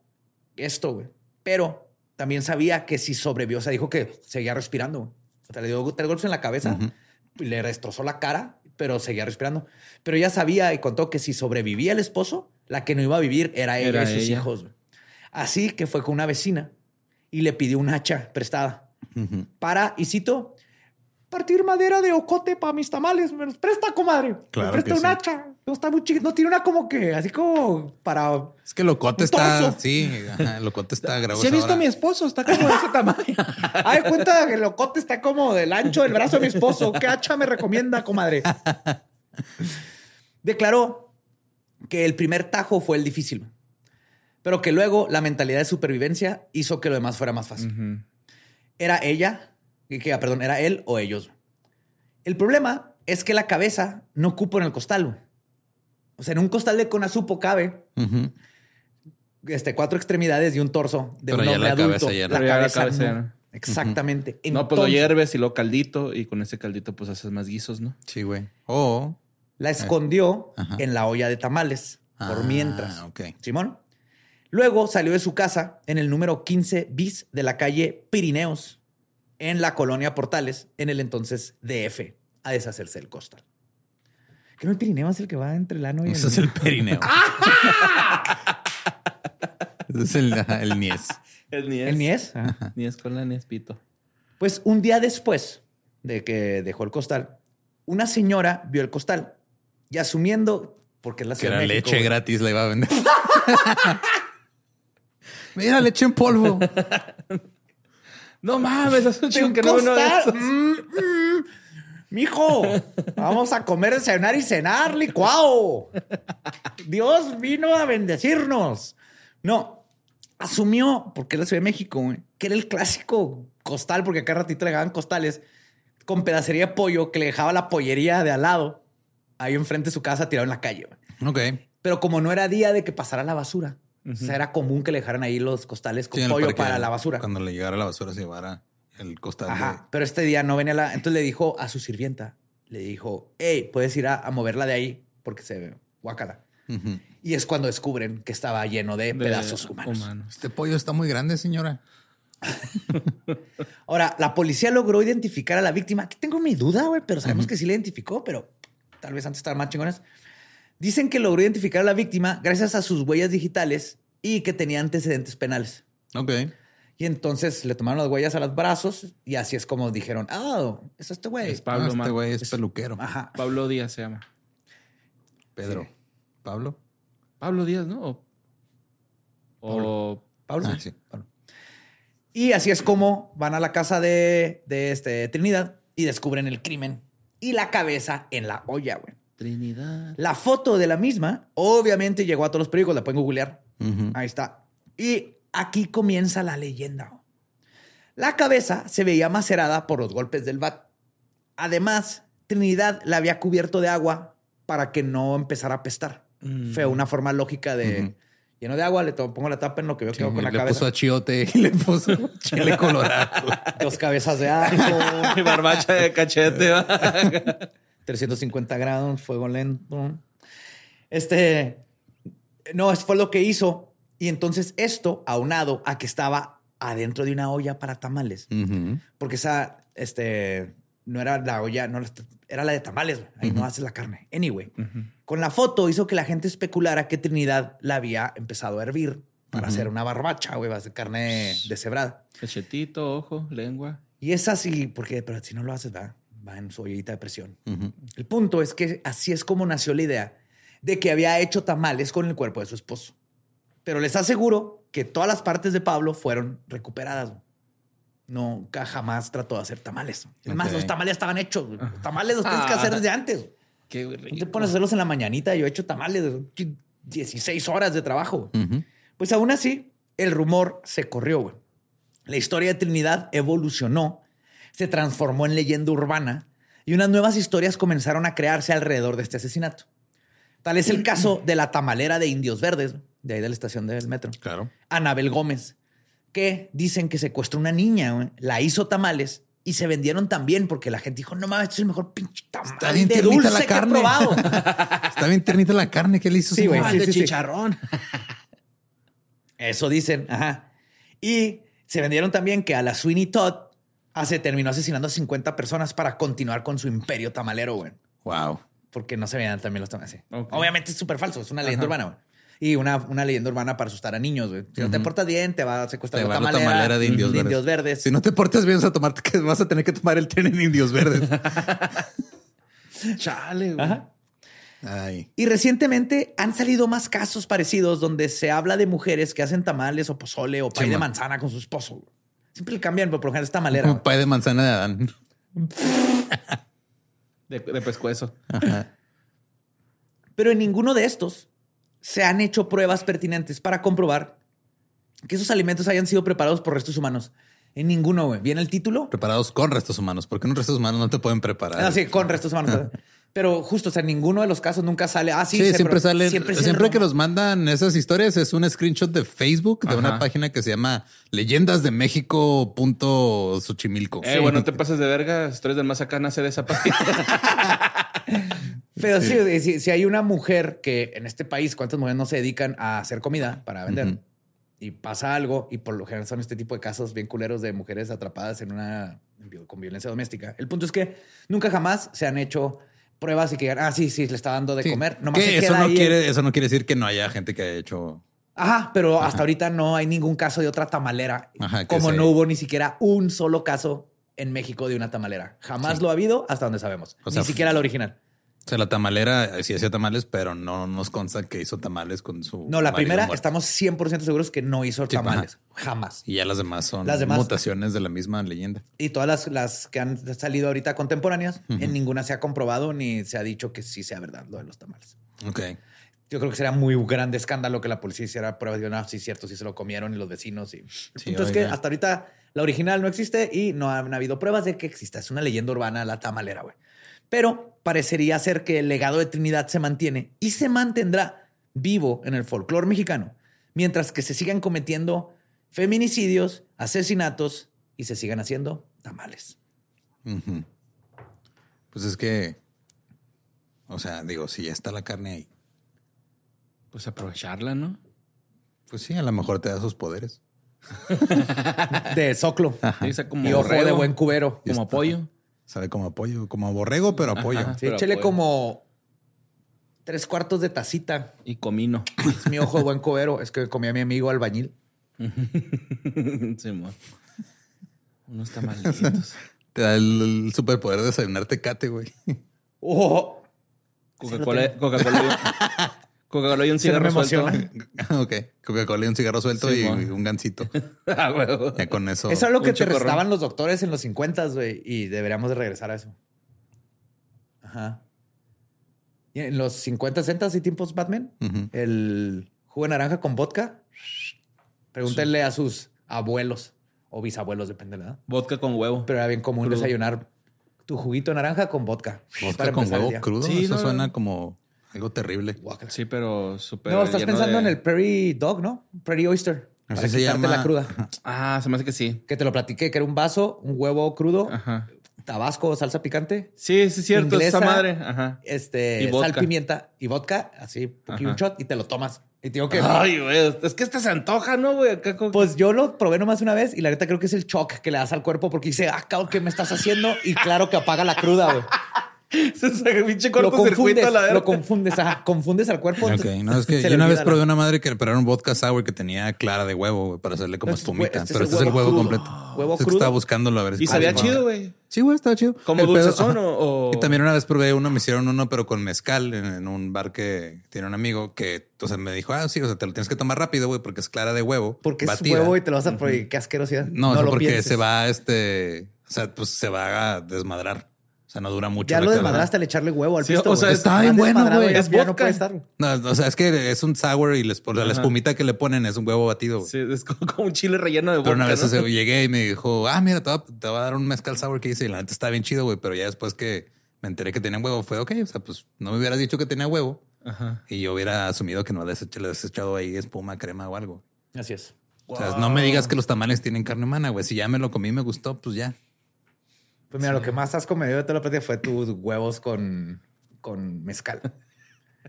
Speaker 3: esto, güey. Pero también sabía que si sobrevivió, o sea, dijo que seguía respirando. güey. O sea, le dio tres golpes en la cabeza, y le destrozó la cara, pero seguía respirando. Pero ella sabía y contó que si sobrevivía el esposo, la que no iba a vivir era ella
Speaker 8: Era
Speaker 3: y sus
Speaker 8: ella.
Speaker 3: hijos. güey. Así que fue con una vecina y le pidió un hacha prestada para, y cito, partir madera de ocote para mis tamales. Me los presta, comadre.
Speaker 9: Claro
Speaker 3: me presta
Speaker 9: que
Speaker 3: un
Speaker 9: sí.
Speaker 3: hacha. No está muy chiquito. No tiene una como que, así como para
Speaker 9: Es que Locote
Speaker 3: Un
Speaker 9: está.
Speaker 3: torso.
Speaker 9: Sí, ajá, Locote está grabado.
Speaker 8: Si he visto a mi esposo, está como de ese tamaño.
Speaker 3: Ay, Ah, cuenta que el locote está como del ancho del brazo de mi esposo. ¿Qué hacha me recomienda, comadre? Declaró que el primer tajo fue el difícil, pero que luego la mentalidad de supervivencia hizo que lo demás fuera más
Speaker 9: Mm.
Speaker 3: fácil. Era ella, y que, ah, perdón, era él o ellos. El problema es que la cabeza no cupo en el costal. güey. O sea, en un costal de conazupo cabe este, cuatro extremidades y un torso de
Speaker 9: Pero
Speaker 3: un
Speaker 9: ya
Speaker 3: hombre
Speaker 9: la cabeza
Speaker 3: adulto.
Speaker 9: ya no.
Speaker 3: la
Speaker 8: Pero ya la
Speaker 3: cabeza,
Speaker 8: cabeza ya
Speaker 3: no.
Speaker 8: no.
Speaker 3: Exactamente.
Speaker 8: No, pues lo
Speaker 3: Entonces-
Speaker 8: hierves y luego caldito. Y con ese caldito, pues haces más guisos, ¿no?
Speaker 9: Sí, güey. O.
Speaker 3: La escondió
Speaker 9: Ajá.
Speaker 3: en la olla de tamales por
Speaker 9: Ah,
Speaker 3: mientras.
Speaker 9: ok.
Speaker 3: Simón. Luego salió de su casa en el número 15 bis de la calle Pirineos, en la colonia Portales, en el entonces DF, a deshacerse del costal. ¿Qué no el Pirineo es el que va entre el ano y el...
Speaker 9: Ese es el perineo.
Speaker 3: ¡Ah!
Speaker 9: Ese es el, ajá, el niés.
Speaker 8: El niés.
Speaker 3: el Nies? Ajá.
Speaker 8: Niés con la niés pito.
Speaker 3: Pues un día después de que dejó el costal, una señora vio el costal y asumiendo, porque es la
Speaker 9: Que
Speaker 3: señora
Speaker 9: era leche gratis, la iba a vender. Mira, leche en polvo.
Speaker 8: No mames, hace un chingo que no veo uno de
Speaker 3: costar.
Speaker 8: esos.
Speaker 3: Mm, mm. Mijo, vamos a comer, desayunar y cenar licuado. Dios vino a bendecirnos. No, asumió, porque es la Ciudad de México, güey, que era el clásico costal, porque acá ratito le dejaban costales con pedacería de pollo que le dejaba la pollería de al lado, ahí enfrente de su casa tirado en la calle. güey.
Speaker 9: Ok.
Speaker 3: Pero como no era día de que pasara la basura, o sea, era común que le dejaran ahí los costales
Speaker 9: Sí,
Speaker 3: con
Speaker 9: en el
Speaker 3: pollo
Speaker 9: parque,
Speaker 3: para la basura.
Speaker 9: Cuando le llegara la basura, se llevara el costal. de-
Speaker 3: Ajá, pero este día no venía la... Entonces le dijo a su sirvienta, le dijo, hey, puedes ir a, a moverla de ahí porque se ve guácala. Y es cuando descubren que estaba lleno de, Eh, pedazos humanos.
Speaker 6: Este pollo está muy grande, señora.
Speaker 3: Ahora, la policía logró identificar a la víctima. Que tengo mi duda, güey, pero sabemos que sí la identificó, pero tal vez antes estaban más chingones. Dicen que logró identificar a la víctima gracias a sus huellas digitales y que tenía antecedentes penales.
Speaker 9: Ok.
Speaker 3: Y entonces le tomaron las huellas a los brazos y así es como dijeron, ah, es este güey.
Speaker 8: Es Pablo,
Speaker 9: Ah, este
Speaker 8: man.
Speaker 9: güey es peluquero.
Speaker 3: Ajá.
Speaker 8: Pablo Díaz se llama.
Speaker 9: Pedro. ¿Pablo?
Speaker 8: Pablo Díaz, ¿no? O, o-
Speaker 3: Pablo.
Speaker 9: Ah, sí. Pablo.
Speaker 3: Y así es como van a la casa de, de este, Trinidad y descubren el crimen y la cabeza en la olla, güey.
Speaker 8: Trinidad.
Speaker 3: La foto de la misma, obviamente, llegó a todos los periódicos, la pueden googlear.
Speaker 9: Ujú.
Speaker 3: Ahí está. Y aquí comienza la leyenda. La cabeza se veía macerada por los golpes del bat. Además, Trinidad la había cubierto de agua para que no empezara a apestar. Fue una forma lógica de
Speaker 9: Mm. Ujú.
Speaker 3: lleno de agua, le to- pongo la tapa en lo que veo que hago con la
Speaker 9: le
Speaker 3: cabeza.
Speaker 9: puso achiote y le puso chile colorado.
Speaker 3: Dos cabezas de ajo,
Speaker 8: Mi barbacha de cachete. ¿va?
Speaker 3: 350 grados, fuego lento. Este, no, eso fue lo que hizo. Y entonces esto, aunado a que estaba adentro de una olla para tamales,
Speaker 9: Ujú.
Speaker 3: porque esa, este, no era la olla, no era- era la de tamales, güey. ahí no haces la carne. Anyway, con la foto hizo que la gente especulara que Trinidad la había empezado a hervir para hacer una barbacha, güey, va a ser carne deshebrada.
Speaker 8: Cachetito, ojo, lengua.
Speaker 3: Y es así, porque pero si no lo haces, va, va en su ollita de presión.
Speaker 9: Ujú.
Speaker 3: El punto es que así es como nació la idea de que había hecho tamales con el cuerpo de su esposo. Pero les aseguro que todas las partes de Pablo fueron recuperadas. Nunca jamás trató de hacer tamales. Es más,
Speaker 9: Ok.
Speaker 3: los tamales estaban hechos. güey. Los tamales los tienes que hacer desde antes.
Speaker 8: Qué
Speaker 3: No te
Speaker 8: rico.
Speaker 3: pones a hacerlos en la mañanita. Yo he hecho tamales de 16 horas de trabajo.
Speaker 9: Ujú.
Speaker 3: Pues aún así, el rumor se corrió. güey. La historia de Trinidad evolucionó, se transformó en leyenda urbana y unas nuevas historias comenzaron a crearse alrededor de este asesinato. Tal es
Speaker 9: Mm.
Speaker 3: el caso de la tamalera de Indios Verdes, de ahí de la estación del metro,
Speaker 9: Claro.
Speaker 3: Anabel Gómez, que dicen que secuestró una niña, güey, la hizo tamales y se vendieron también porque la gente dijo, no mames, este es el mejor pinche tamal
Speaker 9: Está bien
Speaker 3: de
Speaker 9: tiernita
Speaker 3: dulce
Speaker 9: la
Speaker 3: que he
Speaker 9: carne.
Speaker 3: probado.
Speaker 9: Está bien ternita la carne que le hizo.
Speaker 3: Sí, güey.
Speaker 9: señora.
Speaker 3: Sí, sí, sí.
Speaker 8: chicharrón.
Speaker 3: Eso dicen, ajá. Y se vendieron también que a la Sweeney Todd ah, se terminó asesinando a 50 personas para continuar con su imperio tamalero, güey.
Speaker 9: Wow.
Speaker 3: Porque no se veían también los tamales. sí.
Speaker 8: Ok.
Speaker 3: Obviamente es súper falso, es una leyenda urbana, güey. Y una, una leyenda urbana para asustar a niños, güey. Si no te portas bien, te va a secuestrar
Speaker 9: Te
Speaker 3: la
Speaker 9: va la
Speaker 3: tamalera,
Speaker 9: tamalera de indios, verdes.
Speaker 3: verdes.
Speaker 9: Si no te portas bien, vas a, tomarte, que vas a tener que tomar el tren en indios verdes.
Speaker 8: Chale, güey.
Speaker 3: Ajá.
Speaker 9: Ay.
Speaker 3: Y recientemente han salido más casos parecidos donde se habla de mujeres que hacen tamales o pozole o pay de
Speaker 9: man.
Speaker 3: manzana con su esposo. güey. Siempre le cambian, pero por lo general es tamalera.
Speaker 9: Un
Speaker 3: güey.
Speaker 9: pay de manzana de Adán.
Speaker 8: De, de pescuezo.
Speaker 3: Pero en ninguno de estos se han hecho pruebas pertinentes para comprobar que esos alimentos hayan sido preparados por restos humanos. En ninguno, güey. Viene el título.
Speaker 9: Preparados con restos humanos. Porque en restos humanos no te pueden preparar.
Speaker 3: Ah, sí, con restos humanos. perdón. Pero justo, o sea, en ninguno de los casos nunca sale. Ah, sí,
Speaker 9: Sí,
Speaker 3: se-
Speaker 9: siempre
Speaker 3: pero
Speaker 9: sale. Siempre,
Speaker 3: Siempre, se
Speaker 9: que
Speaker 3: rom-
Speaker 9: los mandan esas historias es un screenshot de Facebook de una
Speaker 8: Ajá.
Speaker 9: página que se llama leyendasdemexico.xochimilco.
Speaker 8: Eh, bueno, te pases de verga. Historias del más acá nace de esa página.
Speaker 3: Pero sí, eh, si, si hay una mujer que en este país, ¿cuántas mujeres no se dedican a hacer comida para vender?
Speaker 9: Ujú.
Speaker 3: Y pasa algo, y por lo general son este tipo de casos bien culeros de mujeres atrapadas en una en vi- con violencia doméstica. El punto es que nunca jamás se han hecho pruebas y que digan, ah, sí, sí, le está dando de
Speaker 9: Sí.
Speaker 3: comer. Nomás se
Speaker 9: Que eso
Speaker 3: queda
Speaker 9: no
Speaker 3: ahí.
Speaker 9: quiere, eso no quiere decir que no haya gente que haya hecho.
Speaker 3: Ajá, pero hasta ahorita no hay ningún caso de otra tamalera.
Speaker 9: Ajá, que
Speaker 3: como
Speaker 9: se-
Speaker 3: no hubo ni siquiera un solo caso en México de una tamalera. Jamás lo ha habido hasta donde sabemos.
Speaker 9: O
Speaker 3: ni
Speaker 9: sea,
Speaker 3: siquiera la original.
Speaker 9: O sea, la tamalera eh, sí hacía tamales, pero no nos consta que hizo tamales con su.
Speaker 3: No, la
Speaker 9: marido
Speaker 3: primera
Speaker 9: muerto.
Speaker 3: estamos 100% seguros que no hizo
Speaker 9: Sí, ajá.
Speaker 3: tamales. Jamás.
Speaker 9: Y ya las demás son
Speaker 3: Las demás-
Speaker 9: mutaciones de la misma leyenda.
Speaker 3: Y todas las, las que han salido ahorita contemporáneas, en ninguna se ha comprobado ni se ha dicho que sí sea verdad lo de los tamales.
Speaker 9: Ok.
Speaker 3: Yo creo que sería muy grande escándalo que la policía hiciera pruebas de no, sí, cierto, sí se lo comieron y los vecinos. Y... El punto es que
Speaker 9: oiga.
Speaker 3: hasta ahorita la original no existe y no han habido pruebas de que exista. Es una leyenda urbana la tamalera, güey. Pero parecería ser que el legado de Trinidad se mantiene y se mantendrá vivo en el folclore mexicano, mientras que se sigan cometiendo feminicidios, asesinatos y se sigan haciendo tamales.
Speaker 9: Ujú. Pues es que. O sea, digo, si ya está la carne ahí.
Speaker 8: Pues aprovecharla, ¿no?
Speaker 9: Pues sí, a lo mejor te da sus poderes.
Speaker 3: De soclo.
Speaker 8: Sí, o sea, como
Speaker 3: Y ojo de
Speaker 8: borrego,
Speaker 3: buen cubero.
Speaker 9: Ya está.
Speaker 8: Como apoyo.
Speaker 9: Sabe como apoyo, como borrego, pero apoyo.
Speaker 8: Ajá.
Speaker 3: Sí,
Speaker 8: Pero
Speaker 3: échale
Speaker 8: apoyo.
Speaker 3: como tres cuartos de tacita.
Speaker 8: Y comino.
Speaker 3: Es mi ojo de buen cubero. Es que comí a mi amigo albañil.
Speaker 8: sí, mo. Unos tamalitos.
Speaker 9: Te da el, el superpoder de desayunarte cate, güey.
Speaker 3: Oh,
Speaker 8: Coca-Cola Coca-Cola y un- Coca-Cola y un
Speaker 3: Se me
Speaker 8: cigarro suelto.
Speaker 3: emociona.
Speaker 9: ok. Coca-Cola y un cigarro suelto
Speaker 8: Sí,
Speaker 9: y
Speaker 8: mo.
Speaker 9: un gancito.
Speaker 8: Ah, huevo.
Speaker 9: Ya con eso.
Speaker 3: eso es lo que
Speaker 8: un
Speaker 3: te
Speaker 8: chocorrón.
Speaker 3: restaban los doctores en los 50, güey. Y deberíamos de regresar a eso. Ajá. Y en los 50, 60 y tiempos Batman,
Speaker 9: Ujú.
Speaker 3: el jugo de naranja con vodka, pregúntenle a sus abuelos o bisabuelos, depende de la edad.
Speaker 8: Vodka con huevo.
Speaker 3: Pero era bien común
Speaker 8: Crudo.
Speaker 3: desayunar tu juguito de naranja con vodka.
Speaker 9: Vodka
Speaker 3: para
Speaker 9: con
Speaker 3: empezar el
Speaker 9: huevo
Speaker 3: día.
Speaker 9: crudo.
Speaker 8: Sí,
Speaker 9: eso
Speaker 8: no,
Speaker 9: suena
Speaker 8: no.
Speaker 9: como algo terrible.
Speaker 3: Guácala.
Speaker 8: Sí, pero súper.
Speaker 3: no, estás
Speaker 8: lleno
Speaker 3: pensando
Speaker 8: de-
Speaker 3: en el Prairie Dog, ¿no? Prairie Oyster. Para
Speaker 9: Así se
Speaker 3: quitarte
Speaker 9: llama.
Speaker 3: la cruda.
Speaker 8: Ah, se me hace que sí.
Speaker 3: Que te lo platiqué, que era un vaso, un huevo crudo,
Speaker 9: Ah.
Speaker 8: Ajá.
Speaker 3: tabasco, salsa picante,
Speaker 8: Sí, sí, es cierto.
Speaker 3: Inglesa.
Speaker 8: Esa madre. Ajá.
Speaker 3: este,
Speaker 8: Y
Speaker 3: sal,
Speaker 8: vodka.
Speaker 3: pimienta y vodka, así, y un
Speaker 8: Ajá.
Speaker 3: shot y te lo tomas. Y te digo que,
Speaker 8: Ay, güey. Es que este se antoja, ¿no, güey? Acá con.
Speaker 3: pues yo lo probé nomás una vez y la neta creo que es el shock que le das al cuerpo porque dice, ah, cabrón, ¿qué me estás haciendo? Y claro que apaga la cruda, güey.
Speaker 8: se saca pinche
Speaker 3: Lo
Speaker 8: cortocircuito a
Speaker 3: confundes,
Speaker 8: la
Speaker 3: lo
Speaker 8: verga.
Speaker 3: confundes, ajá, confundes al cuerpo.
Speaker 9: Ok,
Speaker 3: entonces
Speaker 9: no, es que
Speaker 3: se
Speaker 9: yo
Speaker 3: le
Speaker 9: una vez
Speaker 3: olvida la-
Speaker 9: probé una madre que preparó un vodka sour que tenía clara de huevo, güey, para hacerle como
Speaker 3: Entonces,
Speaker 9: espumita.
Speaker 3: güey, este
Speaker 9: pero
Speaker 3: es
Speaker 9: este es
Speaker 3: el
Speaker 9: el huevo
Speaker 3: huevo crudo.
Speaker 9: completo.
Speaker 3: Huevo
Speaker 9: Es que
Speaker 3: crudo.
Speaker 9: estaba buscándolo a ver.
Speaker 8: Y
Speaker 9: cómo
Speaker 8: sabía
Speaker 9: se llamaba.
Speaker 8: chido, güey.
Speaker 9: Sí, güey, estaba chido.
Speaker 8: ¿Como
Speaker 9: El pedo-
Speaker 8: dulcezón
Speaker 9: ajá.
Speaker 8: o, o-
Speaker 9: Y también una vez probé uno, me hicieron uno, pero con mezcal en, en un bar que tiene un amigo que, o sea, me dijo, ah, sí, o sea, te lo tienes que tomar rápido, güey, porque es clara de huevo.
Speaker 3: Porque es
Speaker 9: batida".
Speaker 3: huevo y te lo vas a probar. Qué asquerosidad.
Speaker 9: No, o sea,
Speaker 3: lo
Speaker 9: porque
Speaker 3: pienses.
Speaker 9: se va, este, o sea, pues se va a desmadrar. O sea, no dura mucho.
Speaker 3: Ya
Speaker 9: la
Speaker 3: lo
Speaker 9: clara.
Speaker 3: desmadraste al echarle huevo al
Speaker 8: Sí,
Speaker 3: pisto,
Speaker 8: o sea,
Speaker 3: güey.
Speaker 9: está
Speaker 3: Más
Speaker 9: bien bueno,
Speaker 3: desmadrado
Speaker 9: güey.
Speaker 3: ya-
Speaker 8: Es
Speaker 3: ya no
Speaker 8: vodka.
Speaker 3: puede estar. güey.
Speaker 9: No, o sea, es que es un sour y les- o sea, la
Speaker 8: Ajá.
Speaker 9: espumita que le ponen es un huevo batido. güey.
Speaker 8: Sí, es como, como un chile relleno de vodka.
Speaker 9: Pero una vez
Speaker 8: ¿no?
Speaker 9: ese- llegué y me dijo, ah, mira, te va, te va a dar un mezcal sour que hice y la neta está bien chido, güey. Pero ya después que me enteré que tenía huevo, fue ok. O sea, pues no me hubieras dicho que tenía huevo
Speaker 8: Ajá.
Speaker 9: y yo hubiera asumido que no le has hecho- le has echado ahí espuma, crema o algo.
Speaker 3: Así es.
Speaker 9: O sea, no me digas que los tamales tienen carne humana, güey. Si ya me lo comí y me gustó, pues ya.
Speaker 3: Pues mira, lo que más has comido de toda la plática fue tus huevos con, con mezcal.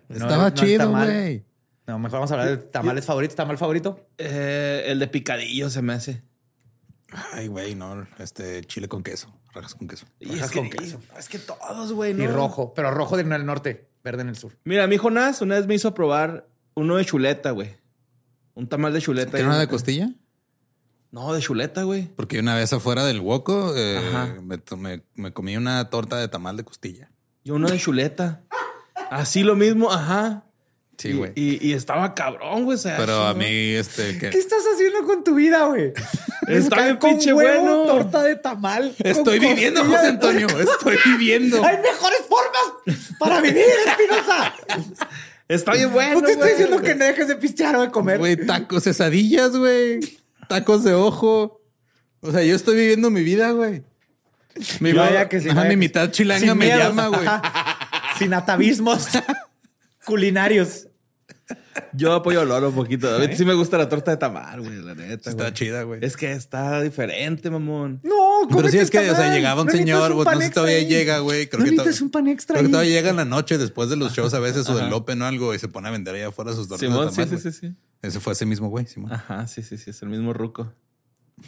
Speaker 3: No,
Speaker 9: Estaba
Speaker 3: no
Speaker 9: chido,
Speaker 3: está mal.
Speaker 9: güey.
Speaker 3: No, mejor vamos a hablar de tamales favoritos. ¿Tamal favorito?
Speaker 8: Eh, el de picadillo se me hace.
Speaker 9: Ay, güey, no. Este chile con queso, rajas con queso.
Speaker 8: Y
Speaker 3: Rajas
Speaker 8: es, que,
Speaker 3: con queso.
Speaker 8: es que todos,
Speaker 3: Y
Speaker 8: güey. ¿no?
Speaker 3: rojo, pero rojo del el norte, verde en el sur.
Speaker 8: Mira, mi Jonás una vez me hizo probar uno de chuleta, güey. Un tamal de chuleta.
Speaker 9: ¿Tiene
Speaker 8: Y-
Speaker 9: una de costilla?
Speaker 8: No, de chuleta, güey.
Speaker 9: Porque una vez afuera del hueco
Speaker 8: Ajá.
Speaker 9: me, tomé- me comí una torta de tamal de costilla.
Speaker 8: Y uno de chuleta. Así lo mismo, ajá.
Speaker 9: Sí,
Speaker 8: Y-
Speaker 9: güey.
Speaker 8: Y, y estaba cabrón, güey. o sea,
Speaker 9: Pero a
Speaker 8: sí,
Speaker 9: mí,
Speaker 8: güey.
Speaker 9: este, el que...
Speaker 3: ¿Qué estás haciendo con tu vida, güey?
Speaker 8: Está bien
Speaker 3: Mezcal con
Speaker 8: pinche
Speaker 3: huevo,
Speaker 8: bueno.
Speaker 3: torta de tamal. con
Speaker 9: Estoy viviendo,
Speaker 3: costilla
Speaker 9: José
Speaker 3: de
Speaker 9: Antonio. Estoy viviendo.
Speaker 3: Hay mejores formas para vivir, Espinosa.
Speaker 8: Está bien bueno,
Speaker 3: no te estoy
Speaker 8: güey.
Speaker 3: diciendo que no dejes de pistear o de comer.
Speaker 9: Güey, tacos, cesadillas, güey. Tacos de ojo. O sea, yo estoy viviendo mi vida, güey. Mi,
Speaker 3: Vaya
Speaker 9: vaya
Speaker 3: que sí,
Speaker 9: ajá,
Speaker 3: vaya
Speaker 9: mi
Speaker 3: que
Speaker 9: mitad
Speaker 3: sí.
Speaker 9: chilanga
Speaker 3: Sin
Speaker 9: me
Speaker 3: miedos.
Speaker 9: llama, güey.
Speaker 3: Sin atavismos culinarios.
Speaker 8: Yo apoyo al oro un poquito. A mí sí me gusta la torta de tamal, güey, la neta.
Speaker 9: Está
Speaker 8: ¿Eh? güey.
Speaker 9: chida, güey.
Speaker 8: Es que está diferente, mamón.
Speaker 3: No,
Speaker 9: Pero sí
Speaker 3: cómete
Speaker 9: es que, o sea,
Speaker 3: tamal.
Speaker 9: llegaba un
Speaker 3: No necesitas
Speaker 9: señor,
Speaker 3: un
Speaker 9: güey,
Speaker 3: pan
Speaker 9: no sé si
Speaker 3: extra
Speaker 9: todavía
Speaker 3: ahí.
Speaker 9: llega, güey. Creo
Speaker 3: No
Speaker 9: que to-
Speaker 3: necesitas un pan extra
Speaker 9: Creo que
Speaker 3: ahí.
Speaker 9: todavía llega en la noche después de los shows a veces o del Open o algo y se pone a vender allá afuera sus tortas
Speaker 8: Simón,
Speaker 9: de
Speaker 8: sí,
Speaker 9: tamal.
Speaker 8: sí,
Speaker 9: güey.
Speaker 8: sí, sí.
Speaker 9: Ese fue ese mismo güey, Simón.
Speaker 8: Ajá, sí, sí, sí, es el mismo ruco.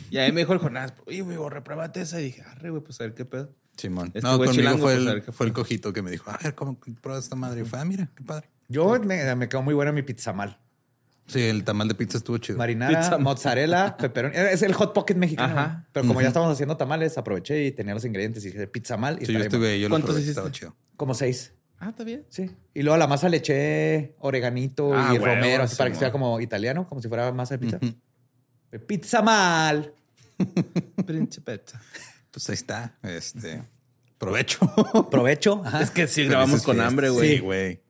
Speaker 8: Y ahí me dijo el Jonás, oye, güey, gorre, pruébate esa. Y dije, arre, güey, pues a ver qué pedo.
Speaker 9: Simón.
Speaker 8: Este
Speaker 9: no,
Speaker 8: güey
Speaker 9: conmigo
Speaker 8: chilango,
Speaker 9: fue,
Speaker 8: pues, a ver
Speaker 9: el,
Speaker 8: qué
Speaker 9: fue el cojito que me dijo, a ver, ¿cómo prueba esta madre? Y fue, ah, mira, qué padre.
Speaker 3: Yo me, me quedó muy buena mi pizzamal.
Speaker 9: Sí, el tamal de pizza estuvo chido.
Speaker 3: Marinara,
Speaker 8: Pizza-
Speaker 3: mozzarella, pepperoni. Es el hot pocket mexicano.
Speaker 8: Ajá.
Speaker 3: güey. Pero como ya estábamos haciendo tamales, aproveché y tenía los ingredientes y dije pizza mal. Y
Speaker 9: Sí, yo
Speaker 3: estaba bien.
Speaker 9: estuve, yo lo
Speaker 8: ¿Cuántos
Speaker 9: probé,
Speaker 8: hiciste?
Speaker 9: estaba chido.
Speaker 3: Como seis.
Speaker 8: Ah, está bien.
Speaker 3: Sí. Y luego a la masa le eché oreganito
Speaker 8: Ah,
Speaker 3: y
Speaker 8: huevo,
Speaker 3: romero, así para que
Speaker 8: Simón.
Speaker 3: sea como italiano, como si fuera masa de pizza. Pizza mal.
Speaker 8: Principeta.
Speaker 9: Pues ahí está. Este, provecho.
Speaker 3: Provecho. Ajá.
Speaker 8: Es que sí, grabamos
Speaker 9: Felices
Speaker 8: con
Speaker 9: fiestas.
Speaker 8: hambre, güey.
Speaker 9: Sí, güey.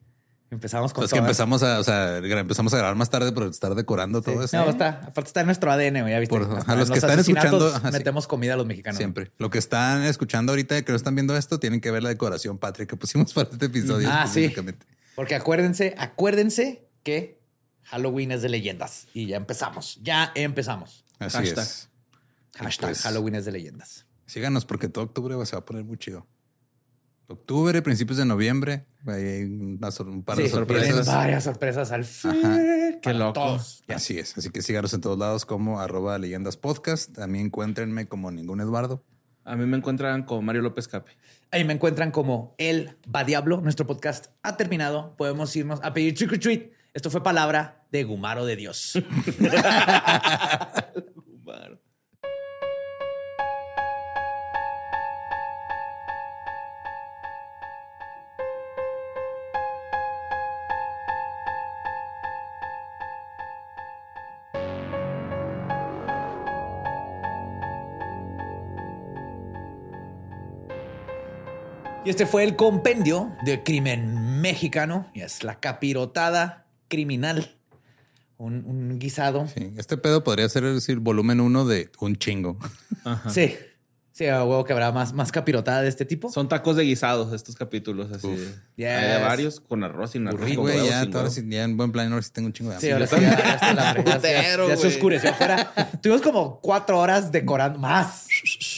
Speaker 3: Empezamos con
Speaker 9: Entonces Pues que
Speaker 3: todas.
Speaker 9: empezamos a, o sea, gra- empezamos a grabar más tarde, pero estar decorando
Speaker 3: Sí.
Speaker 9: todo eso.
Speaker 3: No, está. Aparte está en nuestro ADN, güey. Ya viste.
Speaker 9: Por-
Speaker 3: Hasta
Speaker 9: ajá,
Speaker 3: en
Speaker 9: los que están
Speaker 3: asesinatos
Speaker 9: escuchando, ajá, sí.
Speaker 3: Metemos comida a los mexicanos.
Speaker 9: Siempre. Lo que están escuchando ahorita, que no están viendo esto, tienen que ver la decoración patria que pusimos para este episodio.
Speaker 3: Ah, sí.
Speaker 9: específicamente.
Speaker 3: Porque acuérdense, acuérdense que Halloween es de leyendas. Y ya empezamos. Ya empezamos.
Speaker 9: Así
Speaker 8: Hashtag.
Speaker 9: es.
Speaker 3: Hashtag
Speaker 9: pues-
Speaker 3: Halloween es de leyendas.
Speaker 9: Síganos porque todo octubre se va a poner muy chido. octubre, principios de noviembre. Ahí hay una sor- un par de
Speaker 3: Sí, tienen
Speaker 9: sorpresas.
Speaker 3: varias sorpresas al fin.
Speaker 8: Qué loco.
Speaker 9: Así es. Así que síganos en todos lados como arroba leyendas podcast. También encuéntrenme como ningún Eduardo.
Speaker 8: A mí me encuentran con Mario López Cape.
Speaker 3: Ahí me encuentran como El Va Diablo. Nuestro podcast ha terminado. Podemos irnos a pedir trick or treat. Esto fue palabra de Gumaro de Dios. Y este fue el compendio del crimen mexicano. Y es la capirotada criminal. Un, un guisado. Sí.
Speaker 9: Sí, este pedo podría ser el decir, volumen uno de un chingo.
Speaker 3: Sí, a huevo que habrá más, más capirotada de este tipo.
Speaker 8: Son tacos de guisados estos capítulos así.
Speaker 9: Uf.
Speaker 8: Hay de
Speaker 3: Yes.
Speaker 8: varios con arroz sin arroz.
Speaker 9: Güey,
Speaker 8: con huevo,
Speaker 9: ya,
Speaker 8: sin
Speaker 9: ahora
Speaker 8: huevo.
Speaker 9: sí, ya en buen plan, ahora sí tengo un chingo de hambre.
Speaker 3: Sí, ahora sí, ya, ya está el hambre, ya- ya-
Speaker 8: Putero,
Speaker 3: ya se
Speaker 8: güey.
Speaker 3: oscureció afuera. Tuvimos como cuatro horas decorando, más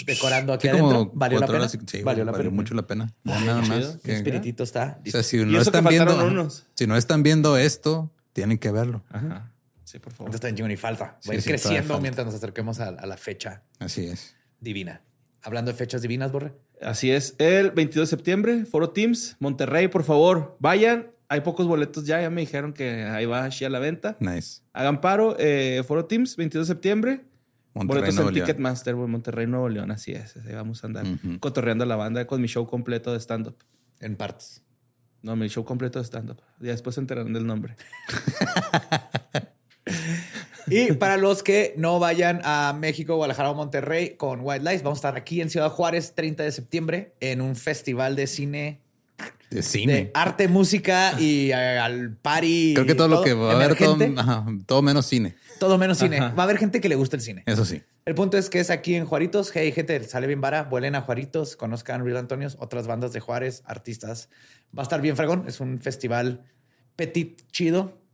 Speaker 3: decorando aquí
Speaker 9: Sí,
Speaker 3: adentro. Valió la
Speaker 9: cuatro
Speaker 3: pena.
Speaker 9: horas y- sí, valió, mucho la pena. Ya nada
Speaker 8: qué
Speaker 9: más.
Speaker 8: chido.
Speaker 9: que-
Speaker 3: Espiritito está.
Speaker 9: o sea, si
Speaker 8: eso
Speaker 9: no,
Speaker 8: que
Speaker 9: están
Speaker 8: faltaron
Speaker 9: viendo,
Speaker 8: unos.
Speaker 9: si no están viendo esto, tienen que verlo.
Speaker 8: Ajá. Sí, por favor.
Speaker 3: Entonces está en Jimmy Falta.
Speaker 9: Sí,
Speaker 3: Va a ir
Speaker 9: sí, todavía
Speaker 3: creciendo
Speaker 9: falta.
Speaker 3: mientras nos acerquemos a, a la fecha
Speaker 9: Así es.
Speaker 3: divina. Hablando de fechas divinas, Borre.
Speaker 8: Así es. El 22 de septiembre, Foro Teams, Monterrey, por favor, vayan. Hay pocos boletos ya, ya me dijeron que ahí va así a la venta.
Speaker 9: Nice.
Speaker 8: Hagan paro, eh, Foro Teams, 22 de septiembre.
Speaker 9: Monterrey,
Speaker 8: boletos
Speaker 9: Nuevo
Speaker 8: en
Speaker 9: León.
Speaker 8: Ticketmaster, güey, Monterrey, Nuevo León, así es. Ahí vamos a andar
Speaker 9: Ujú.
Speaker 8: cotorreando a la banda con mi show completo de stand-up.
Speaker 3: En partes.
Speaker 8: No, mi show completo de stand-up. Ya después se enterarán del nombre.
Speaker 3: Y para los que no vayan a México, Guadalajara o Monterrey con Wildlife, vamos a estar aquí en Ciudad Juárez, 30 de septiembre, en un festival de cine
Speaker 9: De
Speaker 3: de
Speaker 9: cine.
Speaker 3: arte, música y eh, al party.
Speaker 9: Creo que todo, lo que va a haber, todo,
Speaker 3: emergente,
Speaker 9: ajá, todo menos cine.
Speaker 3: todo menos cine.
Speaker 8: Ajá.
Speaker 3: Va a haber gente que le gusta el cine.
Speaker 9: Eso sí.
Speaker 3: El punto es que es aquí en Juaritos. Hey, gente, sale bien vara. Vuelen a Juaritos, conozcan Real Antonios, otras bandas de Juárez, artistas. Va a estar bien fregón. Es un festival petit chido.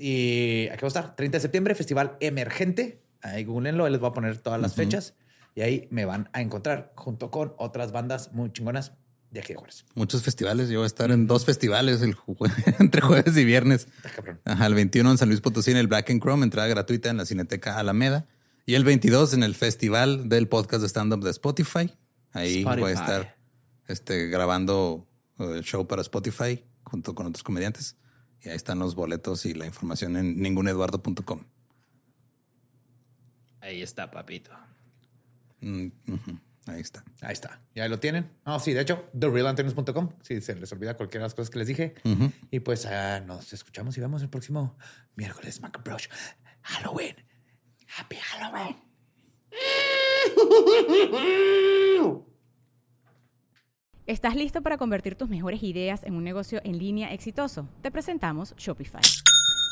Speaker 3: Y aquí va a estar. 30 de septiembre, festival emergente. Ahí googleenlo, ahí les voy a poner todas las fechas. Y ahí me van a encontrar junto con otras bandas muy chingonas de aquí de Juárez.
Speaker 9: Muchos festivales. Yo voy a estar en dos festivales el jue- entre jueves y viernes.
Speaker 3: Ah, cabrón.
Speaker 9: Ajá, el 21 en San Luis Potosí en el Black and Chrome, entrada gratuita en la Cineteca Alameda. Y el 22 en el Festival del Podcast de Stand-Up de Spotify. Ahí voy a
Speaker 8: Spotify.
Speaker 9: estar este, grabando eh, el show para Spotify junto con otros comediantes. Y ahí están los boletos y la información en ninguneduardo.com.
Speaker 8: Ahí está, papito.
Speaker 9: Mm, ujú, Ahí está.
Speaker 3: Ahí está. Ya lo tienen. Ah, sí, de hecho, therealantonios.com. Si se les olvida cualquiera de las cosas que les dije.
Speaker 9: Ujú.
Speaker 3: Y pues ah, nos escuchamos y vemos el próximo miércoles, Macbrosh. Halloween. Happy Halloween.
Speaker 2: ¿Estás listo para convertir tus mejores ideas en un negocio en línea exitoso? Te presentamos Shopify.